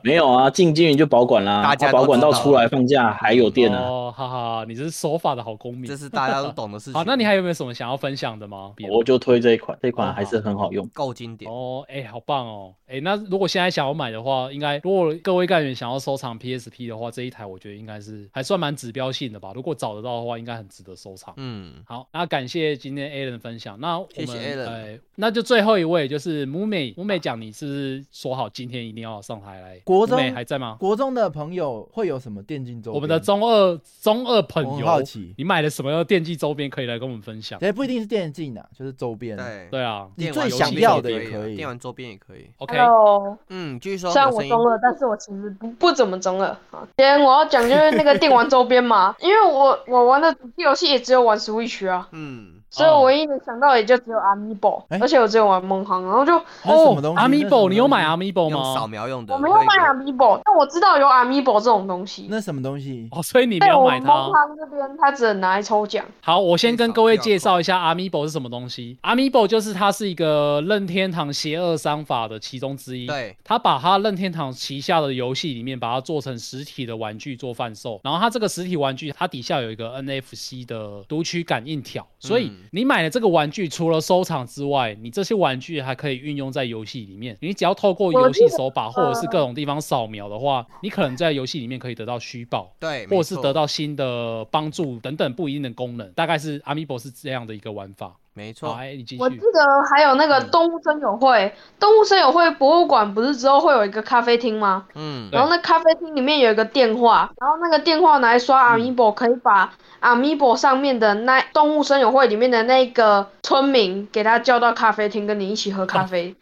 Speaker 6: 没有啊，进经营就保管啦、
Speaker 3: 大
Speaker 6: 它
Speaker 3: 家都
Speaker 6: 保管到
Speaker 3: 知道
Speaker 6: 出来放假还有电啊。
Speaker 2: 哦，哈哈，你这是守法的好公民
Speaker 3: 这。是大家都懂的事情。
Speaker 2: 好，那你还有没有什么想要分享的吗？别的
Speaker 6: 我就推这一款，这
Speaker 3: 哦
Speaker 6: 款还是很好用。
Speaker 3: 够经典，
Speaker 2: 哦，哎、好棒哦！哎、那如果现在想要买的话，应该如果各位干员想要收藏 PSP 的话，这一台我觉得应该是还算蛮指标性的吧。如果找得到的话，应该很值得收藏。
Speaker 3: 嗯，
Speaker 2: 好，那感谢今天 Alan 的分享。那我们
Speaker 3: 谢谢 Alan
Speaker 2: 哎那就最后一位就是 m u m i m u m i 讲，你是不是说好今天一定要上台来？
Speaker 4: 国中
Speaker 2: Mume 还在吗？
Speaker 4: 国中的朋友会有什么电竞周边？
Speaker 2: 我们的中二中二朋
Speaker 4: 我很
Speaker 2: 友，
Speaker 4: 好奇
Speaker 2: 你买了什么样的电竞周边可以来跟我们分享？
Speaker 4: 也不一定是电竞啊，就是周边。，
Speaker 3: 对，
Speaker 2: 对啊，
Speaker 4: 你
Speaker 3: 电
Speaker 4: 最
Speaker 3: 玩
Speaker 4: 想
Speaker 3: 周边
Speaker 4: 要的也
Speaker 3: 也
Speaker 4: 可以
Speaker 3: 电玩周边也可以。
Speaker 2: OK，
Speaker 7: Hello，
Speaker 3: 嗯，继续说。
Speaker 7: 虽然
Speaker 3: 有
Speaker 7: 我
Speaker 3: 声音
Speaker 7: 中二，但是我其实不不怎么中二啊。今天我要讲就是那个电玩周边嘛， 因为我我玩的主机游戏也只有玩 Switch 啊，
Speaker 3: 嗯，
Speaker 7: 所以
Speaker 2: 哦
Speaker 7: 我唯一能想到也就只有 Amiibo，、
Speaker 4: 哎
Speaker 7: 而且我只有玩梦航，然后就
Speaker 4: 那是什么东西
Speaker 2: 阿
Speaker 4: 那是
Speaker 2: 米
Speaker 4: 什么东
Speaker 2: o 哦你
Speaker 4: 西
Speaker 2: 有买阿啊米 o
Speaker 3: 用扫
Speaker 2: 吗？
Speaker 3: 描用的。
Speaker 7: 我没有啊买
Speaker 3: 那个
Speaker 7: Amiibo，但我知道有 Amiibo 这种东西。
Speaker 4: 那什么东西？
Speaker 2: 哦，所以你没
Speaker 7: 但
Speaker 2: 有
Speaker 7: 我
Speaker 2: 买
Speaker 7: 们
Speaker 2: 它
Speaker 7: 梦
Speaker 2: 哦。
Speaker 7: 航这边它只能拿来抽奖，
Speaker 2: 好，我先跟各位介绍一下 Amiibo 是什么东西。Amiibo 就是它是一个任天堂邪恶商法的其中之一。
Speaker 3: 对，
Speaker 2: 它把它任天堂旗下的游戏里面，把它做成实体的玩具做贩售。然后它这个实体玩具，它底下有一个 NFC 的读取感应条，所以
Speaker 3: 嗯
Speaker 2: 你买了这个玩具，除了收藏之外，你这些玩具还可以运用在游戏里面。你只要透过游戏手把或者是各种地方扫描的话，你可能在游戏里面可以得到虚报。
Speaker 3: 对，
Speaker 2: 或
Speaker 3: 没
Speaker 2: 是
Speaker 3: 错
Speaker 2: 得到新的帮助等等不一定的功能，大概是 Amiibo 是这样的一个玩法。
Speaker 3: 没
Speaker 2: 好，
Speaker 3: 错，
Speaker 2: 哎，你继
Speaker 7: 我记
Speaker 2: 续。嗯
Speaker 7: 得还有那个动物森友会，动物森友会博物馆不是之后会有一个咖啡厅吗？
Speaker 3: 嗯
Speaker 2: 对，
Speaker 7: 然后那咖啡厅里面有一个电话，然后那个电话拿来刷
Speaker 2: 嗯
Speaker 7: Amiibo，、可以把 Amiibo 上面的那动物森友会里面的那个村民给他叫到咖啡厅，跟你一起喝咖啡。
Speaker 2: 嗯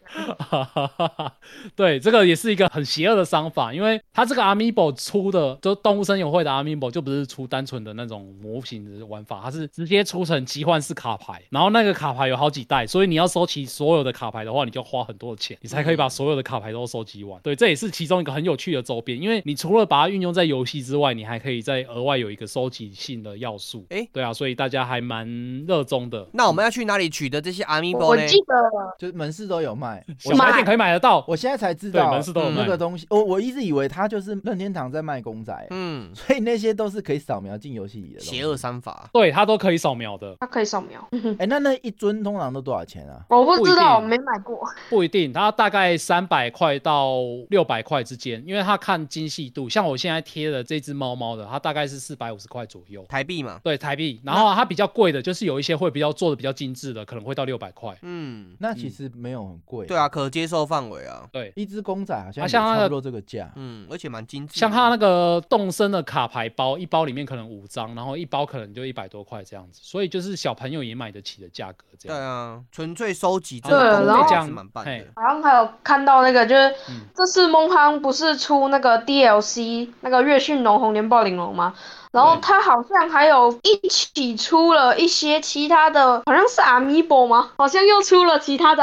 Speaker 2: 对，这个也是一个很邪恶的商法，因为它这个 Amiibo 出的，就动物森友会的 Amiibo 就不是出单纯的那种模型的玩法，它是直接出成集换式卡牌，然后那个卡牌有好几代，所以你要收集所有的卡牌的话，你就花很多的钱，你才可以把所有的卡牌都收集完。对，这也是其中一个很有趣的周边，因为你除了把它运用在游戏之外，你还可以再额外有一个收集性的要素。
Speaker 3: 哎
Speaker 2: 对啊，所以大家还蛮热衷的。
Speaker 3: 那我们要去哪哪里取得这些 Amiibo
Speaker 7: 我
Speaker 3: 呢？
Speaker 7: 记得
Speaker 4: 就是门市都有 卖。
Speaker 2: 小白店可以买得到。
Speaker 4: 我现在才知
Speaker 2: 对，
Speaker 4: 道
Speaker 2: 门市都有
Speaker 3: 嗯
Speaker 2: 卖
Speaker 4: 那。个东西，哦我我一直以为它就是任天堂在卖公仔，
Speaker 3: 嗯，
Speaker 4: 所以那些都是可以扫描进游戏里的。
Speaker 3: 邪恶。三法，
Speaker 2: 对，它都可以扫描的，
Speaker 7: 它可以扫描，
Speaker 4: 哎，那那一尊通常都多少钱啊？
Speaker 7: 我不知道，我
Speaker 2: 不一
Speaker 7: 没买过。
Speaker 2: 不一定，它大概三百块到六百块之间，因为它看精细度。像我现在贴的这只猫猫的，它大概是四百五十块左右，
Speaker 3: 台币嘛。
Speaker 2: 对台币。然后啊它比较贵的，就是有一些会比较做的比较精致的，可能会到六百块。
Speaker 3: 嗯，
Speaker 4: 那其实没有很贵。
Speaker 3: 对，啊，可接受范围啊。
Speaker 2: 对，
Speaker 4: 一只公仔好像
Speaker 2: 啊
Speaker 4: 也
Speaker 2: 像它的
Speaker 4: 差不多这个价。
Speaker 3: 嗯，而且蛮精致的。
Speaker 2: 像它那个动森的卡牌包，一包里面可能五张，然后一包可能就一百多块这样子，所以就是小朋友也买得起的价格这
Speaker 3: 对
Speaker 2: 样。
Speaker 3: 啊，纯粹收集这
Speaker 7: 对
Speaker 3: 个
Speaker 7: 然后
Speaker 3: 这样是蛮棒
Speaker 2: 嘿
Speaker 3: 的。
Speaker 7: 好像还有看到那个，就是
Speaker 2: 嗯
Speaker 7: 这次梦康不是出那个 DLC 那个月讯龙红莲暴鳞龙吗？然后
Speaker 2: 对
Speaker 7: 它好像还有一起出了一些其他的，好像是 Amiibo 吗？好像又出了其他的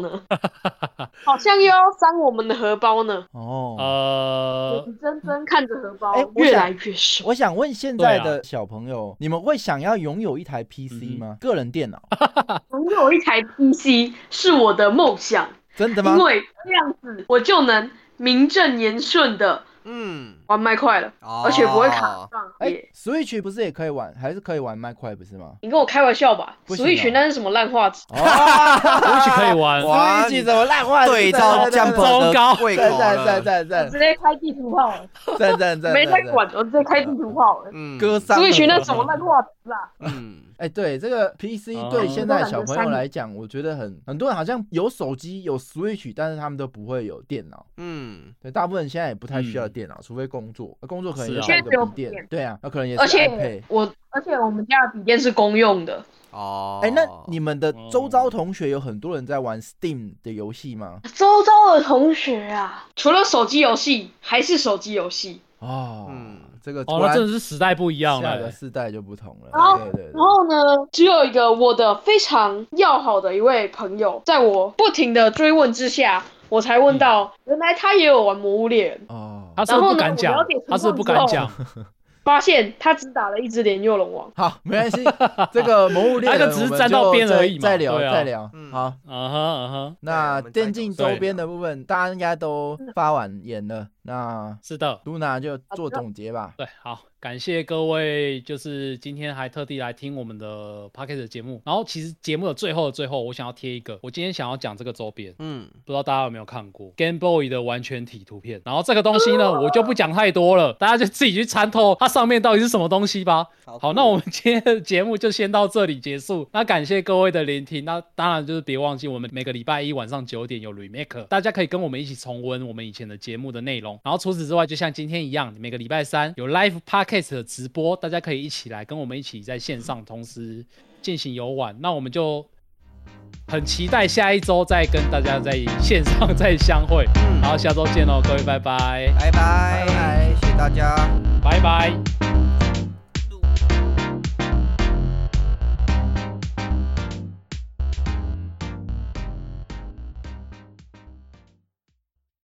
Speaker 7: 呢，好像又要伤我们的荷包呢。
Speaker 4: 哦，
Speaker 2: 呃，
Speaker 7: 眼睁睁看着荷包
Speaker 4: 哎我
Speaker 7: 越
Speaker 4: 想
Speaker 7: 来越小。
Speaker 4: 我想问现
Speaker 2: 对
Speaker 4: 在
Speaker 2: 啊
Speaker 4: 的小朋友，你们会想要拥有一
Speaker 3: 嗯
Speaker 4: 台 PC 吗？个人电脑？
Speaker 7: 拥有一台 PC 是我的梦想，
Speaker 4: 真的吗
Speaker 7: 因？为这样子我就能名正言顺的
Speaker 3: 嗯，
Speaker 7: 玩麦块了，
Speaker 3: 哦
Speaker 7: 而且不会卡上
Speaker 4: 哎
Speaker 7: 耶。
Speaker 4: ，Switch 不是也可以玩，还是可以玩麦块不是吗？
Speaker 7: 你跟我开玩笑吧
Speaker 4: 不行啊哦
Speaker 7: ？Switch 那是什么烂画质？
Speaker 2: 我一起可以玩，
Speaker 3: 哇
Speaker 4: Switch 怎么烂话？
Speaker 3: 啊对照
Speaker 4: 赞
Speaker 3: Jump
Speaker 2: 糟糕
Speaker 3: 的胃口
Speaker 4: 赞赞
Speaker 3: 了
Speaker 4: 赞。赞
Speaker 7: 我
Speaker 4: 赞
Speaker 7: 直接开地图炮了，
Speaker 4: 赞赞赞，
Speaker 7: 没在管，我直接开地图炮了。
Speaker 3: 嗯，
Speaker 4: 割伤了。
Speaker 7: Switch 那什么烂画质啊？
Speaker 3: 嗯，
Speaker 4: 哎、对这个 PC
Speaker 2: 哦
Speaker 4: 对现在小朋友来讲，我觉得很很多人好像有手机有 Switch，但是他们都不会有电脑。
Speaker 3: 嗯，
Speaker 4: 对，大部分人现在也不太需要电脑，除非工作，呃工作可
Speaker 2: 嗯
Speaker 4: 能
Speaker 2: 是啊
Speaker 4: 就带一
Speaker 7: 现在只
Speaker 4: 个
Speaker 7: 有
Speaker 4: 笔
Speaker 7: 笔
Speaker 4: 电
Speaker 7: 电。
Speaker 4: 对啊，那可能也是
Speaker 7: 而
Speaker 4: iPad
Speaker 7: 且。我，而且我们家的笔电是公用的，
Speaker 3: 哦，
Speaker 4: 哎、那你们的周遭同学有很多人在玩 Steam 的游戏吗？
Speaker 7: 周遭的同学啊，除了手机游戏还是手机游戏。
Speaker 4: 哦，
Speaker 3: 嗯
Speaker 4: 这个
Speaker 2: 哦，
Speaker 4: 突
Speaker 2: 那
Speaker 4: 然
Speaker 2: 真的是时代不一样
Speaker 4: 下个
Speaker 2: 了。
Speaker 4: 世代就不同了。
Speaker 7: 然后
Speaker 4: 对对
Speaker 7: 然
Speaker 4: 对，
Speaker 7: 后呢，只有一个我的非常要好的一位朋友，在我不停的追问之下，我才问
Speaker 4: 嗯
Speaker 7: 到，原来他也有玩《魔物猎人》，
Speaker 4: 哦，
Speaker 2: 他是不是不敢讲
Speaker 7: 然后呢我了解情，
Speaker 2: 他
Speaker 7: 况
Speaker 2: 是不是不敢讲，
Speaker 7: 发现他只打了一只连幼龙王。
Speaker 4: 好，没关系，这个 《魔物猎
Speaker 2: 那
Speaker 4: 人
Speaker 2: 就》只是
Speaker 4: 我们
Speaker 2: 站到
Speaker 4: 就
Speaker 2: 边而
Speaker 4: 再
Speaker 2: 已嘛
Speaker 4: 再聊
Speaker 2: 对啊
Speaker 4: 再聊
Speaker 3: 嗯，
Speaker 4: 好。
Speaker 2: 啊哈啊哈，
Speaker 4: 那
Speaker 3: 对我们再
Speaker 4: 电竞
Speaker 3: 走
Speaker 4: 周
Speaker 2: 对
Speaker 4: 边的部分，大家应该都
Speaker 7: 嗯
Speaker 4: 发完言了。那
Speaker 2: 是的，
Speaker 4: 露娜就做总结吧。
Speaker 2: 对，好，感谢各位，就是今天还特地来听我们的 p o c k e t 节目。然后其实节目的最后的最后，我想要贴一个，我今天想要讲这个周边，
Speaker 3: 嗯，
Speaker 2: 不知道大家有没有看过 Game Boy 的完全体图片。然后这个东西呢，我就不讲太多了，大家就自己去参透它上面到底是什么东西吧。好，那我们今天的节目就先到这里结束。那感谢各位的聆听。那当然就是别忘记，我们每个礼拜一晚上九点有 remake，大家可以跟我们一起重温我们以前的节目的内容。然后除此之外，就像今天一样，每个礼拜三有 live podcast 的直播，大家可以一起来跟我们一起在线上同时进行游玩。那我们就很期待下一周再跟大家在线上再相会。
Speaker 3: 嗯
Speaker 2: 然后下周见喽，各位，拜拜，
Speaker 3: 拜拜，谢谢大家。
Speaker 2: 拜拜。